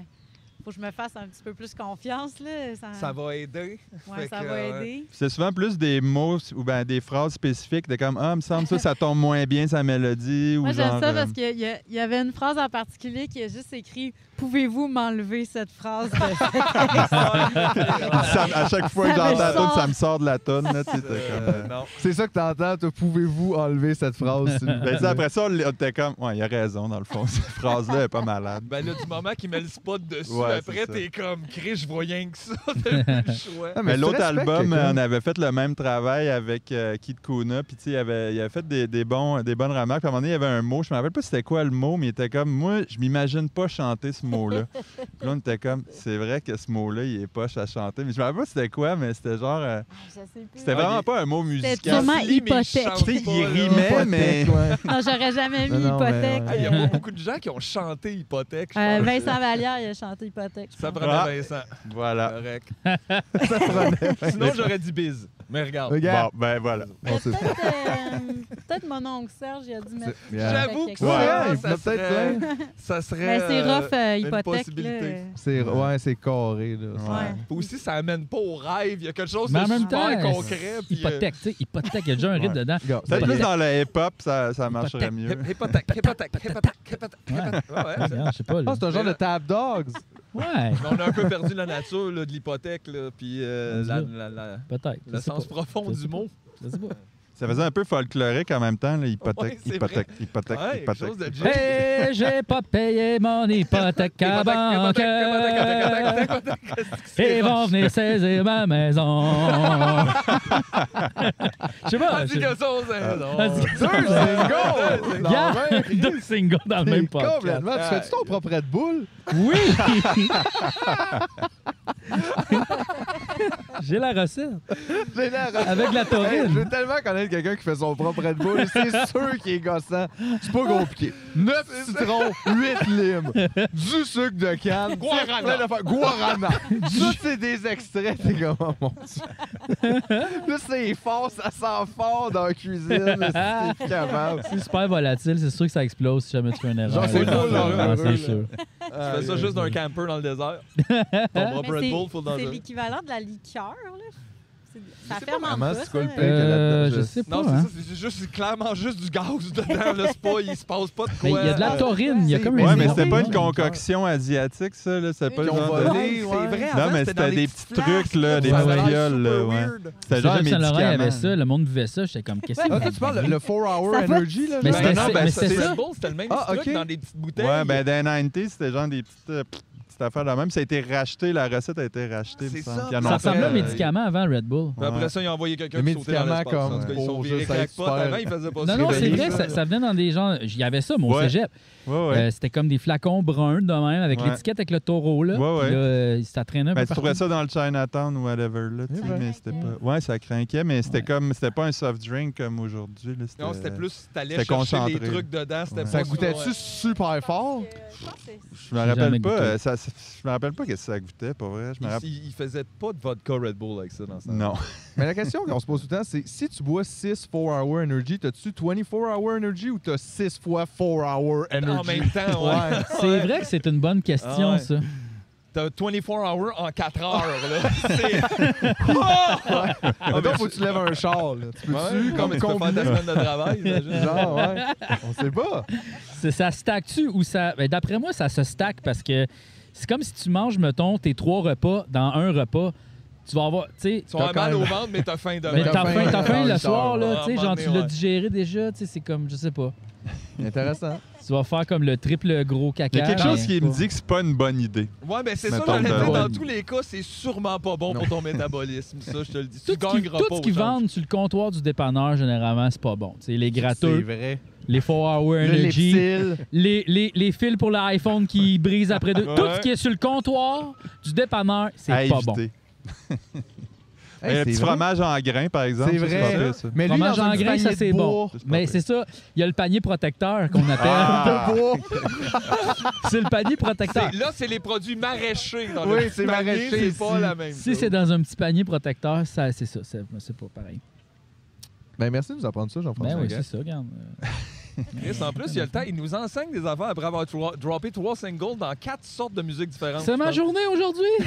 faut que je me fasse un petit peu plus confiance. Là. Ça,
Ça va aider.
ouais,
fait
ça
que,
va
euh,
aider.
C'est souvent plus des mots ou ben des phrases spécifiques de comme Ah, me semble ça, ça tombe moins bien sa mélodie. ou
Moi, j'aime
genre,
ça
euh,
parce qu'il y, a- il y avait une phrase en particulier qui a juste écrit Pouvez-vous m'enlever cette phrase de-
ça- à chaque fois que
Ça me
j'entends la
sort.
toune, ça me sort de la tonne. Là, tu sais, t'es comme,
Euh,
euh,
non.
C'est ça que t'entends, toi, pouvez-vous enlever cette phrase? s'il vous
ben, tu sais,
euh,
plaît?
après ça, on était comme Ouais, il a raison, dans le fond, cette phrase-là est pas malade.
Ben là, du moment qu'il met le spot dessus,
Ouais, c'est
après,
ça.
t'es comme, Chris, je vois rien que ça. T'as plus le choix.
Ah,
Mais
tu
l'autre
respectes
album,
quelqu'un.
on avait fait le même travail avec euh, Kid Kuna. Puis, tu sais, il avait, il avait fait des, des bons, euh, des bonnes remarques. Puis, à un moment donné, il y avait un mot. Je me rappelle pas c'était quoi le mot, mais il était comme, moi, je m'imagine pas chanter ce mot-là. puis là, on était comme, c'est vrai que ce mot-là, il est poche à chanter. Mais je me rappelle pas c'était quoi, mais c'était genre. euh,
Je sais plus.
c'était
Ah,
vraiment
il-
pas un mot musical.
C'était sûrement
Je lis, mais je
hypothèque.
chante
Tu sais,
pas,
il
là.
rimait.
Hypothèque,
mais-
ouais.
Non, j'aurais jamais
Non,
mis
non, mais
hypothèque.
Ah, Il y a pas beaucoup de gens qui ont chanté hypothèque. je
Euh,
pense.
Vincent Vallière, il a chanté hypothèque. je
Ça
pense.
prenait
Ah.
Vincent.
Voilà.
Correct.
Prenez-
Sinon, j'aurais dit bise. Mais regarde.
Regarde.
Bon, ben voilà.
Mais Peut-être euh, peut-être mon oncle Serge, il a dû mettre.
C'est- yeah.
J'avoue que
Ouais,
ça,
il
ça
peut-être
serait,
plein.
ça serait.
Mais c'est
euh,
rough, euh,
une
hypothèque.
possibilité.
là.
C'est ouais, c'est carré là.
Ouais.
Puis aussi, ça amène pas au rêve. Il y a quelque chose
Mais
de
en même
super
temps,
concret.
c'est-
puis, euh,
hypothèque, tu sais, hypothèque, il y a déjà un rythme
Ouais.
dedans.
Regarde,
Peut-être plus
Hypothèque.
dans le hip-hop, ça, ça marcherait mieux.
hip- Hypothèque, hypothèque, hypothèque, hypothèque,
Ouais.
hypothèque. Ouais, ouais,
Ouais,
ça-
regarde, je sais pas. là.
Ah, c'est un genre de Tab Dogs.
Ouais,
Mais on a un peu perdu la nature là, de l'hypothèque, là, puis euh,
Rendu
la-
là.
la- la-
peut-être.
le
je sais
sens
pas.
profond
Je
du
sais pas.
mot.
Je sais pas.
Ça faisait un peu folklorique en même temps, là,
Ouais,
hypothèque,
c'est
hypothèque, hypothèque,
Ouais, quelque
hypothèque.
chose de jazz.
Hey, j'ai pas payé mon hypothèque à banque. Ils vont venir saisir ma maison. Je sais pas.
Vas-y
je-
Ah, que ça, on sait, non.
Vas-y que ça,
Deux singles!
Regarde, deux singles dans le
C'est
même podcast.
complètement. Tu fais-tu ton propre Red Bull?
Oui! J'ai la recette.
J'ai l'air-
Avec la
Hey, je veux
taurine.
tellement connaître quelqu'un qui fait son propre Red Bull. C'est sûr qu'il est gossant. C'est pas compliqué. 9 citrons, 8 limes, du sucre de canne.
Guarana.
plein d'affaires. Guarana. Ça, c'est des extraits. T'es comme, oh mon Dieu. Là, c'est fort, ça sent fort dans la cuisine. C'est plus capable.
C'est super volatile. C'est sûr que ça explose si jamais tu fais un erreur.
Genre, c'est
Ouais,
full
ouais,
dangereux,
c'est sûr.
Tu
Ah,
fais ça juste d'un camper dans le désert. Ton propre
Mais
Red
c'est-
Bull full dans
C'est
le-
l'équivalent de la liqueur. Là. C'est- Ça
sais
ferme en
vraiment
bas,
c'est quoi le
ça.
pire.
Euh, je sais pas.
Non, c'est
hein.
ça, c'est juste, c'est clairement juste du gaz dedans. Là, c'est pas, il se passe pas de quoi.
Mais il y a de la taurine. Il y a comme
Ouais,
une
Ah, mais
énorme-
c'était pas une concoction asiatique, ça, là. C'était pas
Ils
le
ont
genre de-
volé.
C'est vrai,
Non,
avant,
mais
dans
c'était des petits trucs,
flasques,
là,
là,
des
ça avait l'air
marioles, là,
super
ouais.
weird.
C'était
C'est genre
genre
que
des
Saint-Laurent il y avait
médicaments.
ça, le monde buvait ça. J'étais comme, qu'est-ce que
Ah, toi, tu parles le 4-hour
Ça va-
energy, là?
Mais
genre?
c'était-
non,
c'est-
ben,
mais
c'est
c'était
Le
ça.
Red Bull, c'était le même
Ah,
petit
ok.
truc dans des petites bouteilles.
Ouais, ben, dans les 90s, c'était genre des petites, euh, petites affaires de même. Ça a été racheté, la recette a été rachetée.
C'est
il
Ah,
me semble.
ça.
Puis ils en
Ça
ont fait,
ressemblait à
euh,
médicament avant Red Bull.
Puis
Ouais.
Après ça, ils ont envoyé quelqu'un
Les
qui sautait dans
médicaments
l'espace. En
comme
tout cas, ils
pour
sont virés
juste être
crackpot. Avant,
super.
ils faisaient pas ça.
Non, non, c'est
réveillé,
vrai, ça, ça venait dans des gens. Il y avait ça, mon
Ouais.
cégep.
Ouais, ouais.
Euh, C'était comme des flacons bruns de même, avec
Ouais.
l'étiquette avec le taureau, là.
Ouais, ouais.
Puis là, euh, ça traînait un peu
Ben, tu
partout.
trouvais ça dans le Chinatown ou whatever, là, tu sais,
Ouais.
mais c'était pas... Ouais, ça craquait, mais c'était comme... C'était pas un soft drink comme aujourd'hui, là.
Non, c'était plus, t'allais
C'était
chercher
concentré.
des trucs dedans. C'était
Ouais.
pas
Ça
sur-
goûtait-tu super fort?
Je pense que c'est-
Je me
J'ai jamais
rappelle pas...
goûté.
euh, ça- Je me rappelle pas qu'est-ce que ça goûtait, pour vrai. Je me
Ils,
rappelle...
ils- ils faisaient pas de vodka Red Bull avec ça dans ça.
Non.
Mais la question qu'on se pose tout le temps, c'est si tu bois 6 4-hour energy, t'as-tu 24-hour energy ou t'as 6 fois 4-hour
En
energy?
même temps, ouais.
Ouais.
C'est vrai que c'est une bonne question,
Ah ouais.
ça.
T'as 24 hours en 4 heures, là. C'est- Ah!
Ah, donc, faut que tu lèves un char. là. Tu peux-tu,
Ouais, non,
comme
mais tu peux faire
combiner?
ta semaine de travail, j'imagine.
Genre, ouais. On sait pas.
C'est- Ça stack-tu ou ça. ben, D'après moi, ça se stack parce que c'est comme si tu manges, mettons, tes trois repas dans un repas. Tu vas avoir. Tu sais,
Tu as
quand
mal
même-
au ventre, mais t'as faim demain.
ben,
t'as
t'as
faim,
faim,
ouais,
t'as faim
dans
le
le
soir,
char,
ouais.
là. Tu sais,
Ah,
genre,
ben,
tu l'as
ouais.
digéré déjà. Tu sais, c'est comme. Je sais pas.
Intéressant.
Tu vas faire comme le triple gros
Il
caca. Ben,
y a quelque
mais-
chose qui me dit que c'est pas une bonne idée.
Ouais, mais c'est ça,
Mettons,
j'allais
ben,
dire,
ouais.
dans tous les cas, c'est sûrement pas bon pour ton métabolisme, ça, je te le dis.
Tout
tu
ce qui,
gagneras pas
tout ce
au
qu'ils
change.
vendent sur le comptoir du dépanneur, généralement, c'est pas bon. Tu sais, les
C'est
gratteux,
vrai.
les 4-hour
Le
energy,
lipsil.
les, les, les fils pour l'iPhone qui brisent après deux.
Ouais.
Tout ce qui est sur le comptoir du dépanneur, c'est
À
pas bon.
éviter.
Hey,
le
c'est
petit
vrai.
fromage en grain, par exemple.
C'est
ça,
vrai.
pas pire, ça.
Mais lui,
Fromage
dans
en
un
grain,
panier
ça
de
c'est
bois.
bon.
C'est pas
Mais
pire.
c'est ça, il y a le panier protecteur qu'on appelle.
Ah!
De bois.
C'est le panier protecteur.
C'est- Là, c'est les produits maraîchers. Dans
Oui,
le
c'est
panier,
maraîcher
C'est pas
ici.
la même
Si c'est dans un petit panier protecteur, ça, c'est ça. C'est c'est pas pareil.
Ben, merci de nous apprendre ça, Jean-François.
Ben oui,
Gagnon.
c'est ça, regarde.
Chris, en plus, il y a le temps. Il nous enseigne des affaires après avoir dro- droppé trois singles dans quatre sortes de musiques différentes.
C'est ma journée aujourd'hui!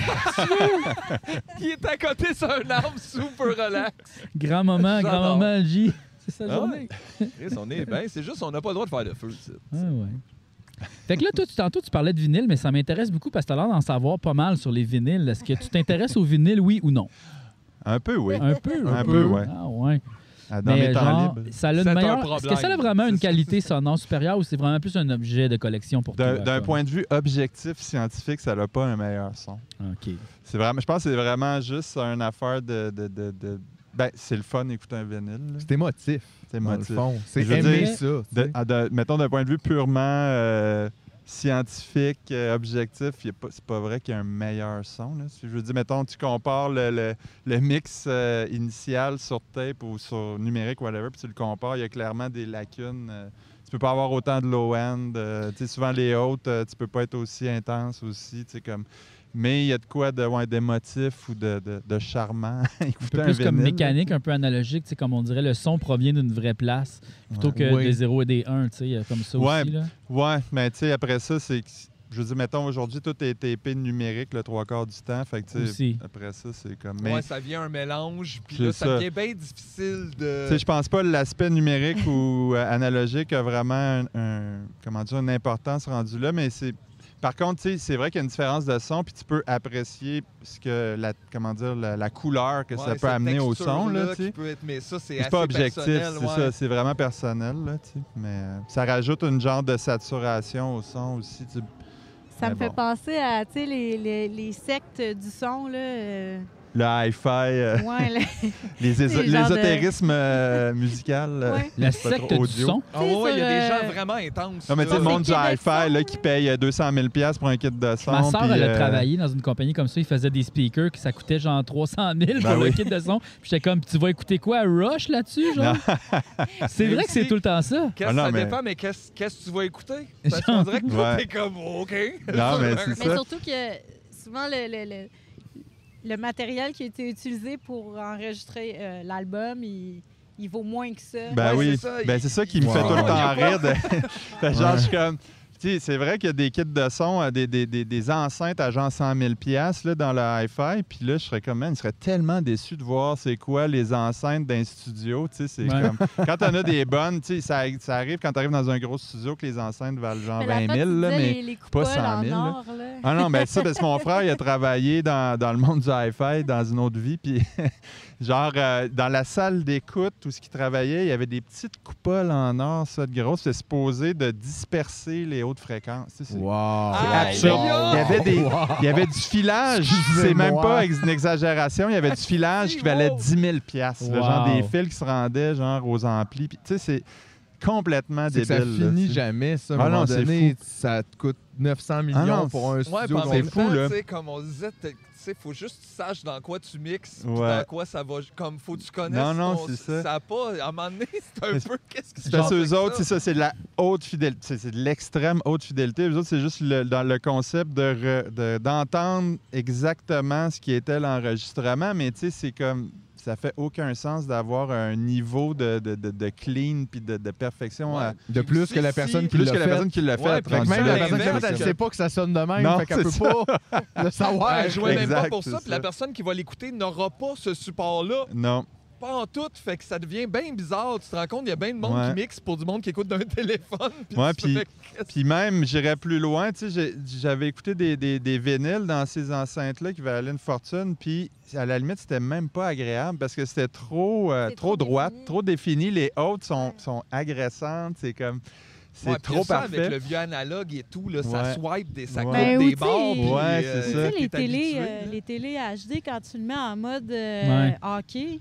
Il est à côté sur un arbre super relax.
Grand-maman,
J'adore.
grand-maman, J. C'est sa
Ah
journée.
Chris, on est bien. C'est juste, on n'a pas le droit de faire de feu. ici.
Ah ouais. Fait que là, toi, tu- tantôt, tu parlais de vinyle, mais ça m'intéresse beaucoup parce que t'as l'air d'en savoir pas mal sur les vinyles. Est-ce que tu t'intéresses aux vinyles, oui ou non?
Ah! Un peu, oui.
Un peu.
Un peu, ouais.
Ah ouais.
Ah, Dans
mais
mes temps
genre,
libres.
ça a une
C'est un
meilleure... Est-ce
problème.
que ça a vraiment une
C'est ça.
qualité sonore supérieure ou c'est vraiment plus un objet de collection pour toi?
D'un d'un
ça?
point de vue objectif scientifique, ça n'a pas un meilleur son.
OK.
C'est vraiment, je pense que c'est vraiment juste une affaire de. de- de- de- ben, c'est le fun d'écouter un vinyle. là.
C'est émotif,
C'est
dans le
émotif.
fond. C'est
Je veux
aimer
dire,
ça. tu
De-
sais.
à- de- mettons d'un point de vue purement euh, scientifique, euh, objectif, y a pas- c'est pas vrai qu'il y a un meilleur son. là. Si je veux dire, mettons, tu compares le, le- le mix euh, initial sur tape ou sur numérique, whatever, puis tu le compares, il y a clairement des lacunes. euh, tu peux pas avoir autant de low-end. euh, tu sais, souvent, les hautes, euh, tu peux pas être aussi intense aussi. tu sais, Comme... Mais il y a de quoi de- ouais, d'émotif ou de, de- de charmant.
Un peu plus comme mécanique, un peu analogique, tu sais, comme on dirait, le son provient d'une vraie place plutôt
Ouais.
que
Oui.
des 0 et des 1, tu sais, euh, comme ça
Ouais.
aussi. Là.
Ouais, mais tu sais, après ça, c'est. que- Je veux dire, mettons, aujourd'hui, tout est tapé numérique le trois quarts du temps. Fait que, tu sais,
Aussi.
après ça, c'est comme. Mais,
Ouais, ça vient un mélange. Puis
C'est
là, ça
ça.
devient bien difficile de.
tu sais, je pense pas que l'aspect numérique ou euh, analogique a vraiment un, un- comment dire, une importance rendue là, mais c'est. Par contre, tu sais, c'est vrai qu'il y a une différence de son, puis tu peux apprécier ce que la, comment dire, la, la couleur que
Ouais,
ça
cette
peut amener au son.
texture-là
Là,
qui
tu sais.
peut être- mais ça, c'est
C'est pas
assez
objectif, c'est
personnel, ouais.
ça. C'est vraiment personnel, là, tu sais. Mais euh, ça rajoute une genre de saturation au son aussi. tu sais.
Ça me
Mais
fait
bon.
penser à, tu sais, les, les, les sectes du son, là. euh,
Le hi-fi. euh,
ouais, là.
Les éso-
C'est le genre de-
L'ésotérisme euh, musical. euh,
Ouais.
La
c'est pas
secte
trop
du
audio.
son.
Ah ouais, il y a des
sur, euh,
gens vraiment intenses.
Non, mais tu sais,
là.
le monde
C'est
du
Québec
hi-fi
son,
là, qui paye euh, 200 000 pour un kit de son.
Ma soeur,
puis,
elle a
euh,
travaillé dans une compagnie comme ça. Ils faisaient des speakers qui ça coûtait genre 300 000 pour
Ben
le
oui.
kit de son. Puis j'étais comme, tu vas écouter quoi, Rush là-dessus, genre? c'est vrai que c'est tout le temps ça.
Qu'est-ce
Ah non,
ça
mais-
dépend, mais qu'est-ce qu'est-ce que tu vas écouter? Parce qu'on dirait que toi,
Ouais.
t'es comme, OK.
Non, mais c'est
Mais
ça.
surtout que souvent, le, le, le, le matériel qui a été utilisé pour enregistrer euh, l'album, il, il vaut moins que ça.
Ben
Ouais,
oui,
c'est ça,
ben
il-
c'est ça qui me
Wow.
fait tout le
Il y
temps
a pas-
rire. de- Fait que genre, je suis comme... Tu sais, c'est vrai qu'il y a des kits de son, euh, des, des, des, des enceintes à genre 100 000 là, dans le hi-fi. Puis là, je serais comme, man, je serais tellement déçu de voir c'est quoi les enceintes d'un studio. Tu sais, c'est
Ouais.
comme... Quand t'en as des bonnes, tu sais, ça, ça arrive quand t'arrives dans un gros studio que les enceintes valent genre
Mais la
20
fois,
000
tu
là,
disais
mais...
les, les coupoles
100 000,
en
là.
or, là.
Ah non, mais ça, parce que mon frère, il a travaillé dans, dans le monde du hi-fi dans une autre vie. Puis, genre, euh, dans la salle d'écoute, tout ce qu'il travaillait, il y avait des petites coupoles en or, ça, de gros. C'était supposé de disperser les hautes fréquences. Tu sais, c'est-
Wow.
absurde. Il y avait des- hein,
Wow.
Il y avait du filage, c'est
Excusez-moi.
même pas ex- une exagération, il y avait du filage qui valait 10 000 piastres, là, genre
Wow.
des fils qui se rendaient genre aux amplis. Puis, tu sais, c'est complètement
C'est
débile.
que ça
là, tu
finit
sais.
jamais, ça. À
Ah
un moment
non, c'est Ah
donné, ça te coûte 900 millions
non,
pour un
Ouais,
studio.
puis en
c'est
même
fou,
temps,
là.
tu sais, comme on disait, t'es- tu sais, faut juste que tu saches dans quoi tu mixes, puis
Ouais.
dans quoi ça va. Comme faut que tu connaisses.
Non, non,
ton-
c'est ça.
a pas. À un moment donné, c'est un
Mais
peu. Qu'est-ce qui se
C'est
passe?
parce que
avec
eux autres, c'est ça, c'est de la haute fidélité, c'est- c'est de l'extrême haute fidélité. Eux autres, c'est juste le- dans le concept de re- de- d'entendre exactement ce qui était l'enregistrement, mais tu sais, c'est comme. Ça fait aucun sens d'avoir un niveau de, de- de- de clean puis de, de perfection à-
Ouais.
De plus que la
Si-
personne qui
plus
l'a
que la
fait.
personne qui l'a fait.
Ouais,
Fait
puis
que
rendu
même la
là.
Ouais,
personne qui l'a
l'inverse,
fait, elle
c'est
sait pas que ça sonne de même.
Non,
fait qu'elle peut
c'est Ben,
pas le savoir.
Elle jouait même pas
Exact,
pour ça,
c'est
puis la
ça.
personne qui va l'écouter n'aura pas ce support-là,
Non.
pas en tout, fait que ça devient bien bizarre. Tu te rends compte, il y a bien de monde
Ouais.
qui mixe pour du monde qui écoute d'un téléphone.
Ouais,
tu
puis-
fais, Qu'est-ce
Puis même, j'irais plus loin, tu sais, j'ai- j'avais écouté des, des, des vinyles dans ces enceintes-là qui valaient une fortune, puis à la limite, c'était même pas agréable parce que c'était trop, euh,
C'est
trop,
trop
droite,
défini.
trop défini. Les hautes sont, sont agressantes, c'est comme... C'est
Ouais, puis
trop
ça,
parfait.
Avec le vieux analogue et tout, là, ça
Ouais.
swipe des sacs
Ouais.
Ben,
des
ou
bars.
tu
puis,
sais,
euh,
Ouais, c'est
Tu
ça.
sais,
t'es
euh,
les télés,
habitué,
euh,
là.
les télés HD, quand tu le mets en mode euh,
Ouais.
hockey,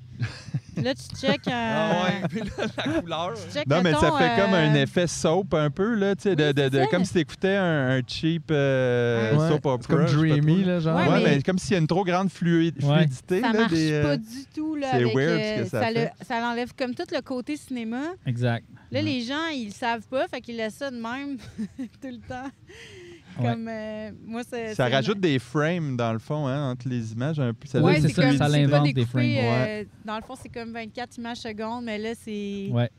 Là, tu checkes. euh,
Ah ouais, puis là, la couleur.
tu checkes,
Non, mais ça
mettons,
fait comme
euh,
un effet soap un peu, là, tu sais, de-
Oui,
de-
c'est
de-
ça.
comme si t'écoutais un, un cheap euh,
Ouais,
soap opera.
c'est comme
je sais pas
dreamy,
trop,
là, genre.
Ouais,
Ouais,
mais-
mais comme s'il y a une trop grande fluid-
Ouais.
fluidité.
Ça
là,
marche
des, euh,
pas du tout. Là,
c'est
avec,
weird
euh,
ce que ça
ça, le-
fait.
ça l'enlève comme tout le côté cinéma.
Exact.
Là, les gens, ils le savent pas, fait qu'ils laissent ça de même tout le temps.
Ouais.
Comme euh, moi, c'est.
Ça
c'est-
rajoute des frames, dans le fond, hein, entre les images. Un peu. Ça
Ouais,
donne
c'est
une
ça,
comme
ça
si c'est pas
l'invente, des
découpé,
frames.
euh, Dans le fond, c'est comme 24 images secondes, mais là, c'est
Ouais,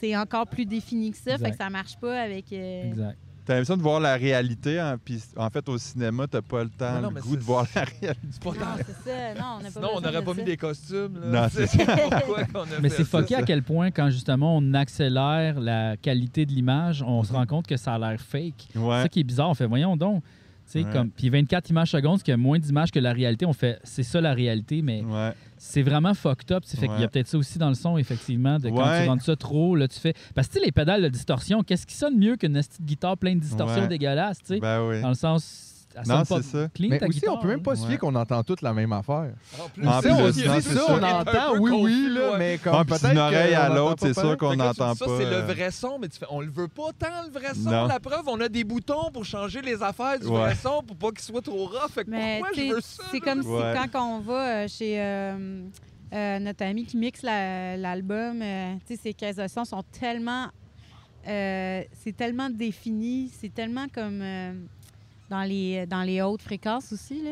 c'est encore plus défini que ça,
Exact.
fait que ça marche pas avec. euh,
exact.
T'as l'impression de voir la réalité, hein, puis en fait, au cinéma, t'as pas le temps,
Non, non,
le
mais
goût
c'est-
de voir la réalité.
C'est pas
Non,
grave.
Ah, c'est ça. Non, on n'a
Sinon,
pas
on
besoin
n'aurait
de
pas
ça.
mis des costumes.
Non,
Là.
c'est
pourquoi qu'on a
Mais
fait
c'est
ça.
fucké à quel point, quand justement on accélère la qualité de l'image, on se rend compte que ça a l'air fake. C'est
Ouais.
ça qui est bizarre. On fait, voyons donc. Tu sais,
Ouais.
Comme, puis 24 images secondes, ce qui a moins d'images que la réalité, on fait, c'est ça la réalité, mais
Ouais.
c'est vraiment fucked up. tu sais. Fait qu'il y
Mm. Ouais.
a peut-être ça aussi dans le son, effectivement, de quand
Ouais.
tu rentres ça trop, là, tu fais. Parce que tu sais, les pédales de distorsion, qu'est-ce qui sonne mieux qu'une petite guitare pleine de distorsion
Ouais.
dégueulasse, tu sais?
Ben oui.
Dans le sens, elle
Non,
sonne pas
c'est ça.
clean
Mais
ta
aussi,
guitare. hein.
on peut même pas se fier
Ouais.
qu'on entend toutes la même affaire.
En plus,
En
Tu sais, on
plus,
se
non,
dit
c'est
ça,
ça.
on entend,
Un peu
oui,
confus,
oui, là,
ouais.
mais comme
Ah, puis
peut-être
d'une oreille à
qu'on
l'autre,
entend
c'est
pas
sûr
pareil.
qu'on
Fait que là, tu
n'entend
dis
pas.
Ça, c'est
euh,
le vrai son, mais tu fais, on le veut pas tant, le vrai son.
Non.
La preuve, on a des boutons pour changer les affaires du
Ouais.
vrai son pour pas qu'il soit trop rough. Fait que
Mais
pourquoi
tu
je
sais,
veux ça?
c'est comme si
Ouais.
quand on va euh, chez euh, euh, notre ami qui mixe la- l'album, euh, tu sais, ses caisses de son sont tellement. euh, c'est tellement défini, c'est tellement comme euh, dans, les, dans les hautes fréquences aussi. Là.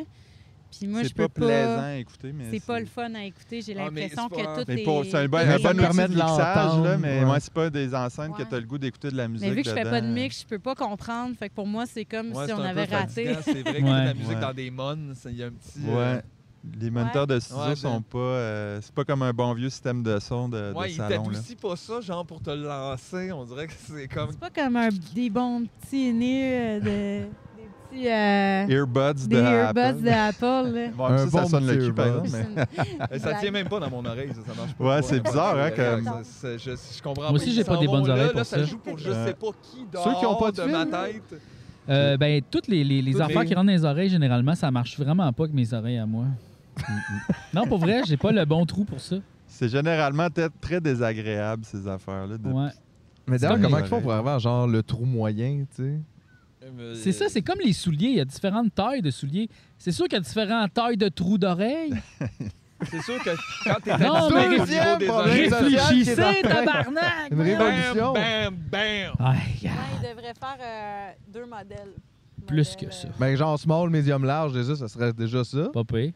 Puis moi, je
C'est
peux
pas
pas.
plaisant à écouter, mais.
C'est pas le fun à écouter. J'ai
Ah, mais
l'impression
c'est pas-
que tout
Mais
est.
pour- c'est un bon,
tout
un
est-
bon
permet
outil
de
de mixage, là,
l'entendre,
mais
ouais.
moi, c'est pas des enceintes que
Ouais.
tu as le goût d'écouter de la musique.
Mais vu que je fais pas de
dedans.
mix, je peux pas comprendre. Fait que pour moi, c'est comme
Ouais, c'est
si on
un
avait
peu
raté.
fatigant, C'est vrai que
Ouais.
la musique
Ouais.
dans des mons, il y a un petit. euh,
Ouais. Les moniteurs de studio
Ouais,
sont
ben-
pas. euh, c'est pas comme un bon vieux système de son de, de
Ouais, il
salon. Là.
t'adoucit pas ça, genre pour te lancer. On dirait que c'est comme.
C'est pas comme un- des bons petits nez, euh, de, des petits. euh,
Earbuds
Des
de.
earbuds
Apple.
de Apple. là.
Bon,
Un
ça, ça
bon
sonne le
petit
cul, par
earbud.
exemple. mais-
Eh, Ça tient même pas dans mon oreille, ça, ça marche pas.
Ouais, c'est bizarre, hein, comme-
Ça, ça- je, je comprends
Moi aussi,
Ils
j'ai pas
s'en
des
vont
bonnes
là,
oreilles
Là,
pour
ça
ça.
joue pour je
Ouais.
sais pas qui dehors
Ceux qui ont pas de
de
fil,
ma
là.
tête.
Euh, ben, toutes les, les, les
Toutes
affaires
les-
qui rentrent dans les oreilles, généralement, ça marche vraiment pas avec mes oreilles à moi. non, pour vrai, j'ai pas le bon trou pour ça.
C'est généralement peut-être très désagréable, ces affaires-là. de-
Ouais.
Mais d'ailleurs,
comme
comment
les
ils font pour avoir genre le trou moyen, tu sais?
Euh,
C'est ça, c'est comme les souliers. Il y a différentes tailles de souliers. C'est sûr qu'il y a différentes tailles de trous d'oreilles.
C'est sûr que quand t'es
Non,
habitué
mais
au niveau des
problème
oreilles,
social qui est dans-
Réfléchissez, tabarnak!
Une révolution.
Bam, bam, bam.
Aïe, aïe.
il devrait faire euh, deux modèles.
Plus que ça.
Ben, genre small, medium, large, déjà, ça serait déjà ça.
Pas pire.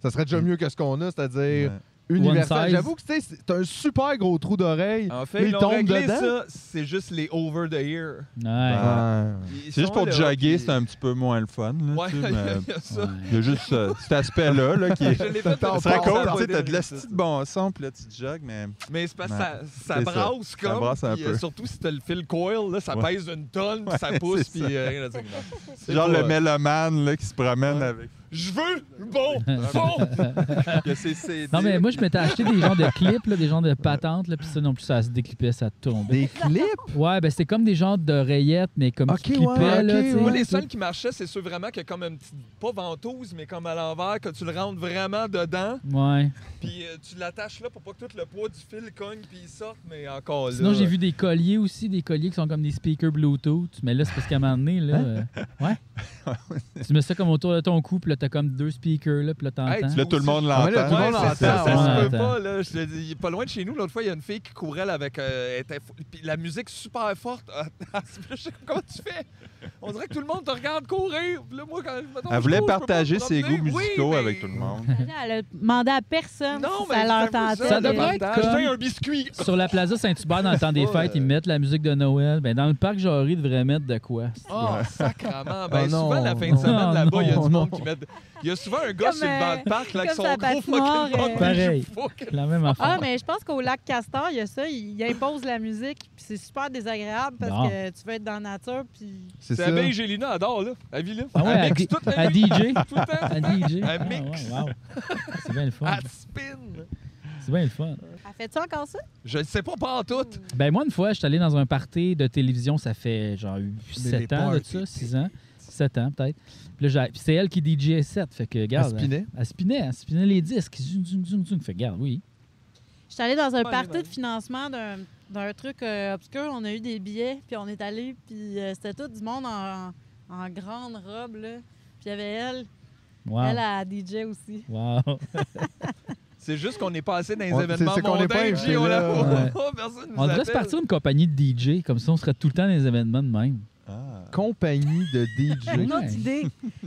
Ça serait déjà mieux que ce qu'on a, c'est-à-dire
Ouais.
One
universel.
size.
J'avoue que tu sais, c'est un super gros trou d'oreille.
En
mais
fait,
il
ils l'ont
tombe
réglé
dedans.
ça. C'est juste les over the ear.
Ouais.
Ah.
Ouais.
Ils
C'est juste
sont
pour
là,
jogger,
puis-
c'est un petit peu moins le fun. Là,
Ouais,
tu
il
sais, mais-
y a ça.
Il y a juste euh, cet aspect-là là, qui
Je
est.
l'ai fait
Ça
pour
serait
penser
cool,
à
tu sais,
pas
t'as de
aimer,
la
ça.
petite bon son, puis là, tu jogues, mais.
Mais c'est parce que
Ouais.
ça, ça
C'est ça.
brasse
Ça
comme.
brasse un
puis, euh,
peu.
surtout si t'as le fil coil, là, ça
Ouais.
pèse une tonne, puis
Ouais,
ça pousse,
c'est
puis
ça.
euh, rien à dire. C'est
Genre
pas-
le mélomane là, qui se promène avec.
Je veux bon son!
Que c'est- c'est-
Non, mais moi, je m'étais acheté des genres de clips, là, des genres de patentes, là, puis ça non plus, ça se déclipait, ça tombait.
Des clips?
Ouais, ben c'était comme des genres d'oreillettes, mais comme
Ok,
qui clippaient,
ouais,
là,
ok,
tu sais.
Moi, les seuls qui marchaient, c'est ceux vraiment que comme une petite, pas ventouse, mais comme à l'envers, que tu le rentres vraiment dedans,
Ouais.
puis euh, tu l'attaches là pour pas que tout le poids du fil cogne puis il sorte, mais encore là.
Sinon, j'ai vu des colliers aussi, des colliers qui sont comme des speakers Bluetooth. Mais là, c'est parce qu'à un moment donné, là. euh,
Hein?
ouais. tu mets ça comme autour de ton cou, puis là, t'as comme deux speakers, là, puis là,
Hey,
t'entends.
Là, tout le monde
Ah,
l'entend.
mais là, tout le
Ouais,
monde
c'est ça,
l'entend,
ça
ouais.
se peut
Attends.
pas, là. Je te dis, pas loin de chez nous, l'autre fois, il y a une fille qui courait là, avec euh, elle était fou- puis la musique super forte. Ah, Je sais pas comment tu fais. On dirait que tout le monde te regarde courir. Puis là, moi, quand, mettons, je
Elle voulait
cours, je peux pas
partager
me
ses goûts
promener. Oui,
musicaux
mais-
avec tout le monde.
euh, Elle a demandé à personne
Non,
si
mais
ça
j'avoue,
l'entendait.
Ça
là,
devrait être
t'as acheté
comme- Oh,
un biscuit.
Sur la plaza Saint-Hubert, dans le temps des
pas,
fêtes,
euh,
ils mettent la musique de Noël. Ben, dans le parc Jory, devrait mettre de quoi?
Ah, sacrement. Ben,
Ah non,
souvent, la fin de
non.
semaine, là-bas, il y a du
Non,
monde
non.
qui met. Il y a souvent un gars
Comme,
sur le banc de parc, là, avec
comme
son
sa
gros
patinoire,
fucking
euh,
banc.
Pareil. La même
Ah,
affaire.
mais je pense qu'au lac Castor, il y a ça. Il, il impose la musique. Puis c'est super désagréable parce
Bon.
que tu veux être dans la nature. Puis
C'est
C'est
ça.
abeille Gélina, adore, là. Elle vit là.
Ah ouais,
elle
à,
mixe
D-
toute la
à
nuit,
DJ.
tout le temps.
À DJ.
Elle
Ah, ouais,
mixe.
wow. C'est bien le
Ah,
fun.
Elle spin.
C'est bien le fun.
elle fait-tu encore ça?
Je ne sais pas, pas en tout.
Ben moi, une fois, je suis allé dans un party de télévision, ça fait genre
les
7 ans de
parties,
ça, 6 ans. 7 ans peut-être. Puis là, j'ai- puis c'est elle qui DJ 7, fait que,
Elle
regarde.
spinait.
Elle spinait, elle spinait les disques. Zoom, zoom, zoom, zoom. Fait, que, regarde, oui.
Je J'étais allée dans un
Pas
party
allée,
de financement d'un d'un truc euh, obscur. On a eu des billets, puis on est allé, puis euh, c'était tout du monde en, en- en grande robe, là. Puis il y avait elle.
Wow.
Elle a DJ aussi.
Wow.
C'est juste qu'on est passé dans les
On- c'est-
événements
c'est qu'on est pas
mondains,
invité
puis on l'a
là.
pas.
Ouais.
Personne nous
On devrait se
appelle.
partir une compagnie de DJ, comme ça on serait tout le temps dans les événements de même.
Compagnie de DJ.
Une autre
idée.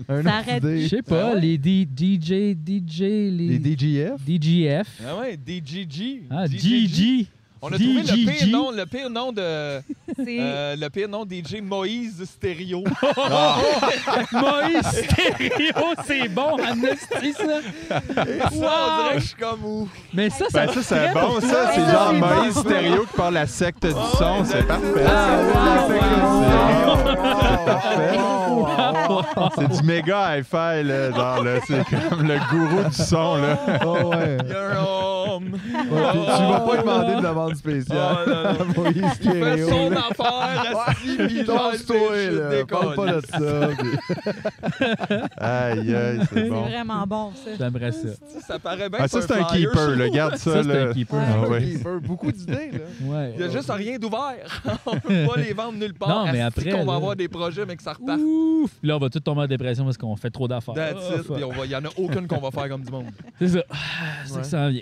Un
Ça
autre
arrête-
idée.
Je sais pas, les D- DJ, DJ, les...
Les DJF.
DJF.
Ah ouais, DGG.
Ah,
DJG.
DJG.
On a trouvé le pire
DJG.
nom, le pire nom de euh, le pire nom DJ Moïse Stéréo.
Moïse Stéréo, c'est bon, Amnesty, ça.
Ça, on dirait que je suis comme où.
Mais ça, ça.
Ben, ça, c'est bon, ça. C'est
Ouais,
genre
c'est bon.
Moïse Stéréo qui parle la secte du son. C'est parfait.
Ah,
Ah,
Ah,
C'est du méga hi-fi, là. Genre, là, c'est comme le gourou du son, là.
Oh,
You're home.
Ouais, tu- tu vas pas demander de la vente spéciale.
Oh,
Moïse
Il fait
Thériault,
son
là.
affaire, assis, puis genre,
Tasse-toi,
je
là. Parle
décolle.
pas de ça. puis-
Aïe, aïe, c'est
C'est
bon.
vraiment bon, ça.
J'aimerais ça.
Ça paraît bien
Ah, ça,
pour
c'est un
flyer
keeper,
chez
là.
nous.
Garde ça,
Ça, c'est
là.
un keeper.
Ah, ouais.
Keeper, Beaucoup d'idées, là.
Ouais. Oh.
Il y a juste rien d'ouvert. On peut pas les vendre nulle part.
Non, mais
Asti
après,
qu'on va
là.
avoir des projets, mais que ça repart.
Ouf! Puis là, on va tous tomber en dépression parce qu'on fait trop d'affaires.
That's it,
Oh,
puis on va- il y en a aucune qu'on va faire comme du monde.
C'est ça. Ah, C'est
Ouais.
que ça en vient.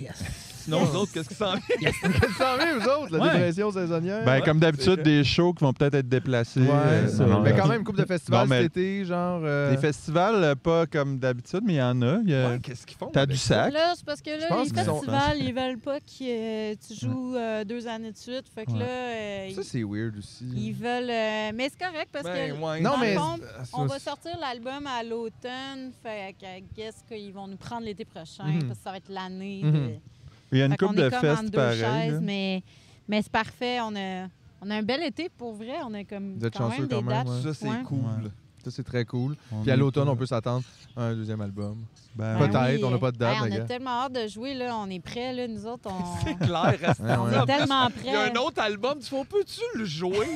Yes.
Sinon, nous autres, qu'est-ce qui s'en vient?
Qu'est-ce que t'en mets, vous autres, la
Ouais.
dépression saisonnière?
Ben, comme
C'est
d'habitude,
vrai.
des shows qui vont peut-être être déplacés.
Ouais,
euh,
ça.
non, non,
mais
là.
quand même, coupe de
Non,
festivals
mais-
cet été, genre. euh,
Des festivals, euh, pas comme d'habitude, mais il y en a. Il y a-
Ouais, qu'est-ce qu'ils font? Ben,
T'as
ben,
avec
du
ça?
sac.
Là, c'est parce que là,
pense
les
qu'ils sont-
festivals, ils veulent pas que euh, tu joues euh, deux années de suite. Fait que
Ouais.
là, euh,
Ça,
ils,
c'est weird aussi.
ils veulent. euh, mais c'est correct parce
Ben,
que.
ouais.
Non,
dans
mais-
le fond,
Ah, ça,
on va
c'est-
sortir l'album à l'automne. Fait que, qu'est-ce qu'ils vont nous prendre l'été prochain?
Mhm.
Parce que ça va être l'année.
Mhm.
de-
Il y a
Fait
une
qu'on
coupe
est
de
comme entre
fêtes
deux
pareil.
chaises,
là.
mais mais c'est parfait. On a, on a un bel été pour vrai. On a comme
Vous êtes
quand
chanceux
même des
quand même,
dates.
ouais.
Ça, c'est
Ouais.
cool.
Ouais.
Ça, c'est très cool.
On
Puis à
est
l'automne,
pas-
on peut s'attendre à un deuxième album.
Ben,
Ben
peut-être.
Peut-être, on n'a pas de date,
Hey,
les
on
gars.
a tellement hâte de jouer, là. On est prêts, là. Nous autres,
C'est
on,
clair, Asti.
Ouais,
on
ouais.
est Ah, tellement
Il y a
prêts.
un autre album, tu fais, peux-tu le jouer?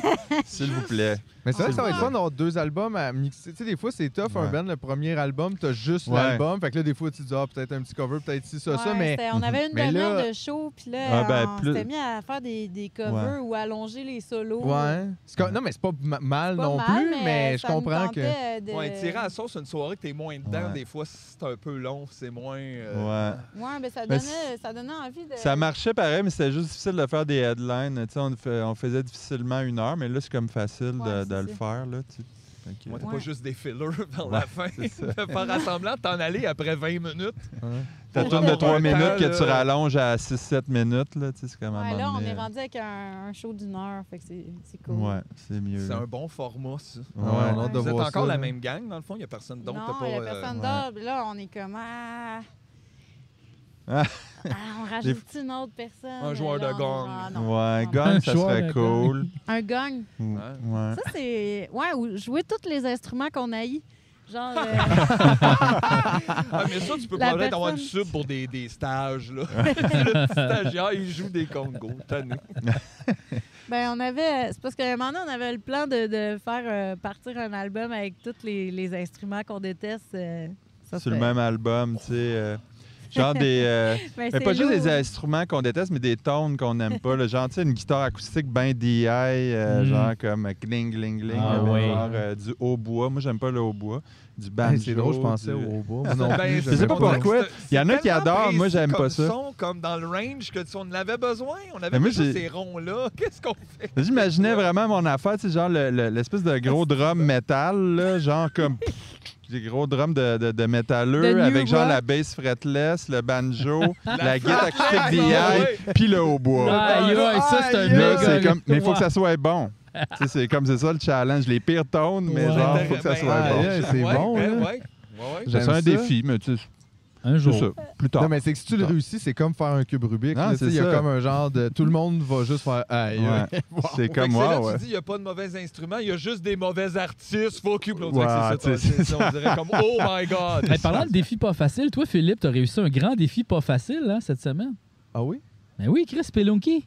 S'il vous plaît.
Mais c'est vrai
Ah.
que ça va être fun d'avoir deux albums à mixer. Tu sais, des fois, c'est tough, un
Ouais.
band, le premier album, t'as juste
Ouais.
l'album. Fait que là, des fois, tu te dis, ah, peut-être un petit cover, peut-être ci, ça, ça,
Ouais,
mais.
c'était- on avait une
Mais
demi-heure
là-
de show, puis là,
Ah, ben,
on
plus-
s'était mis à faire des, des covers ou allonger les solos.
Ouais. C'est comme- Non, mais c'est pas ma- mal
Pas
non
mal,
plus, mais je
ça nous
comprends que.
tentait, euh, de-
Ouais, tirer à la sauce une soirée que t'es moins dedans,
Ouais.
des fois, c'est un peu long, c'est moins... euh,
Ouais.
Ouais, ben, ça,
Mais
donnait, ça donnait envie de.
Ça marchait pareil, mais c'était juste difficile de faire des headlines. Tu sais, on, fait- on faisait difficilement une heure, mais là, c'est comme facile de-
Ouais,
de,
c'est
le
ça.
faire. Là, tu sais. Fait que-
Moi, t'as
Ouais.
pas juste des fillers vers la fin.
c'est ça.
Fais Pas rassemblant, t'en aller après 20 minutes.
Ta
Ouais.
tourne de
Ouais.
3
Ouais.
minutes
Ouais.
que tu rallonges à 6-7 minutes, là, tu sais, c'est comme à un
Ouais, là,
moment
on est
donné,
rendu avec un, un show d'une heure, fait que c'est c'est
euh,
cool.
Ouais, c'est mieux.
C'est
là.
un bon format, ça.
Ouais,
Ouais, on a hâte de
Vous êtes
voir
encore
ça,
la
là.
même gang, dans le fond? Il n'y a personne d'autre?
non,
t'as pas,
il y a
euh,
personne
ouais.
d'autre. Là, on est comme ah.
Ah.
Ah, on rajoute une autre personne.
Un joueur
là,
de
on-
gong.
ah, non,
Ouais,
non, non.
gagne,
Un
ça
choix
serait
de
cool.
Un gong.
Ou-
Ouais.
ouais.
Ça, c'est. Ouais, ou jouer tous les instruments qu'on haït. Genre. euh,
Ah, mais ça, tu peux
La
probablement avoir une
personne-
sub pour des, des stages, là. le petit stagiaire, il joue des congos, tanné.
ben, on avait. C'est parce qu'à un moment donné, on avait le plan de, de faire euh, partir un album avec tous les, les instruments qu'on déteste. euh, ça
Sur le
serait-
même album, tu sais. euh, genre des. euh,
Ben,
mais
c'est
pas juste des
lourd.
instruments qu'on déteste, mais des tones qu'on n'aime pas. là. Genre, tu sais, une guitare acoustique ben DI, euh,
Mm.
genre comme euh, gling, gling, gling.
Ah
euh,
oui.
genre, euh, du hautbois. Moi, j'aime pas le hautbois. Du banjo.
Hey, C'est drôle, je pensais
du-
au
Ah
robot.
Ben,
je sais pas
on
pourquoi.
dirait que c'est-
Il y en a qui
tellement
adorent, moi,
précis
j'aime pas
comme
ça.
son, comme dans le range, que tu, on en avait besoin. On avait
Mais moi,
déjà
j'ai-
ces ronds-là. Qu'est-ce qu'on fait?
J'imaginais vraiment mon affaire, tu sais, genre le- le- l'espèce de gros drum métal, là, genre comme pff, des gros drums de, de, de métalleux
De new
avec genre
rock.
la bass fretless, le banjo, la guitare
Ah,
acoustique DI,
ouais.
puis le hautbois.
Aïe, aïe, ça, c'est un
Puis Là, c'est
méga.
comme, mais il faut que ça soit bon. Tu sais, c'est comme c'est ça le challenge, les pires tones, mais
Ouais.
genre faut que ça
Ben,
soit
ouais,
bon. hein?
ouais. c'est
ouais,
bon,
ben,
là.
ouais. Ouais, ouais.
C'est
J'aime
un
ça.
défi, mais tu sais,
Un
c'est
jour.
ça, plus tard.
Non, mais c'est que si tu le
Putain.
réussis, c'est comme faire un cube Rubik.
Non,
là, tu sais,
c'est
Il y a
ça.
comme un genre de. Tout le monde va juste faire. Aïe, aïe.
Ouais. C'est
Fait que
comme
c'est là,
wow, ouais.
Tu dis, il n'y a pas de mauvais instruments, il y a juste des mauvais artistes. Fuck you. Puis On dirait
Ouais,
que c'est
tu sais,
ça. ton-
c'est
On dirait comme, oh my God.
Hey, parlant de défi pas facile, toi, Philippe, t'as réussi un grand défi pas facile hein, cette semaine.
Ah oui?
Ben oui, Chris Pelunky.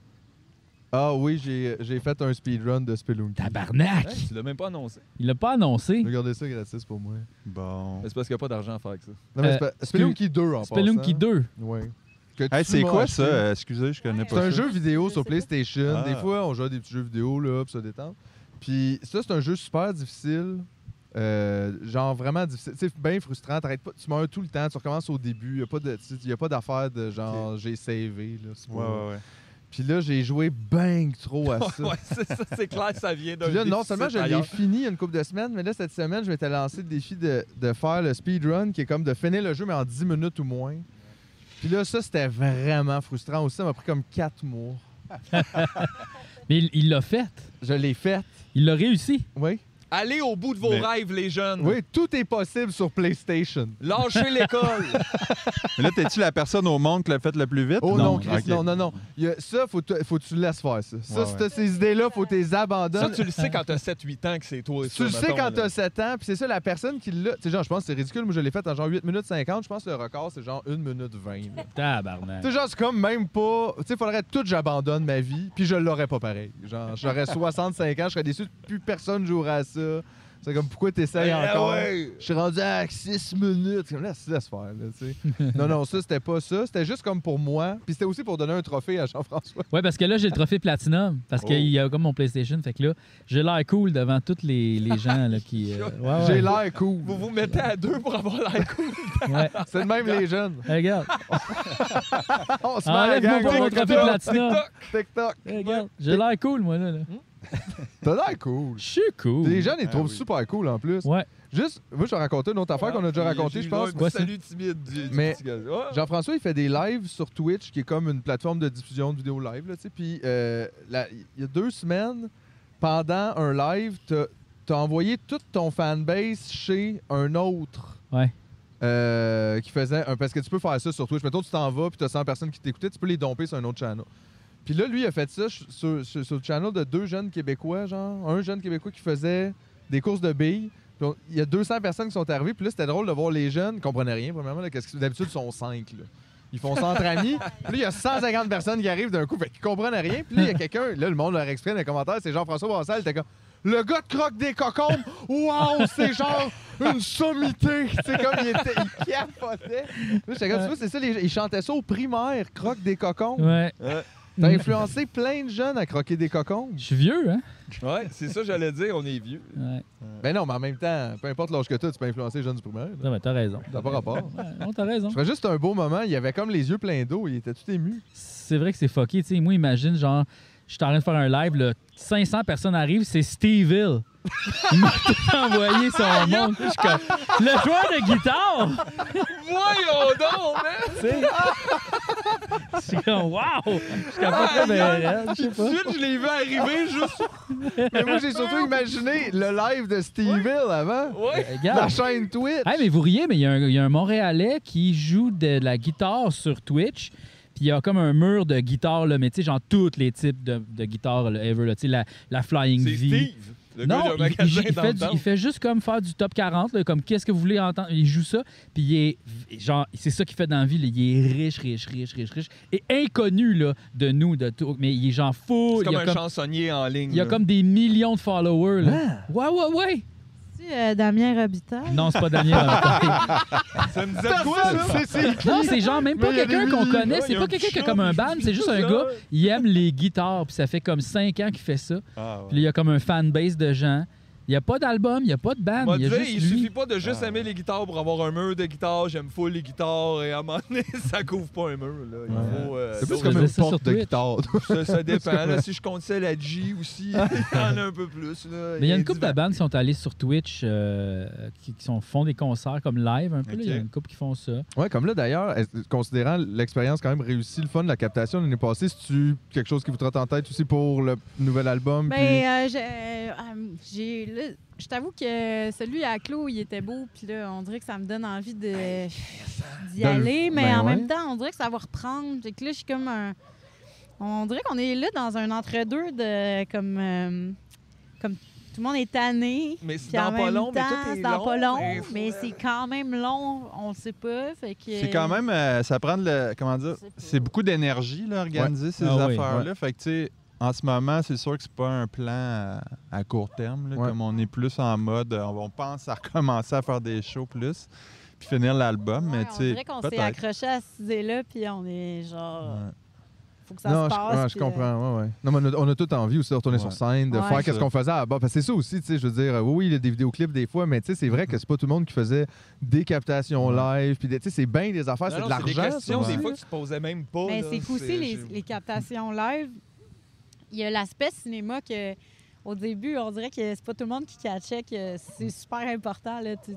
Ah oui, j'ai j'ai fait un speedrun de Spelunky.
Tabarnak!
Hey, Hein, tu l'as même pas annoncé.
Il l'a pas annoncé.
Regardez ça gratis pour moi.
Bon.
Mais c'est parce qu'il n'y a pas d'argent à faire avec ça.
Non, mais
Euh,
c'est pas- Spelunky 2 en passant.
Spelunky 2.
Ouais. que
Hey,
tu
c'est
m'as
quoi
acheté.
ça? Euh, Excusez, je connais pas
C'est
ça.
un jeu vidéo sur PlayStation.
Ah.
Des fois, on joue à des petits jeux vidéo là, pour se détendre. Puis ça, c'est un jeu super difficile. Euh, genre vraiment difficile. C'est bien frustrant. T'arrêtes pas, tu meurs tout le temps. Tu recommences au début. Il n'y a pas d'affaire de genre j'ai sauvé. Là, c'est
Ouais,
pas-
ouais, ouais.
Puis là, j'ai joué bang trop à ça.
ouais, c'est ça, c'est clair, ça vient d'un.
Puis là, non
déficit
seulement je l'ai
ailleurs.
fini il y a une couple de semaines, mais là, cette semaine, je m'étais lancé le défi de, de faire le speedrun, qui est comme de finir le jeu, mais en 10 minutes ou moins. Puis là, ça, c'était vraiment frustrant aussi. Ça m'a pris comme 4 mois.
Mais il- il l'a fait.
Je l'ai fait.
Il l'a réussi.
Oui.
Allez au bout de vos
Mais-
rêves, les jeunes.
Oui, tout est possible sur PlayStation.
Lâchez l'école.
Mais là, t'es-tu la personne au monde qui l'a fait le plus vite?
Oh non,
Non,
Chris,
ok.
non, non, non. Il y a- ça, faut, te- faut que tu le laisses faire, ça. Ça,
Ouais,
si
ouais.
t'as ces idées-là, faut que tu les
ça,
abandonnes.
tu le sais quand t'as 7-8 ans que c'est toi.
Tu le
ça,
sais
mettons,
quand
là.
t'as 7 ans, puis c'est ça, la personne qui l'a. Tu sais, genre, je pense que c'est ridicule. Moi, je l'ai fait en genre 8 minutes 50. Je pense que le record, c'est genre 1 minute 20. là.
Tabarnak.
Tu sais, genre, c'est comme même pas. Tu sais, faudrait tout, j'abandonne ma vie, puis je l'aurais pas pareil. Genre, j'aurais 65 ans, je serais déçu, plus personne jouera à ça. C'est comme, pourquoi t'essayes
Ah
encore?
ouais.
Je suis rendu à 6 minutes. C'est Comme là, laisse faire, là, tu sais. non, non, ça, c'était pas ça. C'était juste comme pour moi, puis c'était aussi pour donner un trophée à Jean-François.
Ouais, parce que là, j'ai le trophée Platinum. Parce qu'il y a comme mon PlayStation. Fait que là, j'ai l'air cool devant tous les, les gens là, qui. euh, ouais,
J'ai
ouais.
l'air cool.
Vous vous mettez à deux pour avoir l'air cool.
Ouais.
C'est de même les jeunes.
Hey, regarde.
On se met à la
Enlève-moi
gang,
pas mon
TikTok,
trophée Platinum.
TikTok.
Hey, regarde. J'ai l'air cool, moi, là. là.
T'as l'air cool.
Je suis cool.
Les jeunes, ils te
Ah
trouvent
oui.
super cool en plus.
Ouais.
Juste, moi, je vais raconter une autre affaire qu'on a déjà racontée, je pense.
Quoi, ça?
Salut timide du, du
Mais-
petit gars. Ah.
Jean-François, il fait des lives sur Twitch, qui est comme une plateforme de diffusion de vidéos live. Là, tu sais. puis euh, la- il y a deux semaines, pendant un live, t'as as envoyé toute ton fanbase chez un autre.
Ouais.
Euh, qui faisait un- Parce que tu peux faire ça sur Twitch. Mettons, tu t'en vas, puis t'as 100 personnes qui t'écoutaient, tu peux les domper sur un autre channel. Puis là, lui, il a fait ça ch- sur, sur- sur le channel de deux jeunes Québécois, genre. Un jeune Québécois qui faisait des courses de billes. Puis on- Il y a 200 personnes qui sont arrivées. Puis là, c'était drôle de voir les jeunes. Ils comprenaient rien, premièrement. là, qu'est-ce que- D'habitude, ils sont 5. Là. Ils font ça entre amis. Puis là, il y a 150 personnes qui arrivent d'un coup. Fait qu'ils comprennent rien. Puis là, il y a quelqu'un. Là, le monde leur exprime dans les commentaires. C'est Jean-François Bassal. Il était comme. Le gars de croque des cocombes, waouh, c'est genre une sommité. Tu sais, comme il était, il capotait. Là, j'étais comme, tu vois, c'est ça, les- ils chantaient ça au primaire, croque des cocombes.
Ouais.
T'as influencé plein de jeunes à croquer des cocombes.
Je suis vieux, hein?
Ouais, c'est ça, j'allais dire, on est vieux.
Ouais.
Ben non, mais en même temps, peu importe l'âge que t'as, tu peux influencer les jeunes du primaire. là.
Non, mais t'as raison.
Ça n'a pas rapport.
Ouais, non, t'as raison.
Je ferais juste un beau moment. Il avait comme les yeux pleins d'eau. Il était tout ému.
C'est vrai que c'est fucké. Tu sais, moi, imagine, genre, je suis en train de faire un live, là, 500 personnes arrivent, c'est Steve Hill. Il m'a tout envoyé son monde. Je suis comme, le joueur de guitare!
Voyons donc, man!
Tu sais. Je suis comme, wow! Je capote ben, je sais
Tout de
pas.
suite, je l'ai vu arriver juste.
Mais moi, j'ai surtout imaginé le live de Steve Hill avant.
Ouais!
La
Regarde.
chaîne Twitch.
Hey, Eh, mais vous riez, mais il y, a un- il y a un Montréalais qui joue de la guitare sur Twitch. Puis il y a comme un mur de guitare, là, mais tu sais, genre tous les types de, de guitares là, ever, là, tu sais, la, la Flying
C'est
V.
Steve! Le gars,
Non,
il a un
il, il-
magasin
il
dans
fait
le
du-
temps.
il fait juste comme faire du top 40, là, comme qu'est-ce que vous voulez entendre. Il joue ça, puis il est, genre, c'est ça qu'il fait dans la vie. là. Il est riche, riche, riche, riche, riche, et inconnu là, de nous, de tout. Mais il est genre fou.
C'est
Il
comme
a
un
comme,
chansonnier en ligne.
il a
là.
comme des millions de followers. Là. Ouais, ouais, ouais.
Tu euh, Damien Robitaille?
Non, c'est pas Daniel. Robitaille.
Ça me disait de quoi, ça?
Personne sait c'est qui.
non, c'est genre même pas
Mais il y a
quelqu'un
des
qu'on
millions.
connaît.
Ouais, il
C'est
y a
pas
un
quelqu'un
petit
qui a comme un
chat,
ban.
puis
C'est juste
tout
un
ça.
gars. Il aime les guitares, puis ça fait comme 5 ans qu'il fait ça.
Ah, ouais.
Puis là, il y a comme un fanbase de gens. Il n'y a pas d'album, il n'y a pas de band.
M'a
Ah, Il y a
dit,
juste
il
lui. Ah.
suffit pas de juste aimer les guitares pour avoir un mur de guitare. J'aime full les guitares et à un moment donné, ça couvre pas un mur. Là. Il
Ouais.
faut, euh,
C'est plus
d'autres-
comme
faisait
une
ça sur
porte de
Twitch.
guitare.
ça, ça dépend. là, si je compte ça, la G aussi, il y en a un peu plus. Là.
Mais il y a une
est
couple
divers.
de bandes qui sont allées sur Twitch, euh, qui, qui sont, font des concerts comme live un peu. là. Il y a
Ok.
une couple qui font ça.
Ouais, comme là d'ailleurs, est- considérant l'expérience quand même réussie, le fun, la captation l'année passée, si tu quelque chose qui vous trotte en tête aussi pour le nouvel album. puis-
Ben, euh, j'ai- euh, euh, j'ai. là, Je t'avoue que celui à Clos, il était beau, puis là, on dirait que ça me donne envie de d'y
De le-
aller, mais
ben
en
ouais.
même temps, on dirait que ça va reprendre. Fait que là, je suis comme un. On dirait qu'on est là dans un entre-deux de. Comme. euh, comme tout le monde est tanné.
Mais c'est
Puis en
dans pas
même
long, mais
temps,
tout est
c'est dans
long.
pas
mais
long,
faut-
mais c'est quand même long, on le sait pas. Fait que...
C'est quand même, euh, ça prend de le, comment dire,
Je sais pas.
c'est beaucoup d'énergie, là, organiser ces
Ah oui,
affaires-là. Fait que, tu sais, en ce moment, c'est sûr que c'est pas un plan à, à court terme, là,
Ouais.
comme on est plus en mode, euh, on pense à recommencer à faire des shows plus. puis finir l'album, mais
Ouais,
tu
on
sais,
dirait qu'on s'est
peut-être.
accroché à cette idée-là, puis on est genre.
Ouais.
Faut que ça
non,
se
je,
passe.
ouais, je
puis, euh,
comprends. Ouais, ouais. Non, mais on a, on a tout envie aussi de retourner
Ouais.
sur scène, de
Ouais.
faire qu'est-ce qu'on faisait à la base. Parce que c'est ça aussi, tu sais, je veux dire, euh, oui, oui, il y a des vidéoclips des fois, mais tu sais, c'est vrai que c'est pas tout le monde qui faisait des captations live. Puis, des- tu sais, c'est bien des
Ah,
affaires,
Non,
c'est
non,
de
des
l'argent. ça,
questions
aussi.
des fois que tu te posais même pas.
Mais
là.
Ben, c'est qu'aussi les, les captations live, il y a l'aspect cinéma que au début, on dirait que c'est pas tout le monde qui catchait que c'est super important. Là, tu-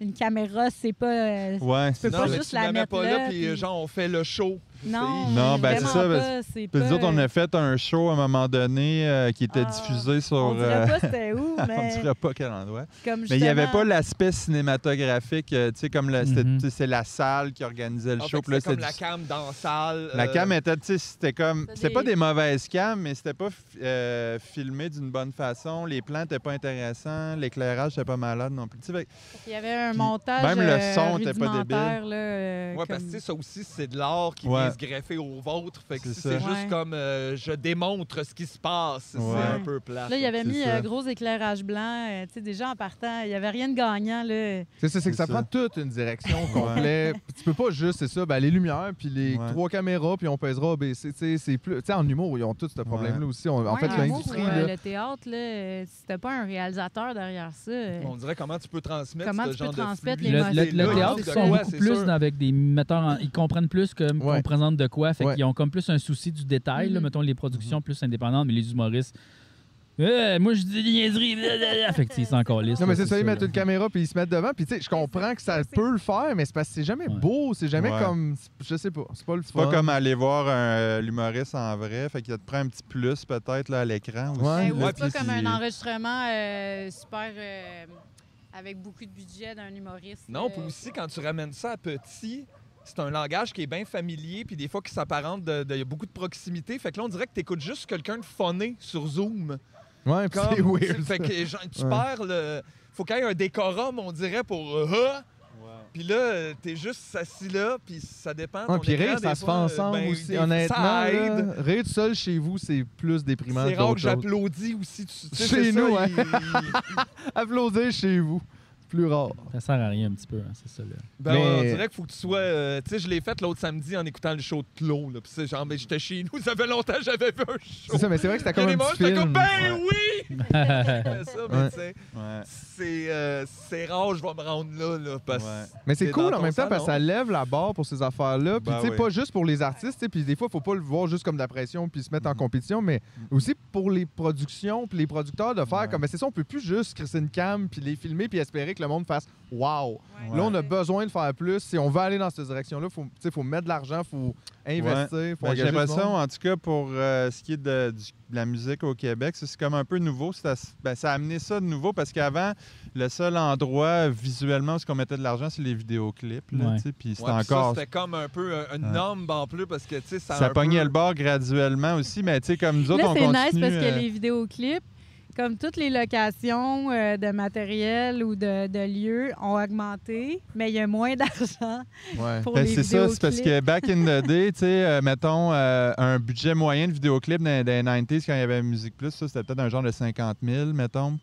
une caméra, c'est pas. euh,
Ouais,
tu peux
Non,
pas
mais
juste
tu
la
la mets
mettre
pas
là.
là, puis euh, genre, on fait le show.
Non,
Non, ben, c'est
vraiment
ça,
Pas, c'est
Puis
pas,
nous autres, on a fait un show à un moment donné euh, qui était
Ah,
diffusé sur.
on dirait
euh,
pas c'était où,
on
mais
dirait pas quel endroit.
comme
Mais il n'y avait
justement-
pas l'aspect cinématographique, euh, tu sais, comme la- c'était-
Mhm.
tu sais, c'est la salle qui organisait le
En
show.
fait,
puis là,
c'est comme
c'était
la
du-
cam dans la salle.
La
euh,
cam était, tu sais, c'était comme.
C'était
C'était pas
des-
des mauvaises cams, mais c'était pas fi- euh, filmé d'une bonne façon. Les plans étaient pas intéressants. L'éclairage était pas malade non plus. Tu sais, fait-
Il y avait un
Puis
montage.
même le
euh,
son était pas
rudimentaire, là,
Ouais,
euh,
parce que
comme-
tu sais, ça aussi, c'est de l'art qui
Ouais.
vient se greffer au vôtre. Fait que
C'est
si
ça.
c'est juste
Ouais.
comme euh, je démontre ce qui se passe,
Ouais.
c'est un peu plat.
Là, il y avait
C'est
mis
ça.
un gros éclairage blanc. euh, tu sais, déjà en partant, il n'y avait rien de gagnant. Là.
C'est ça, c'est que
C'est
ça,
ça.
prend toute une direction complète. Puis tu peux pas juste, c'est ça, ben, les lumières, puis les
Ouais.
trois caméras, puis on pèsera ABC. Tu sais, c'est plus. Tu sais, en humour, ils ont tous ce problème-là aussi. On- en
Ouais,
fait,
en
l'industrie.
humour,
là-
euh, le théâtre, là, euh, si t'as pas un réalisateur derrière ça. euh,
On dirait comment tu peux transmettre
Comment
ce
tu peux
genre
transmettre
de
les
Le,
fluidité-là.
le-
émotions?
le
Ouais,
théâtre,
c'est
ils
ça.
sont
Ouais,
beaucoup plus dans- avec des metteurs en- Ils comprennent plus que- qu'on
Ouais.
présente de quoi. Fait
Ouais.
qu'ils ont comme plus un souci du détail. là.
Mhm.
mettons les productions plus indépendantes, mais les humoristes. Euh, moi, je dis des niaiseries. blablabla. Fait que, tu sais, ils sont encore lisses,
Non, mais
là,
c'est ça, ils
là.
mettent une caméra puis ils se mettent devant. Puis, tu sais, je comprends que ça peut le faire, mais c'est parce que c'est jamais
Ouais.
beau, c'est jamais
Ouais.
comme. Je sais pas, c'est pas le
C'est pas
fun.
comme aller voir un- euh, l'humoriste en vrai. Fait qu'il te prend un petit plus peut-être là, à l'écran aussi.
Ben,
Ouais.
là,
ou c'est pas
puis
comme un
si-
enregistrement euh, super euh, avec beaucoup de budget d'un humoriste.
Non,
euh,
puis aussi, quand tu ramènes ça à petit, c'est un langage qui est bien familier, puis des fois qui s'apparente, de- de- il y a beaucoup de proximité. Fait que là, on dirait que tu écoutes juste quelqu'un de phoné sur Zoom.
Ouais, puis c'est
Comme, tu sais,
weird.
Fait que genre, tu
Ouais.
perds le. Faut qu'il y ait un décorum, on dirait, pour. euh, Ah! Puis là, euh, t'es juste assis là, puis ça dépend.
Ouais,
ton
puis
écran,
rire, ça
des
se fait
fois, euh,
ensemble
ben, des-
aussi, honnêtement.
Ça aide.
là, rire tout seul chez vous, c'est plus déprimant
C'est
que
rare
d'autres
que
choses.
j'applaudis aussi. tu- tu sais,
Chez
c'est ça,
nous, hein.
il- il-
Applaudir chez vous, c'est plus rare.
Ça sert à rien un petit peu, hein, c'est ça. Là.
Ben,
Mais-
on dirait qu'il faut que tu sois. euh, tu sais, je l'ai fait l'autre samedi en écoutant le show de Clos. Là, Puis c'est genre, mais j'étais chez nous, ça fait longtemps que j'avais vu un show.
C'est ça, mais c'est vrai que c'était comme
Il y a des
un
moments,
petit
j'étais
film.
comme, ben oui! Mais ça, mais
Ouais.
tu sais,
Ouais.
c'est, euh, c'est rare, je vais me rendre là, là, parce que
Ouais.
Mais c'est
T'es
cool en
dans ton
même temps
salon.
parce que ça lève la barre pour ces affaires-là. Puis,
Ben
tu sais,
oui.
pas juste pour les artistes. tu sais, Puis, des fois, faut pas le voir juste comme de la pression puis se mettre en compétition, mais aussi pour les productions puis les producteurs de faire
Ouais.
comme, ben, c'est ça, on peut plus juste crisser une cam puis les filmer puis espérer que le monde fasse wow.
Ouais.
Là, on a besoin de faire plus. Si on veut aller dans cette direction-là, faut, tu sais, faut mettre de l'argent, faut investir, faut engager
Fait que Ben, J'ai
du
l'impression,
monde.
en tout cas, pour euh, ce qui est de, du- de la musique au Québec, ça, c'est comme un peu nouveau. C'est à- ben, ça a amené ça de nouveau parce qu'avant, le seul endroit euh, visuellement où on mettait de l'argent, c'est les vidéoclips. là,
Ouais.
tu sais, Puis c'était
Ouais, puis ça,
encore.
c'était comme un peu un- une
Ouais.
norme en plus, parce que, tu sais, ça.
ça
a un
pognait
peu-
le bord graduellement aussi, mais tu sais, comme nous autres,
Là,
on
c'est
continue.
nice parce que
euh,
les vidéoclips, comme toutes les locations euh, de matériel ou de, de lieux, ont augmenté, mais il y a moins d'argent
Ouais.
pour
Ben,
les
c'est ça, c'est parce
vidéoclips.
que back in the day, tu sais, euh, mettons, euh, un budget moyen de vidéoclip dans, dans les 90s, quand il y avait Musique Plus, ça, c'était peut-être un genre de 50 000, mettons.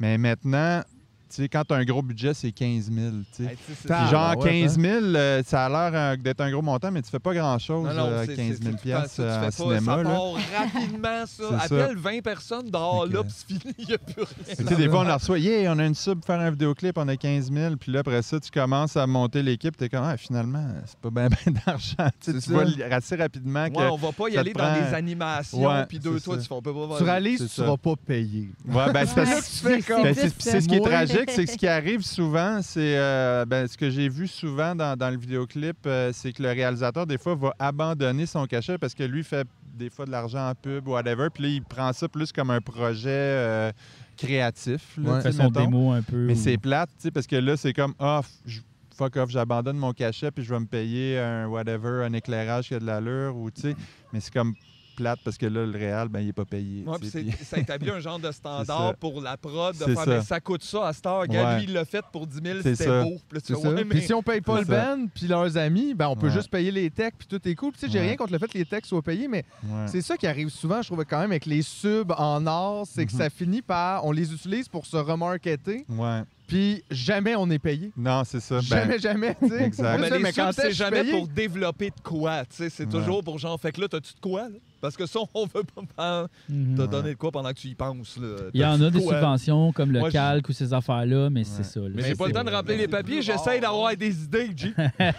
Mais maintenant, tu sais, quand t'as un gros budget, c'est 15 000, tu sais.
Hey, tu sais, c'est-
Puis
Puis
Ah,
genre,
ben ouais,
15 000, euh, ça a l'air euh, d'être un gros montant, mais tu fais pas grand-chose,
Non, non,
euh,
c'est-
15 000
c'est- tu penses
piastres
que tu fais
euh, en
pas,
cinéma.
Ça
là.
part rapidement, ça.
C'est ça.
Appelle 20 personnes dehors,
Fait que-
là, puis c'est fini, il n'y a plus rien.
Tu sais, des fois, on leur reçoit, yeah, on a une sub pour faire un vidéoclip, on a 15 000. Puis là, après ça, tu commences à monter l'équipe, t'es comme, ah, finalement, c'est pas bien ben, d'argent. Tu sais,
C'est
tu
ça.
vois li- assez rapidement que.
Ouais, on va pas
ça
y
te
aller
prend-
dans des animations,
Ouais,
puis deux,
c'est
toi,
ça.
tu fais, on peut pas
Tu
voir-
réalises
c'est
que tu
ça.
seras pas payé.
Ouais, ben, c'est parce que-
C'est ça
Ben,
C'est
c'est
triste,
c'est ce qui est
moi.
tragique, c'est que ce qui arrive souvent, c'est euh, ben, ce que j'ai vu souvent dans, dans le vidéoclip, euh, c'est que le réalisateur, des fois, va abandonner son cachet parce que lui fait des fois de l'argent en pub ou whatever, puis là, il prend ça plus comme un projet euh, créatif. là,
Ouais.
tu sais,
Fait son
mettons.
démo un peu.
Mais
ou-
c'est plate, tu sais, parce que là, c'est comme, ah, f- je- fuck off, j'abandonne mon cachet, puis je vais me payer un whatever, un éclairage qui a de l'allure, ou tu sais, mais c'est comme plate parce que là, le réal, ben, il est pas payé.
Ouais,
tu
puis
sais,
c'est-
puis-
ça établit un genre de
C'est ça.
standard pour la prod. De
C'est
faire,
ça.
Mais ça coûte ça à Star. Regarde,
Ouais.
lui, il l'a fait pour 10 000,
C'est
c'était
ça.
beau. Puis là, tu
C'est
fais,
ça.
ouais,
Puis
mais-
si on paye pas
C'est
le
ça.
band puis leurs amis, ben on peut
Ouais.
juste payer les techs puis tout est cool. Puis tu sais, j'ai
Ouais.
rien contre le fait que les techs soient payés, mais
Ouais.
c'est ça qui arrive souvent, je trouve quand même avec les subs en or, c'est que
Mhm.
ça finit par on les utilise pour se remarketer,
Ouais.
Puis jamais on est payé.
Non, c'est ça.
Jamais,
Ben,
jamais, tu sais.
Exact.
Moi,
Mais
ça,
les
mais
subs,
quand
c'est
est-ce que je
jamais
suis payé?
pour développer de quoi, tu sais. C'est
Ouais.
toujours pour genre, fait que là, t'as-tu de quoi, là? Parce que ça, on veut pas prendre-
Mhm.
te
Ouais.
donner de quoi pendant que tu y penses, là.
Il y en a
T'as-tu
des
quoi?
subventions comme le
Moi, je-
calque ou ces affaires-là, mais c'est ça. là.
Mais j'ai pas
c'est-
le temps de remplir
ouais.
les papiers, j'essaye d'avoir des idées, G.
Ouais, ouais.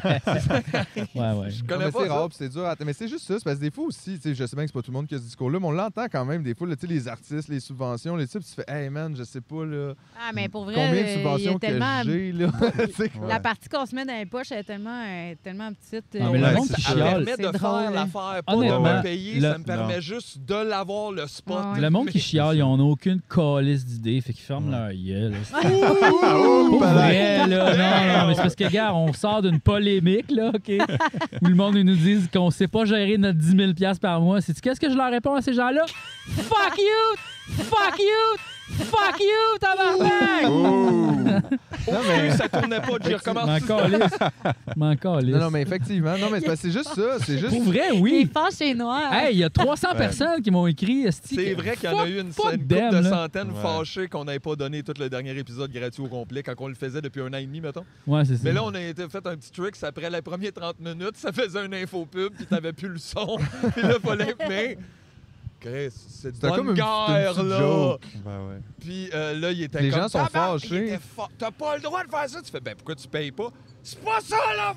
Non,
Je connais
mais
pas
c'est
ça.
rare, puis c'est dur. à- Mais c'est juste ça, c'est parce que des fois aussi, tu sais, je sais bien que c'est pas tout le monde qui a ce discours-là, mais on l'entend quand même des fois, là, tu sais, les artistes, les subventions, les types, tu fais, hey man, je sais pas là,
Ah, mais pour vrai,
combien de
euh, il y
subventions
a tellement...
que j'ai là. Tu sais,
La partie qu'on se met dans les poches, elle est tellement, elle est tellement petite.
Ah,
euh,
mais le
Ouais,
monde
c'est
qui
ça.
Ça me
chiale,
permet
C'est
de
drôle,
faire
hein.
l'affaire, pas de
Honnêtement,
me payer,
le-
ça me
Non.
permet juste de l'avoir le spot.
Ouais.
le monde qui
Mais-
chiale, ils n'ont aucune calice d'idée, fait qu'ils ferment leur gueule. là. Pour
Ouh,
vrai, là, non, non, mais c'est parce que, gars, on sort d'une polémique, là, OK? Où le monde ils nous dit qu'on sait pas gérer notre 10 000 piastres par mois. C'est qu'est-ce que je leur réponds à ces gens-là? Fuck you! Fuck you! Fuck you, tabarnak!
Oh, excuse, ça tournait pas, G, recommence.
M'en calisse. M'en calisse.
Non, non, mais effectivement, non, mais c'est parce que c'est juste ça, c'est juste.
Pour vrai,
Les
oui.
fâches chez Noir.
Hey, il y a 300 personnes qui m'ont écrit. esti,
C'est
que-
vrai qu'il y en a eu une,
fuck
une couple
them,
de
là.
centaines
Ouais.
fâchées qu'on n'avait pas donné tout le dernier épisode gratuit au complet quand on le faisait depuis un an et demi, mettons.
Ouais, c'est ça.
Mais là, on a été fait un petit trick. c'est Après les premières 30 minutes, ça faisait une info pub, puis t'avais plus le son. puis là, fallait mais Chris, c'est de
C'était comme
bonne
une petite- une
guerre,
petite
là.
joke.
Ben ouais.
Puis euh, là, il était
Les
comme...
gens sont
Tabarnak, il
fâchés.
était fa- T'as pas le droit de faire ça. Tu fais, ben pourquoi tu payes pas? C'est pas ça l'affaire!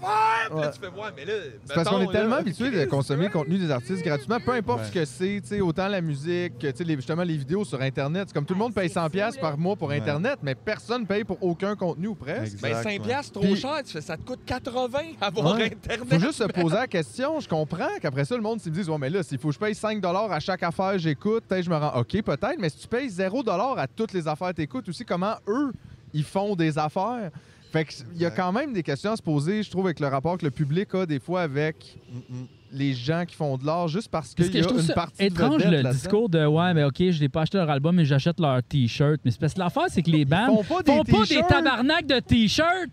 Puis là,
Ouais.
tu fais, ouais, mais là...
C'est parce qu'on
mettons,
est tellement
là,
habitué de
Chris, hein?
consommer le contenu des artistes gratuitement, peu importe
Ouais.
ce que c'est, tu sais, autant la musique que tu sais, les- justement les vidéos sur Internet. C'est comme tout le monde paye 100$ piastres par mois pour
Ouais.
Internet, mais personne paye pour aucun contenu ou presque.
Exact,
Ben, 5
ouais.
piastres, trop
Puis-
cher. Tu fais, ça te coûte 80 avoir
Ouais.
Internet.
Faut
Ben,
juste se poser
ah.
la question. Je comprends qu'après ça, le monde, s'ils me disent, ouais, mais là, s'il faut que je paye 5 à chaque affaire que j'écoute, peut-être je me rends OK, peut-être, mais si tu payes 0 à toutes les affaires que tu écoutes, aussi, comment eux, ils font des affaires? Fait que, il y a
Exact.
quand même des questions à se poser, je trouve, avec le rapport que le public a des fois avec
Mm-mm.
les gens qui font de l'art, juste parce
Parce
qu'il
que
y
je
a
trouve
une
ça
partie de
étrange
vedette
le
là-dedans.
discours de ouais, mais ok, je n'ai pas acheté leur album, mais j'achète leur t-shirt. Mais c'est parce que l'affaire, c'est que les bands
Ils font pas des
font pas des
t-shirts.
tabarnaks de t-shirts,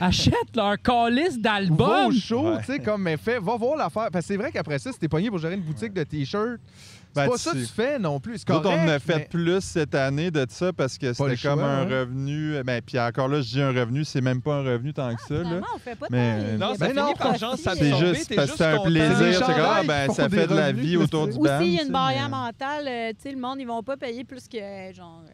achètent leur calice
Ou Va
d'albums.
au show,
Ouais.
tu sais, comme, mais fais, va voir l'affaire. Parce que c'est vrai qu'après ça, si t'es pogné pour gérer une boutique de t-shirts, c'est
Ben,
pas
tu
ça que
sais.
tu fais non plus. C'est
Nous autres, on
correct,
a fait
mais-
plus cette année de ça parce que
le
c'était
choix, hein?
comme un
ouais.
revenu. Ben, puis encore là, je dis un revenu, c'est même pas un revenu tant que ça. Là.
Finalement, on fait pas
Mais-
tant les-
Non,
les
ça
Mais
finit
non,
par
ça
genre
finit.
C'est
s'absorber,
juste
t'es
parce que c'est un
content.
C'est des
plaisir. C'est comme, ah,
chandails
ben,
qui
ça
font des
fait de la
revenus,
vie autour
tu
du
sais.
band.
Aussi, il y a
tu
une
sais,
barrière
mais-
mentale. euh, tu sais, le monde, ils vont pas payer plus que, euh, genre... euh,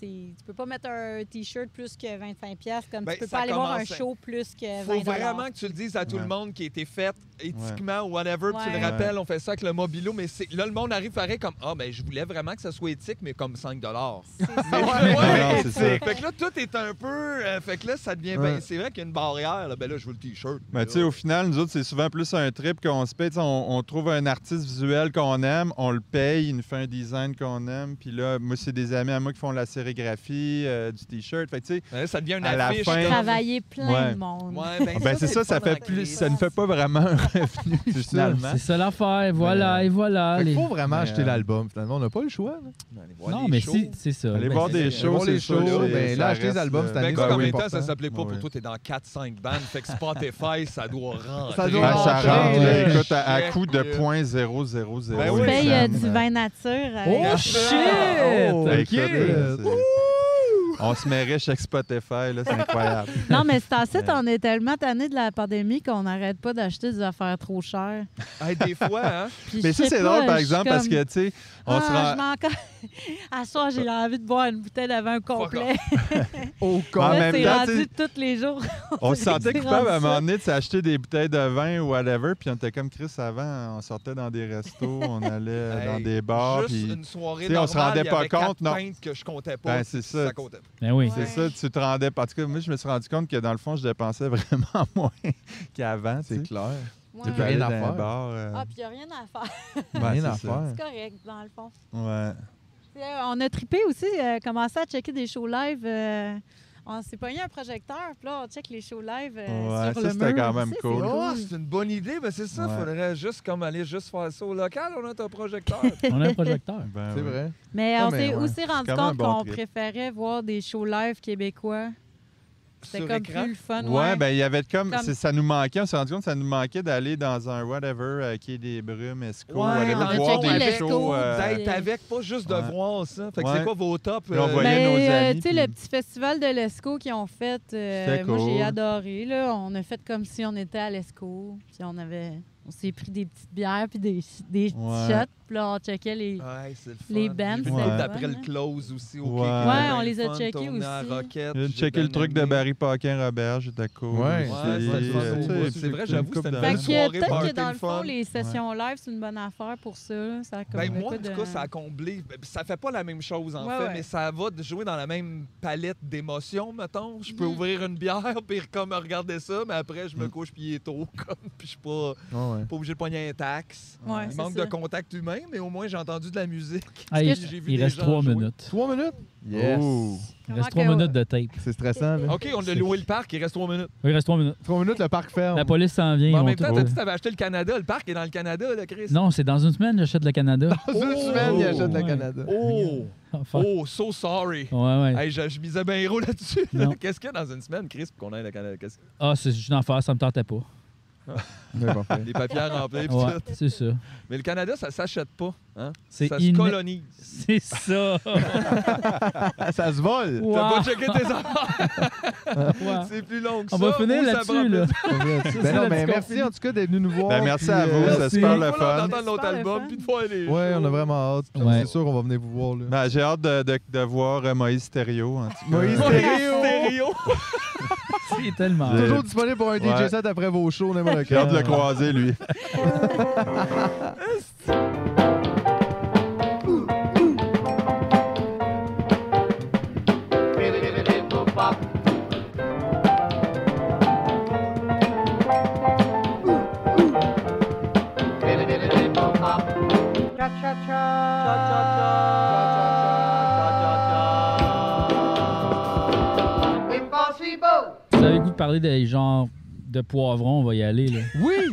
tu sais, tu peux pas mettre un T-shirt plus que 25 piastres, comme
Ben,
tu peux
ça
pas aller voir un
commence à-
show plus que 20
Faut vraiment que tu le dises à tout
Ouais.
le monde qui a été fait éthiquement ou whatever. puis Tu
Ouais.
le rappelles, on fait ça avec le mobilo, mais c'est- là, le monde arrive pareil comme Ah, ben, je voulais vraiment que ça soit éthique, mais comme 5
C'est ça.
Mais
non,
ouais,
c'est
éthique. Fait que là, tout est un peu. euh, fait que là, ça devient. ben,
Ouais.
c'est vrai qu'il y a une barrière. Là, ben là, je veux le T-shirt.
Ben, tu sais, au final, nous autres, c'est souvent plus un trip qu'on se paye. Tu sais, On, on trouve un artiste visuel qu'on aime, on le paye, il nous fait un design qu'on aime. Puis là, moi, c'est des amis à moi qui font de la sérigraphie, euh, du t-shirt. Fait que, tu sais,
Ben là, ça devient une
à la
affiche.
fin-
comme-
Travailler plein
Ouais.
de monde.
Ouais, ben,
ah, ben, c'est ça, ça,
c'est le
fait
fun
plus.
en
Ça ne fait pas vraiment un revenu, finalement.
C'est ça l'affaire, voilà,
Mais, euh,
et voilà.
Fait qu'il
les-
faut vraiment
Mais,
acheter
euh,
l'album, finalement. On n'a pas le choix. là.
crise.
Non, mais si, c'est ça.
Allez
Ben,
voir
c'est-
des
Allez
shows,
voir les
c'est sûr.
shows,
c'est-
ben,
ça
là, achetez
reste,
des albums
euh,
cette
Ben,
année,
écoute,
c'est
en
oui,
même temps,
important.
ça s'appelait pas pour
Ouais.
toi, t'es dans 4-5 bandes, fait que Spotify, ça doit rentrer.
Ça doit
Ah, ça
rentrer,
rentre, là,
là.
écoute, à, à
Check,
coût de
euh,
0.000.
Ben
Tu
oui,
payes euh,
cents.
du vin nature. euh, avec-
Oh shit!
Oh,
Ben,
ok.
écoute, là, c'est- On se met riche avec Spotify, là, c'est incroyable.
Non, mais c'est ensuite, on est tellement tanné de la pandémie qu'on n'arrête pas d'acheter des affaires trop chères.
Hey, des fois, hein?
Puis
Mais
je
ça,
sais
c'est
pas,
drôle, par
je suis
exemple, parce
comme,
que, tu sais, on
ah,
se rend.
je m'en ca- à soir, j'ai envie de boire une bouteille de vin complet.
Au
En
con.
Là,
même
c'est
temps,
rendu
tu sais-
tous les jours.
On se sentait
C'est
coupable à un
rendu ça.
moment donné de s'acheter des bouteilles de vin ou whatever, puis on était comme Chris avant, on sortait dans des restos, on allait euh, dans
Hey,
des bars,
Juste
puis
une soirée
tu sais, on se rendait
normale, il y
pas
avait quatre
compte, non.
pintes que je comptais pas.
Ben, c'est ça.
Ça comptait pas.
Ben oui.
c'est ça, tu te rendais. En tout cas, moi, je me suis rendu compte que dans le fond, je dépensais vraiment moins qu'avant.
C'est clair.
Tu
Plus
peux
Ouais.
aller
rien à
dans un
faire.
bar. euh,
Ah, puis il n'y a rien à faire.
ben,
rien
c'est
à
ça.
faire.
C'est correct, dans le fond.
Ouais.
Euh, On a trippé aussi, euh, commencé à checker des shows live. euh, on s'est pogné un projecteur, puis là, on check les shows live euh,
Ouais,
sur
ça,
le
c'était
mur.
quand même
Ça, c'est
cool.
Oh, c'est une bonne idée, mais c'est ça.
Ouais.
Faudrait juste comme aller juste faire ça au local. On a un projecteur.
On a un projecteur.
Ben
C'est
oui.
vrai.
Mais
Ah,
on
mais
s'est
ouais.
aussi rendu
quand même un
compte
bon
qu'on
trip.
préférait voir des shows live québécois C'était
sur
comme
écran.
plus le fun.
Ouais, ben il y avait comme,
Comme-
c'est- ça nous manquait, on s'est rendu compte que ça nous manquait d'aller dans un whatever euh, qui est des brumes, esco,
Ouais,
whatever,
dans
voir
le
des
Esco,
shows. euh,
D'être avec, pas juste de
Ouais.
voir ça. Fait que
Ouais.
c'est quoi vos tops?
Puis on
euh,
voyait nos
Ben, euh,
amis,
tu sais,
puis-
le petit festival de l'ESCO qu'ils ont fait, euh,
C'était
moi
cool.
j'ai adoré. Là. On a fait comme si on était à l'ESCO. Puis on avait. On s'est pris des petites bières puis des, des petits
Ouais. Euh,
shots. Puis là, on checkait les.
Ouais, c'est le fun.
Les bands,
J'ai vu
c'est
le
le
d'après
fun,
le
hein.
close aussi. au
Ouais.
Québec,
Ouais,
ben
on les a
le fun,
checkés
tourner à
aussi.
Roquette,
J'ai
j'ai
checké le
bien
truc de
aimé.
Barry Paquin, Robert, j'étais cool.
Ouais,
aussi,
ouais, c'était le fun.
euh, tu sais,
Ouais, c'est
j'ai
vrai,
écouté
j'avoue,
une
c'était
couple
une
de
belle
Fait
bands.
que
soirée,
peut-être
party,
que dans
le
le fond,
fun.
les sessions live, c'est une bonne affaire pour ça. là. Ça a comme
Ben,
un
moi, en
peu
tout
de-
cas, ça a comblé. Ben, Ça fait pas la même chose, en
Ouais,
fait,
ouais.
mais ça va de jouer dans la même palette d'émotions, mettons. Je peux
Mm.
ouvrir une bière, puis comme regarder ça, mais après, je me
Mm.
couche, puis il est tôt, comme, puis je suis pas,
Ah
Ouais, ouais.
pas obligé de pogner un taxe.
Ouais,
il
c'est
manque
ça.
de contact humain, mais au moins, j'ai entendu de la musique.
Hey,
Puis j'ai vu
il
des
reste
gens
trois
jouer.
minutes.
Trois minutes? Yes.
Oh.
Il
Comment
reste trois
que-
minutes de tape.
C'est stressant, là.
OK, on a loué le parc, il reste trois minutes.
Oui, il reste trois minutes.
Trois minutes, le parc ferme.
La police s'en vient.
Mais Oh. en
ils
même
vont tout
temps, t'as
voir.
dit que t'avais acheté le Canada. Le parc est dans le Canada, là, Chris.
Non, c'est dans une semaine, j'achète le Canada.
Dans une semaine, il achète le
Ouais.
Canada.
Oh,
Enfin,
oh, so sorry.
Ouais, ouais.
Hey, je, je misais bien héros là-dessus.
Non.
Qu'est-ce qu'il y a dans une semaine, Chris, pour qu'on aille au Canada? Qu'est-ce que-
Ah, c'est juste une affaire, ça me tentait pas.
Mais parfait.
Les papiers remplis, pis
Ouais,
tout.
c'est ça.
Mais le Canada, ça s'achète pas. Hein?
C'est
ça
in-
se colonise.
C'est ça.
Ah, ça se vole!
Wow.
T'as pas checké tes affaires.
Wow.
C'est plus long que
On
ça.
va finir
ou ça prend
là-dessus,
plus
là.
de-
ben non, mais merci en tout cas d'être venu nous voir.
Ben, merci
puis,
à vous,
euh,
ça
merci.
se parle le
Voilà,
fun.
d'entendre notre
Super le
album
fun.
puis de voir les
Ouais,
shows.
on a vraiment hâte. puis
Ouais.
C'est sûr, on va venir vous voir. Là.
Ben, j'ai hâte de, de- de voir euh, Moïse Thériault. en tout cas.
Moïse
Euh,
Thériault.
Stéréo.
C'est tellement.
Ouais.
Toujours disponible pour un DJ
Ouais.
set après vos shows, n'importe
J'ai
quand.
hâte de le croiser, lui.
Impossible!
Vous avez le goût de parler des genres de poivrons, on va y aller, là.
Oui!